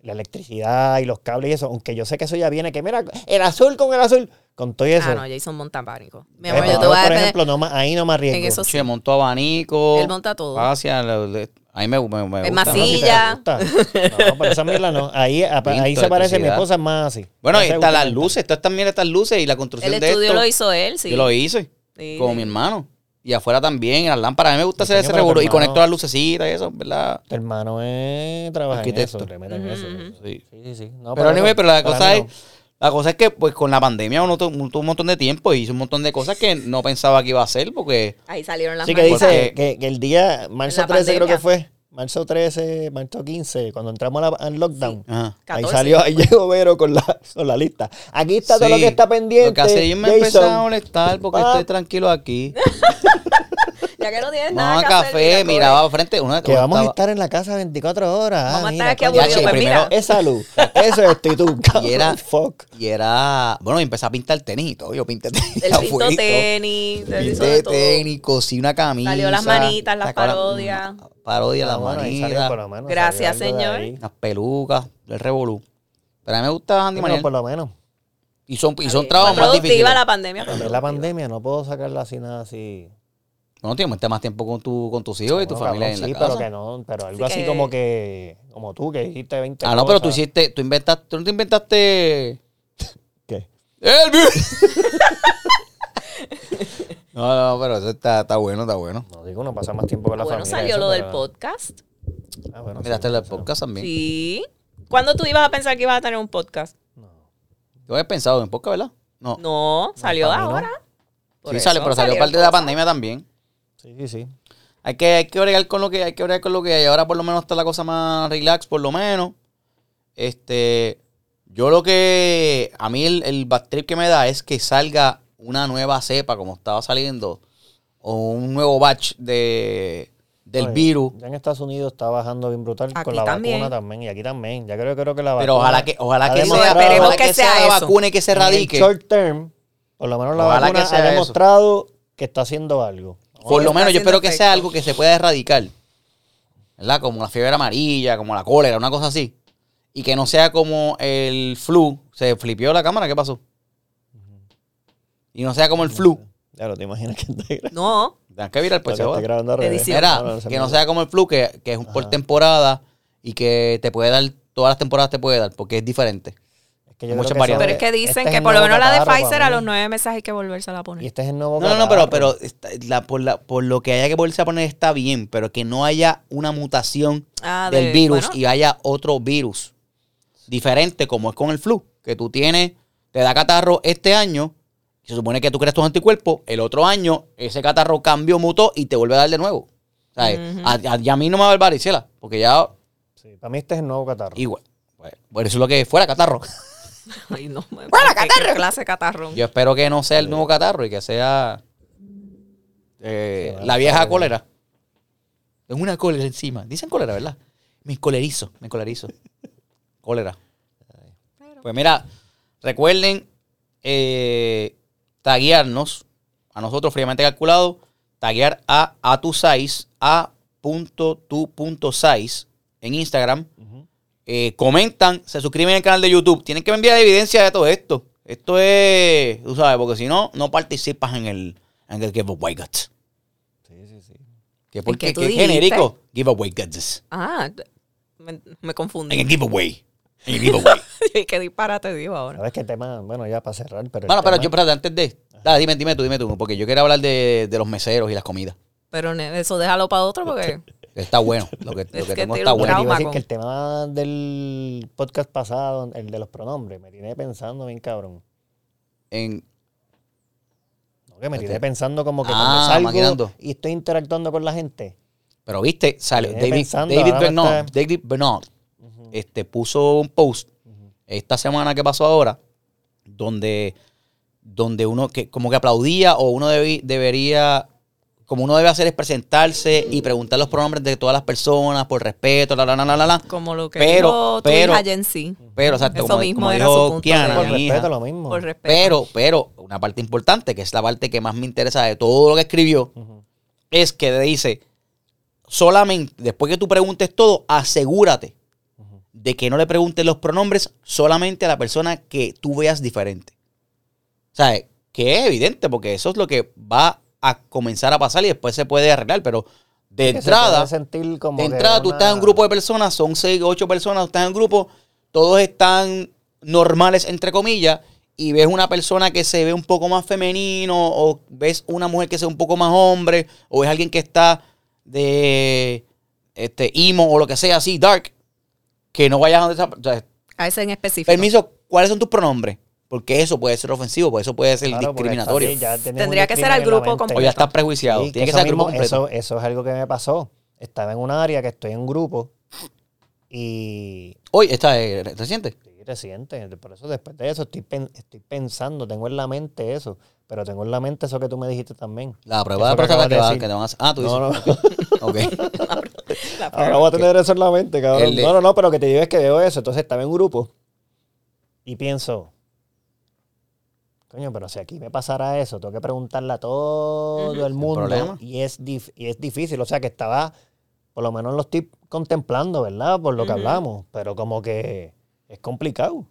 Speaker 2: la electricidad y los cables y eso, aunque yo sé que eso ya viene, que mira, el azul con el azul, con todo eso.
Speaker 3: Ah, no, Jason monta en pánico. Mi
Speaker 2: Eh,
Speaker 3: amor,
Speaker 2: pero
Speaker 3: yo te voy a
Speaker 2: por
Speaker 3: defender.
Speaker 2: ejemplo, no, ma- ahí no me arriesgo.
Speaker 3: en eso sí.
Speaker 1: Che, montó abanico.
Speaker 3: Él monta todo.
Speaker 1: Hacia la- de- a mí me, me, me gusta.
Speaker 3: Es más,
Speaker 2: No, si
Speaker 3: sí.
Speaker 2: te
Speaker 3: ya.
Speaker 2: gusta. No, pero esa mierda no. Ahí, a- ahí
Speaker 1: Pinto
Speaker 2: se
Speaker 1: de
Speaker 2: parece, mi
Speaker 1: toxicidad.
Speaker 2: esposa es más así.
Speaker 1: Bueno,
Speaker 2: No
Speaker 1: ahí
Speaker 2: se
Speaker 1: están las
Speaker 2: gusta.
Speaker 1: luces. Están también estas luces y la construcción
Speaker 3: El
Speaker 1: de esto.
Speaker 3: estudio lo hizo él, sí.
Speaker 1: Yo lo hice.
Speaker 3: Sí.
Speaker 1: Con mi hermano. Y afuera también, en las lámparas. A mí me gusta
Speaker 2: Sí,
Speaker 1: hacer ese
Speaker 2: señor, pero
Speaker 1: revolú. Y
Speaker 2: hermano.
Speaker 1: conecto las lucecitas y eso, ¿verdad?
Speaker 2: Tu hermano es trabaja en
Speaker 1: Arquitecto.
Speaker 2: eso, le meten en eso.
Speaker 3: Ujú,
Speaker 1: Sí.
Speaker 2: Sí, sí, sí. No,
Speaker 1: pero, anyway,
Speaker 2: no,
Speaker 1: pero la
Speaker 2: para
Speaker 1: cosa
Speaker 2: mí
Speaker 1: es. La cosa es que, pues, con la pandemia uno tu- tuvo un montón de tiempo y hizo un montón de cosas que no pensaba que iba a hacer porque.
Speaker 3: Ahí salieron
Speaker 2: no.
Speaker 3: las
Speaker 2: Sí, que
Speaker 3: manos.
Speaker 2: dice
Speaker 1: Porque-
Speaker 2: que, que el día, marzo
Speaker 3: La
Speaker 2: 13 creo
Speaker 3: pandemia.
Speaker 2: que fue, marzo 13, marzo 15, cuando entramos a la- al lockdown.
Speaker 1: Ajá.
Speaker 2: Ahí
Speaker 3: 14.
Speaker 2: salió, ahí llegó Vero con la, con la lista. Aquí está todo
Speaker 1: Sí.
Speaker 2: lo que está pendiente.
Speaker 1: Lo que hace es me
Speaker 2: Jason. Ah.
Speaker 1: empezó a molestar porque
Speaker 2: Pa.
Speaker 1: estoy tranquilo aquí.
Speaker 3: Ya que no tienes nada
Speaker 1: Mamá
Speaker 3: que
Speaker 1: café,
Speaker 3: hacer,
Speaker 1: miraba al frente. Una,
Speaker 2: Que
Speaker 1: una
Speaker 2: vamos
Speaker 1: estaba-
Speaker 2: a estar en la casa 24 horas. Ah,
Speaker 3: Vamos a estar
Speaker 2: mira,
Speaker 3: aquí
Speaker 2: coño.
Speaker 3: aburridos,
Speaker 1: Ya,
Speaker 3: pues
Speaker 1: primero-
Speaker 3: mira.
Speaker 2: Esa luz, eso es actitud, cabrón.
Speaker 1: Y era-
Speaker 2: Fuck.
Speaker 1: Y era. Bueno, y empecé a pintar tenis y todo. Yo pinté tenis.
Speaker 3: El
Speaker 1: afuera
Speaker 3: pinto
Speaker 1: y todo.
Speaker 3: tenis, te hizo de
Speaker 1: Pinté
Speaker 3: todo.
Speaker 1: tenis, cosí una camisa.
Speaker 3: Salió las manitas, las
Speaker 1: sacó la-
Speaker 3: parodias.
Speaker 1: ma- Parodias, las
Speaker 2: Ah, bueno, ahí salió, por
Speaker 1: manitas,
Speaker 2: lo menos,
Speaker 3: Gracias,
Speaker 2: salió algo de
Speaker 3: señor.
Speaker 2: ahí.
Speaker 1: las pelucas, el revolú. Pero a mí me gusta Andy
Speaker 2: Bueno,
Speaker 1: Maniel.
Speaker 2: por lo menos.
Speaker 1: Y son, y
Speaker 3: Está
Speaker 1: son
Speaker 3: bien.
Speaker 1: trabajos
Speaker 3: Fue
Speaker 1: más difíciles.
Speaker 3: productiva la pandemia. fue
Speaker 2: En la
Speaker 3: productiva.
Speaker 2: pandemia no puedo sacarla así nada así.
Speaker 1: No, tío, muestra más tiempo con, tu, con tus hijos y tu
Speaker 2: Bueno,
Speaker 1: familia
Speaker 2: cabrón,
Speaker 1: en
Speaker 2: sí,
Speaker 1: la
Speaker 2: pero
Speaker 1: casa.
Speaker 2: que no, pero algo
Speaker 3: Así
Speaker 2: así
Speaker 3: que-
Speaker 2: como que como tú que dijiste 20
Speaker 1: ah, no, pero tú
Speaker 2: cosas.
Speaker 1: hiciste, tú inventaste, tú no te inventaste...
Speaker 2: ¿Qué?
Speaker 1: ¡El vi- No, no, pero eso está, está bueno, está bueno.
Speaker 2: No digo, no pasa más tiempo con la
Speaker 3: Bueno,
Speaker 2: familia.
Speaker 3: salió
Speaker 2: eso,
Speaker 3: lo del
Speaker 2: pero-
Speaker 3: podcast.
Speaker 2: Ah, bueno, sí,
Speaker 1: Miraste el
Speaker 2: eso.
Speaker 1: podcast también.
Speaker 3: Sí. ¿Cuándo tú ibas a pensar que ibas a tener un podcast?
Speaker 1: Yo había pensado en podcast, ¿verdad? No.
Speaker 3: No, salió
Speaker 2: para mí no.
Speaker 3: ahora. Por
Speaker 1: sí,
Speaker 3: eso
Speaker 1: sale, pero salió parte de la pandemia también.
Speaker 2: Sí, sí, sí.
Speaker 1: Hay que, hay que bregar con lo que hay que bregar con lo que hay. Ahora por lo menos está la cosa más relax, por lo menos. Este, yo lo que a mí el, el bad trip que me da es que salga una nueva cepa como estaba saliendo o un nuevo batch de del
Speaker 2: Oye,
Speaker 1: virus.
Speaker 2: Pues, Ya en Estados Unidos está bajando bien brutal
Speaker 3: Aquí
Speaker 2: con la
Speaker 3: también.
Speaker 2: vacuna también y aquí también. Ya creo, creo que la vacuna.
Speaker 1: Pero ojalá que ojalá
Speaker 2: ha
Speaker 1: que sea,
Speaker 2: demostrado-
Speaker 3: Esperemos
Speaker 1: ojalá
Speaker 3: que
Speaker 1: que
Speaker 3: sea
Speaker 1: sea la
Speaker 3: eso.
Speaker 1: vacuna y que se
Speaker 2: en el
Speaker 1: erradique.
Speaker 2: short term, por lo menos la
Speaker 1: Ojalá
Speaker 2: vacuna
Speaker 1: que sea
Speaker 2: ha
Speaker 1: eso.
Speaker 2: demostrado que está haciendo algo.
Speaker 1: Por lo
Speaker 3: Está
Speaker 1: menos yo
Speaker 3: haciendo
Speaker 1: espero que sea
Speaker 3: efecto.
Speaker 1: algo que se pueda erradicar. ¿Verdad? Como la fiebre amarilla, como la cólera, una cosa así. Y que no sea como el flu. Se flipió la cámara, ¿qué pasó? Y no sea como el flu.
Speaker 2: Ya lo te imaginas que te
Speaker 3: No,
Speaker 1: Tengan que virar, pues se
Speaker 2: Lo que
Speaker 1: joda.
Speaker 2: estoy grabando al revés.
Speaker 3: Edición.
Speaker 1: Era,
Speaker 2: No, no, se
Speaker 1: que
Speaker 2: me
Speaker 1: no
Speaker 2: olvidó.
Speaker 1: sea como el flu, que, que es un por
Speaker 2: Ajá.
Speaker 1: temporada y que te puede dar, todas las temporadas te puede dar, porque es diferente.
Speaker 2: Es que yo
Speaker 1: Muchas
Speaker 2: creo que
Speaker 1: variantes.
Speaker 3: pero
Speaker 2: esa-
Speaker 3: es que dicen
Speaker 2: este es
Speaker 3: que
Speaker 2: el
Speaker 3: por lo
Speaker 2: nuevo
Speaker 3: menos la de
Speaker 2: catarro
Speaker 3: Pfizer
Speaker 2: para
Speaker 3: a
Speaker 2: mí.
Speaker 3: los nueve meses hay que volvérsela a
Speaker 2: Y
Speaker 3: poner.
Speaker 2: este es el nuevo
Speaker 1: No, no, no, pero,
Speaker 2: catarro.
Speaker 1: pero está- la, por, la- por lo que haya que volverse a poner está bien, pero que no haya una mutación
Speaker 3: Ah,
Speaker 1: del
Speaker 3: de-
Speaker 1: virus
Speaker 3: bueno.
Speaker 1: y haya otro virus diferente como es con el flu, que tú tienes, te da catarro este año, y se supone que tú creas tus anticuerpos, el otro año ese catarro cambió, mutó y te vuelve a dar de nuevo. ¿Sabes? a, a- y a mí no me va a dar varicela, porque ya
Speaker 2: Sí, para mí este es el nuevo catarro.
Speaker 1: igual. Bueno, bueno, eso es lo que fuera catarro.
Speaker 3: Ay, no, me- ¿qué- qué clase de catarrón.
Speaker 1: Yo espero que no sea el nuevo catarro y que sea eh,
Speaker 2: Sí,
Speaker 1: la
Speaker 2: bueno,
Speaker 1: vieja
Speaker 2: está bien.
Speaker 1: cólera. Es una cólera encima. Dicen cólera, ¿verdad? Me encolerizo, me encolerizo. cólera. Pues mira, recuerden eh, taguearnos a nosotros fríamente calculado, taguear a a tu size, a punto tu punto size en Instagram. Eh, comentan, se suscriben al canal de YouTube. Tienen que enviar evidencia de todo esto. Esto es, tú sabes, porque si no, no participas en el, en el giveaway guts.
Speaker 2: Sí, sí, sí.
Speaker 1: Que porque
Speaker 3: que tú
Speaker 1: que es
Speaker 3: dijiste.
Speaker 1: genérico. Giveaway guts.
Speaker 3: Ah, me, me
Speaker 1: En
Speaker 3: confundí.
Speaker 1: el giveaway. En el giveaway.
Speaker 3: ¿Qué disparate digo ahora?
Speaker 2: Sabes qué tema, bueno, ya para cerrar, pero el
Speaker 1: bueno, pero yo,
Speaker 2: tema-
Speaker 1: espérate, antes de. Dale, dime, dime tú, dime tú. Porque yo quiero hablar de, de los meseros y las comidas.
Speaker 3: Pero ne- eso déjalo para otro porque...
Speaker 1: Está bueno. Lo que, lo
Speaker 3: Es
Speaker 1: que
Speaker 3: que
Speaker 1: tengo
Speaker 3: tiene
Speaker 1: está
Speaker 3: un
Speaker 2: Bueno, te
Speaker 1: bueno.
Speaker 2: iba a decir
Speaker 3: Trauma con-
Speaker 2: que el tema del podcast pasado, el de los pronombres, me tiene pensando bien cabrón.
Speaker 1: En,
Speaker 2: No que me tiré pensando como que
Speaker 1: Ah,
Speaker 2: cuando salgo
Speaker 1: maquinando.
Speaker 2: y estoy interactuando con la gente.
Speaker 1: Pero viste, sale
Speaker 2: Estoy
Speaker 1: David,
Speaker 2: pensando,
Speaker 1: David
Speaker 2: ahora
Speaker 1: Bernard,
Speaker 2: está-
Speaker 1: David Bernard, este, puso un post esta semana que pasó ahora, donde, donde uno que como que aplaudía o uno debi- debería, como uno debe hacer es presentarse y preguntar los pronombres de todas las personas por respeto, la, la, la, la, la, la.
Speaker 3: Como lo que
Speaker 1: Pero,
Speaker 3: dijo tu
Speaker 1: pero-
Speaker 3: hija Gen Z.
Speaker 1: Pero, exacto,
Speaker 3: Eso
Speaker 1: como,
Speaker 3: mismo
Speaker 1: como
Speaker 3: era
Speaker 1: dijo
Speaker 3: su punto de
Speaker 1: Kiana,
Speaker 2: Por
Speaker 3: Ajá.
Speaker 1: mi
Speaker 2: respeto,
Speaker 1: hija.
Speaker 2: lo mismo.
Speaker 3: Por respeto.
Speaker 1: Pero, pero, una parte importante, que es la parte que más me interesa de todo lo que escribió, es que le dice, solamente, después que tú preguntes todo, asegúrate de que no le preguntes los pronombres solamente a la persona que tú veas diferente. O sea, que es evidente, porque eso es lo que va a comenzar a pasar y después se puede arreglar, pero de
Speaker 2: Que se
Speaker 1: entrada...
Speaker 2: puede sentir como
Speaker 1: De
Speaker 2: que
Speaker 1: entrada, tú
Speaker 2: una-
Speaker 1: estás en un grupo de personas, son 6, 8 personas, tú estás en un grupo, todos están normales, entre comillas, y ves una persona que se ve un poco más femenino, o ves una mujer que se ve un poco más hombre, o es alguien que está de este emo o lo que sea así, dark, que no vayas a donde esa- o sea,
Speaker 3: A ese en específico.
Speaker 1: Permiso, ¿cuáles son tus pronombres? Porque eso puede ser ofensivo, porque eso puede ser
Speaker 2: Claro, porque
Speaker 1: discriminatorio.
Speaker 2: está así, ya tienes
Speaker 3: Tendría
Speaker 2: un
Speaker 3: que ser al
Speaker 2: discrimen en la
Speaker 3: grupo
Speaker 2: mente.
Speaker 1: O ya estás prejuiciado.
Speaker 2: Sí,
Speaker 1: Tiene que
Speaker 2: eso
Speaker 1: ser el grupo
Speaker 2: mismo-
Speaker 1: completo.
Speaker 2: Eso, eso es algo que me pasó. Estaba en un área que estoy en un grupo y
Speaker 1: Hoy, esta es reciente.
Speaker 2: Sí, reciente. Por eso después de eso estoy, pen- estoy pensando, tengo en la mente eso, pero tengo en la mente eso que tú me dijiste también.
Speaker 1: La prueba de
Speaker 2: Eso que
Speaker 1: próstata
Speaker 2: acabas
Speaker 1: que,
Speaker 2: de
Speaker 1: va-
Speaker 2: decir.
Speaker 1: que te van a hacer. Ah, tú
Speaker 2: No,
Speaker 1: dices. Ok. Ok.
Speaker 2: Ahora voy a tener eso en la mente, cabrón.
Speaker 1: El de-
Speaker 2: No, no, no, pero lo que te digo es que veo eso. Entonces estaba en un grupo y pienso, coño, pero si aquí me pasara eso, tengo que preguntarle a todo el mundo.
Speaker 1: problema.
Speaker 2: Y es, dif- y es difícil. O sea, que estaba, por lo menos lo estoy contemplando, ¿verdad? Por lo que hablamos, pero como que es complicado.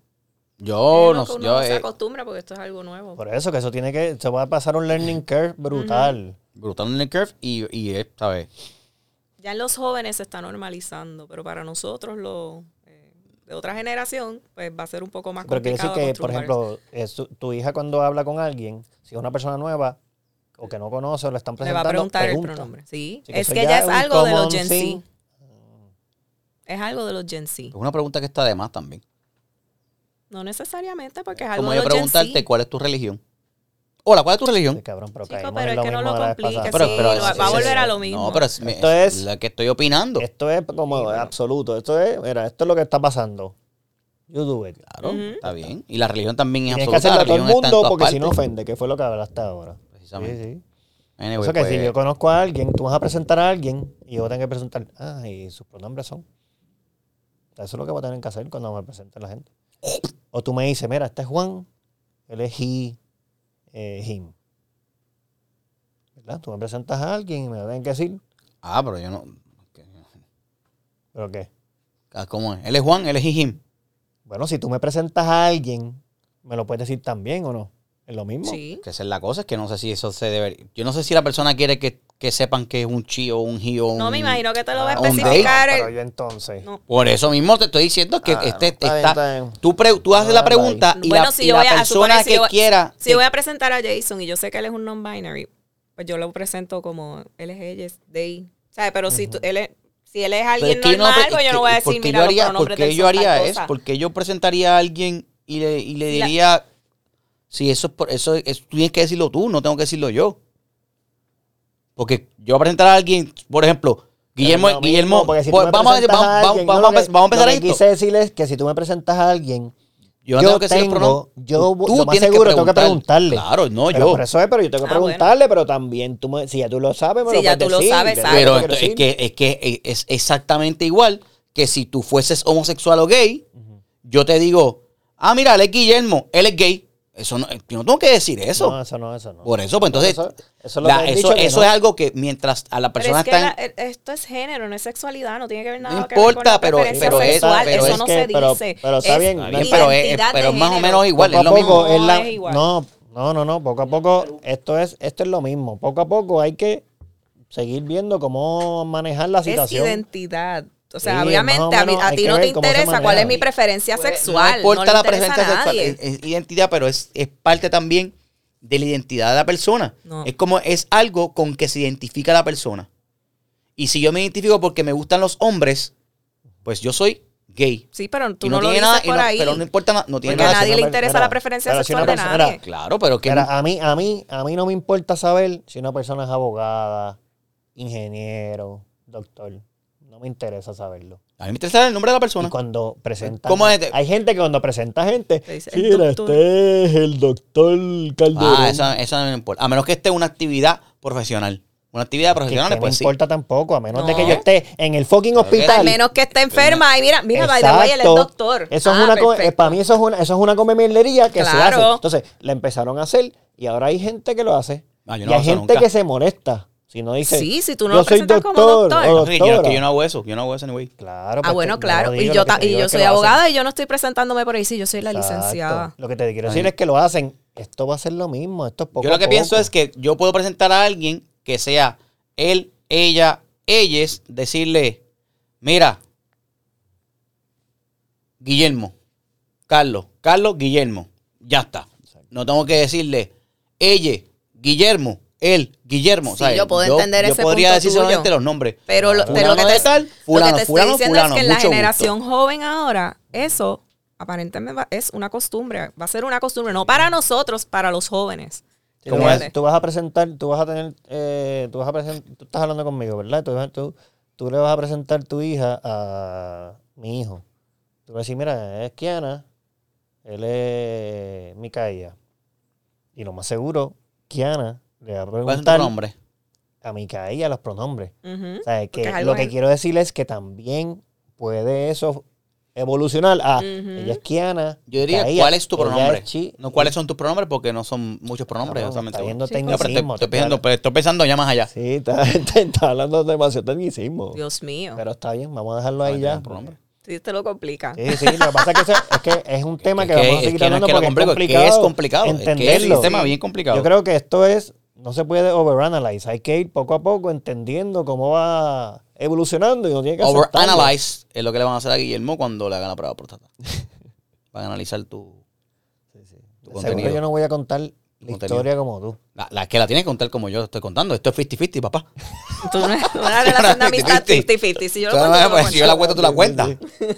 Speaker 1: Yo
Speaker 3: Bueno,
Speaker 1: no
Speaker 3: que
Speaker 1: sé.
Speaker 3: uno
Speaker 1: Yo,
Speaker 3: no se
Speaker 1: eh,
Speaker 3: acostumbra porque esto es algo nuevo.
Speaker 2: Por eso que eso tiene que, se va a pasar un learning curve brutal.
Speaker 1: brutal en el curve y, y eh, ¿sabes?
Speaker 3: Ya en los jóvenes se está normalizando, pero para nosotros, los eh, de otra generación, pues va a ser un poco más
Speaker 2: Pero quiere
Speaker 3: complicado.
Speaker 2: decir que, por
Speaker 3: acostumbrarse.
Speaker 2: ejemplo, es tu, tu hija cuando habla con alguien, si es una persona nueva o que no conoce o la están
Speaker 3: le va
Speaker 2: presentando,
Speaker 3: a preguntar
Speaker 2: pregunta.
Speaker 3: el pronombre. Sí,
Speaker 2: Así
Speaker 3: es
Speaker 2: eso
Speaker 3: que ya es
Speaker 2: un
Speaker 3: algo de los
Speaker 2: common
Speaker 3: Gen
Speaker 2: thing.
Speaker 3: Z. Es algo de los Gen Z.
Speaker 1: Es una pregunta que está de más también.
Speaker 3: No necesariamente porque es algo
Speaker 1: Como
Speaker 3: de
Speaker 1: yo
Speaker 3: los Gen Z.
Speaker 1: preguntarte cuál es tu religión. Hola, ¿cuál es tu religión?
Speaker 2: Sí, cabrón, pero
Speaker 3: Chico,
Speaker 2: caímos
Speaker 3: pero
Speaker 2: en
Speaker 3: es que no
Speaker 2: mismo
Speaker 3: lo
Speaker 2: de la vez
Speaker 3: compliques.
Speaker 2: pasada.
Speaker 3: Sí, lo- va a volver a lo mismo.
Speaker 1: No, pero es, me-
Speaker 2: Esto es-
Speaker 1: la que estoy opinando.
Speaker 2: Esto es como absoluto. Esto es, mira, esto es lo que está pasando. You do it.
Speaker 1: claro, está bien. Y la religión también es
Speaker 2: Tienes que
Speaker 1: absoluta.
Speaker 2: hacerlo
Speaker 1: la
Speaker 2: a todo el
Speaker 1: religión está en
Speaker 2: mundo
Speaker 1: todas
Speaker 2: porque si no
Speaker 1: partes.
Speaker 2: ofende, que fue lo que hablaste ahora.
Speaker 1: Precisamente.
Speaker 2: Sí, sí.
Speaker 1: Anyway,
Speaker 2: Eso que
Speaker 1: pues,
Speaker 2: si yo conozco a alguien, tú vas a presentar a alguien y yo tengo que presentar, ah, y sus pronombres son. Eso es lo que voy a tener que hacer cuando me presente la gente. O tú me dices, mira, este es Juan, él es he, eh, him. ¿Verdad? Tú me presentas a alguien y me lo tienen que decir,
Speaker 1: Ah, pero yo no.
Speaker 2: ¿pero qué?
Speaker 1: ah, ¿Cómo es? Él es Juan, él es Hijim.
Speaker 2: Bueno, si tú me presentas a alguien, me lo puedes decir también o no. Es lo mismo.
Speaker 3: Sí.
Speaker 1: Que esa es la cosa, es que no sé si eso se debe. Yo no sé si la persona quiere que, que sepan que es un chi o un hi o un.
Speaker 3: No me imagino que te lo va a
Speaker 1: Ah, un date.
Speaker 3: especificar.
Speaker 2: Pero
Speaker 3: el-
Speaker 2: yo entonces.
Speaker 3: No.
Speaker 1: Por eso mismo te estoy diciendo que
Speaker 2: Ah,
Speaker 1: este,
Speaker 2: está bien,
Speaker 1: está,
Speaker 2: está bien.
Speaker 1: tú, pre- tú haces la
Speaker 2: Déjalo ahí.
Speaker 1: pregunta y la,
Speaker 3: Bueno, si
Speaker 1: y
Speaker 3: yo
Speaker 1: la
Speaker 3: voy a- a
Speaker 1: persona
Speaker 3: suponer si
Speaker 1: que
Speaker 3: yo voy-
Speaker 1: quiera
Speaker 3: Si yo voy a presentar a Jason y yo sé que él es un non-binary, pues yo lo presento como él es ella, es they. ¿Sabes? Pero si tú- él es, si él es
Speaker 1: Pero es
Speaker 3: alguien
Speaker 1: que yo no
Speaker 3: normal,
Speaker 1: pre-
Speaker 3: pues
Speaker 1: es
Speaker 3: yo
Speaker 1: que-
Speaker 3: no voy a
Speaker 1: ¿por
Speaker 3: decir,
Speaker 1: qué
Speaker 3: mira,
Speaker 1: yo
Speaker 3: los
Speaker 1: haría,
Speaker 3: pronombres
Speaker 1: porque
Speaker 3: del
Speaker 1: yo
Speaker 3: son tal
Speaker 1: haría eso,
Speaker 3: cosa.
Speaker 1: porque yo presentaría a alguien y le, y le
Speaker 3: La-
Speaker 1: diría, si eso es, por- eso es- tú tienes que decirlo tú, no tengo que decirlo yo. Porque yo presentar a alguien, por ejemplo, Guillermo,
Speaker 2: Pero es lo
Speaker 1: Guillermo,
Speaker 2: mismo, porque si tú
Speaker 1: pues,
Speaker 2: me
Speaker 1: vamos, a,
Speaker 2: presentas
Speaker 1: vamos- vamos-
Speaker 2: alguien, yo
Speaker 1: vamos
Speaker 2: lo
Speaker 1: a empe-
Speaker 2: que-
Speaker 1: vamos a empezar
Speaker 2: lo que
Speaker 1: esto.
Speaker 2: quise decirles que si tú me presentas a alguien,
Speaker 1: Yo no tengo que decir los pronombres.
Speaker 2: yo,
Speaker 1: Tú
Speaker 2: yo más
Speaker 1: tienes que
Speaker 2: seguro tengo que
Speaker 1: preguntar.
Speaker 2: preguntarle.
Speaker 1: Claro, no,
Speaker 2: Pero
Speaker 1: yo.
Speaker 2: Por eso es, pero yo tengo que
Speaker 3: Ah, bueno.
Speaker 2: preguntarle, pero también tú, me- si ya tú lo sabes, me
Speaker 3: Si
Speaker 2: lo
Speaker 3: ya
Speaker 2: puedes
Speaker 3: tú lo
Speaker 2: decir,
Speaker 3: sabes,
Speaker 2: ¿verdad?
Speaker 3: sabes.
Speaker 1: Pero
Speaker 2: Lo quiero
Speaker 1: esto- es,
Speaker 2: decir.
Speaker 1: que, es que eh, es exactamente igual que si tú fueses homosexual o gay, yo te digo, ah, mira, él es Guillermo, él es gay. Eso no, eh, yo no tengo que decir eso.
Speaker 2: No, eso no, eso no.
Speaker 1: Por eso, pues entonces,
Speaker 2: Eso- eso es lo que
Speaker 1: la-
Speaker 2: han
Speaker 1: eso,
Speaker 2: dicho que
Speaker 1: eso
Speaker 2: no.
Speaker 1: es algo que mientras a la
Speaker 3: Pero
Speaker 1: persona
Speaker 3: es que
Speaker 1: está... en- eh,
Speaker 3: la- el- esto es género, no es sexualidad, no tiene que ver
Speaker 1: No
Speaker 3: nada que ver con
Speaker 1: importa,
Speaker 3: la
Speaker 1: pero-
Speaker 3: preferencia
Speaker 1: pero es-
Speaker 3: sexual,
Speaker 1: pero
Speaker 3: eso
Speaker 1: es
Speaker 3: no
Speaker 2: que-
Speaker 3: se
Speaker 2: pero-
Speaker 3: dice.
Speaker 2: pero está bien,
Speaker 1: Está
Speaker 2: no
Speaker 1: bien,
Speaker 2: es-
Speaker 1: pero, es,
Speaker 3: identidad
Speaker 1: pero
Speaker 3: de
Speaker 1: es más o
Speaker 3: género.
Speaker 1: menos igual,
Speaker 2: poco
Speaker 1: es lo
Speaker 2: a
Speaker 1: mismo.
Speaker 2: poco
Speaker 3: mismo.
Speaker 2: es la-
Speaker 3: No, es igual.
Speaker 2: no, no, no, no, poco a poco esto es, esto es lo mismo. Poco a poco hay que seguir viendo cómo manejar la
Speaker 3: Es
Speaker 2: situación.
Speaker 3: identidad. O sea,
Speaker 2: Sí, más o
Speaker 3: obviamente a, mí-
Speaker 2: menos
Speaker 3: a
Speaker 2: hay
Speaker 3: ti
Speaker 2: que
Speaker 3: no
Speaker 2: ver
Speaker 3: te
Speaker 2: cómo se
Speaker 3: interesa
Speaker 2: maneja.
Speaker 3: cuál es mi preferencia sexual.
Speaker 1: No importa
Speaker 3: le
Speaker 1: la
Speaker 3: interesa a
Speaker 1: presencia sexual,
Speaker 3: nadie.
Speaker 1: es, es identidad, pero es, es parte también de la identidad de la persona.
Speaker 3: No.
Speaker 1: Es como es algo con que se identifica la persona. Y si yo me identifico porque me gustan los hombres, pues yo soy gay.
Speaker 3: Sí, pero tú
Speaker 1: Y
Speaker 3: no, lo
Speaker 1: tiene
Speaker 3: dices
Speaker 1: nada, y
Speaker 3: por
Speaker 1: no-
Speaker 3: ahí.
Speaker 1: pero no importa nada, no tiene
Speaker 3: Porque a
Speaker 1: nada.
Speaker 2: si
Speaker 3: nadie
Speaker 2: una
Speaker 3: le
Speaker 2: per-
Speaker 3: interesa
Speaker 2: mira,
Speaker 3: la preferencia
Speaker 2: pero si
Speaker 3: sexual
Speaker 2: una
Speaker 3: de
Speaker 2: persona-
Speaker 3: nadie.
Speaker 1: Claro, pero que
Speaker 2: Mira, a mí, a mí, a mí no me importa saber si una persona es abogada, ingeniero, doctor. No me interesa saberlo.
Speaker 1: a mí me interesa el nombre de la
Speaker 2: Y
Speaker 1: persona.
Speaker 2: cuando presenta.
Speaker 1: ¿Cómo es este?
Speaker 2: Hay gente que cuando presenta gente.
Speaker 3: Te dice,
Speaker 2: "Sí,
Speaker 3: "El
Speaker 2: mira,
Speaker 3: doctor".
Speaker 2: este es el doctor Calderón.
Speaker 1: Ah, eso, eso no me importa. A menos que esté una actividad profesional. Una actividad
Speaker 2: Que- que
Speaker 1: profesional,
Speaker 2: no me
Speaker 1: pues sí.
Speaker 2: importa tampoco, a menos de que
Speaker 3: No.
Speaker 2: yo esté en el fucking
Speaker 1: Claro que-
Speaker 2: hospital.
Speaker 3: Al menos que esté enferma. Y mira, mira, by the way, él es
Speaker 2: Exacto.
Speaker 3: doctor.
Speaker 2: Eso es
Speaker 3: Ah,
Speaker 2: una co- eh,
Speaker 3: perfecto.
Speaker 2: para mí eso es una, eso es una comemierdería que se
Speaker 3: Claro.
Speaker 2: hace. Entonces, la empezaron a hacer y ahora hay gente que lo hace.
Speaker 1: Ah, yo no lo
Speaker 2: y hay
Speaker 1: hago eso
Speaker 2: gente
Speaker 1: nunca.
Speaker 2: que se molesta. Si no dice,
Speaker 3: Sí, si tú no
Speaker 2: yo
Speaker 3: lo
Speaker 2: soy
Speaker 3: presentas como
Speaker 2: doctor,
Speaker 3: doctor.
Speaker 1: No,
Speaker 2: o
Speaker 1: sí, yo,
Speaker 2: doctora.
Speaker 1: que yo no hago eso. Yo no hago eso, anyway.
Speaker 2: Claro.
Speaker 3: Ah,
Speaker 2: pues,
Speaker 3: bueno,
Speaker 2: te-
Speaker 3: claro.
Speaker 2: lo
Speaker 3: y
Speaker 2: digo,
Speaker 3: yo,
Speaker 2: lo que
Speaker 3: ta-
Speaker 2: te
Speaker 3: y
Speaker 2: digo
Speaker 3: yo
Speaker 2: es que
Speaker 3: soy
Speaker 2: lo hacen.
Speaker 3: abogada y yo no estoy presentándome por ahí. Sí, yo soy la
Speaker 2: Exacto.
Speaker 3: licenciada.
Speaker 2: Lo que te quiero
Speaker 1: Ahí.
Speaker 2: decir es que lo hacen. Esto va a ser lo mismo. Esto es poco
Speaker 1: Yo lo que
Speaker 2: a
Speaker 1: pienso
Speaker 2: poco.
Speaker 1: es que yo puedo presentar a alguien que sea él, ella, ellas, decirle, mira, Guillermo, Carlos, Carlos, Guillermo, ya está. No tengo que decirle, ella, Guillermo, él, Guillermo.
Speaker 3: Sí,
Speaker 1: ¿sabes?
Speaker 3: yo puedo entender ese
Speaker 1: podría
Speaker 3: punto
Speaker 1: decir
Speaker 3: tuyo.
Speaker 1: solamente los nombres.
Speaker 3: Pero lo, de
Speaker 1: Fulano
Speaker 3: lo que
Speaker 1: de
Speaker 3: te,
Speaker 1: tal,
Speaker 3: lo que
Speaker 1: fulano,
Speaker 3: te estoy
Speaker 1: fulano,
Speaker 3: diciendo
Speaker 1: fulano,
Speaker 3: es que en la
Speaker 1: mucho gusto.
Speaker 3: generación joven ahora, eso aparentemente va- es una costumbre, va a ser una costumbre, no para nosotros, para los jóvenes.
Speaker 2: Sí,
Speaker 1: ¿Cómo
Speaker 2: tú vas-
Speaker 1: es?
Speaker 2: Tú vas a presentar, tú vas a tener, eh, tú vas a presentar, tú estás hablando conmigo, ¿verdad? Tú, vas- tú, tú le vas a presentar tu hija a mi hijo. Tú vas a decir, mira, es Kiana, él es Micaía. Y lo más seguro, Kiana le va a
Speaker 1: ¿Cuál es tu
Speaker 2: preguntar
Speaker 1: nombre?
Speaker 2: a Micaía los pronombres.
Speaker 3: Ujú.
Speaker 2: O sea, es que
Speaker 3: Porque es algo
Speaker 2: lo que
Speaker 3: en-
Speaker 2: quiero decirles es que también puede eso evolucionar a, ella es Kiana.
Speaker 1: Yo diría,
Speaker 2: Micaía,
Speaker 1: ¿cuál es tu
Speaker 2: ella
Speaker 1: pronombre?
Speaker 2: Chi-
Speaker 1: no, ¿cuáles son tus pronombres? Porque no son muchos pronombres.
Speaker 2: Cabrón,
Speaker 1: exactamente.
Speaker 2: está yendo
Speaker 1: Sí, pero te-
Speaker 2: tecnicismo,
Speaker 1: estoy,
Speaker 2: te-
Speaker 1: pensando, pero estoy pensando ya más allá.
Speaker 2: Sí, está, está- está hablando demasiado tecnicismo.
Speaker 3: Dios mío,
Speaker 2: Pero está bien, vamos a dejarlo ahí ya.
Speaker 1: Pronombre.
Speaker 3: sí te lo complica.
Speaker 1: Eh.
Speaker 2: Sí, sí, lo que pasa es que, eso- es que es un tema que,
Speaker 1: Es que-
Speaker 2: vamos a
Speaker 1: es
Speaker 2: seguir
Speaker 1: que no es
Speaker 2: hablando
Speaker 1: que lo
Speaker 2: porque
Speaker 1: complico, es que es
Speaker 2: es
Speaker 1: complicado,
Speaker 2: complicado
Speaker 1: es que es un
Speaker 2: entenderlo.
Speaker 1: tema bien complicado.
Speaker 2: Yo creo que esto es, no se puede overanalyze, hay que ir poco a poco entendiendo cómo va evolucionando y no tiene que aceptarlo.
Speaker 1: Overanalyze es lo que le van a hacer a Guillermo cuando le hagan la prueba de próstata. Van a analizar tu, tu
Speaker 2: Seguro
Speaker 1: contenido.
Speaker 2: yo no voy a contar la
Speaker 1: Contenido.
Speaker 2: historia como tú.
Speaker 1: la, la que la tienes que contar como yo estoy contando. Esto es 50-50, papá.
Speaker 3: Tú una, una relación de amistad 50-50. Si yo lo
Speaker 1: Tú no me
Speaker 3: cuento, tú
Speaker 1: puedes-
Speaker 3: lo
Speaker 1: pues, si yo la
Speaker 3: cuentas.
Speaker 1: cuento, tú la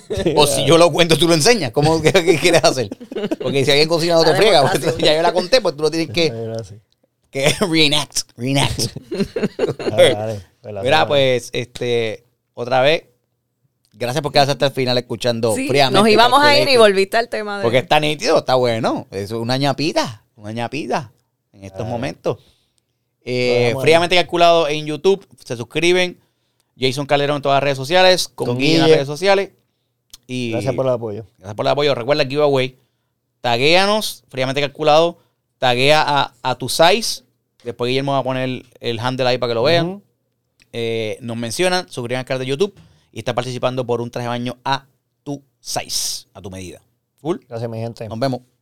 Speaker 1: cuentas. o si yo lo cuento, tú lo enseñas. ¿Cómo qué, qué quieres hacer? Porque si alguien cocina no te
Speaker 3: La
Speaker 1: friega. pues,
Speaker 3: demostración.
Speaker 1: ya yo la conté, pues tú lo tienes que,
Speaker 2: Era así.
Speaker 1: que reenact. Reenact.
Speaker 2: Ah, dale, relaciona.
Speaker 1: Mira, pues, este, otra vez, gracias por quedarse hasta el final escuchando
Speaker 3: Sí,
Speaker 1: fríamente.
Speaker 3: nos íbamos a ir
Speaker 1: Calculate.
Speaker 3: y volviste al tema de...
Speaker 1: Porque está nítido, está bueno. Es una ñapita, una ñapita en estos
Speaker 2: Ah.
Speaker 1: momentos. Eh,
Speaker 2: Lo dejamos ahí.
Speaker 1: fríamente calculado en YouTube. Se suscriben. Jason Calderón en todas las redes sociales. Con,
Speaker 2: Con
Speaker 1: Guille en las
Speaker 2: Guille.
Speaker 1: redes sociales. Y
Speaker 2: Gracias por el apoyo.
Speaker 1: gracias por el apoyo. Recuerda el giveaway. Taguéanos, fríamente calculado. Taguea a, a tu size. Después Guillermo va a poner el, el handle ahí para que lo vean
Speaker 2: Ujú.
Speaker 1: eh, nos mencionan, suscriban al canal de YouTube y está participando por un traje de baño a tu size, a tu medida. Full.
Speaker 2: Gracias, mi gente.
Speaker 1: Nos vemos.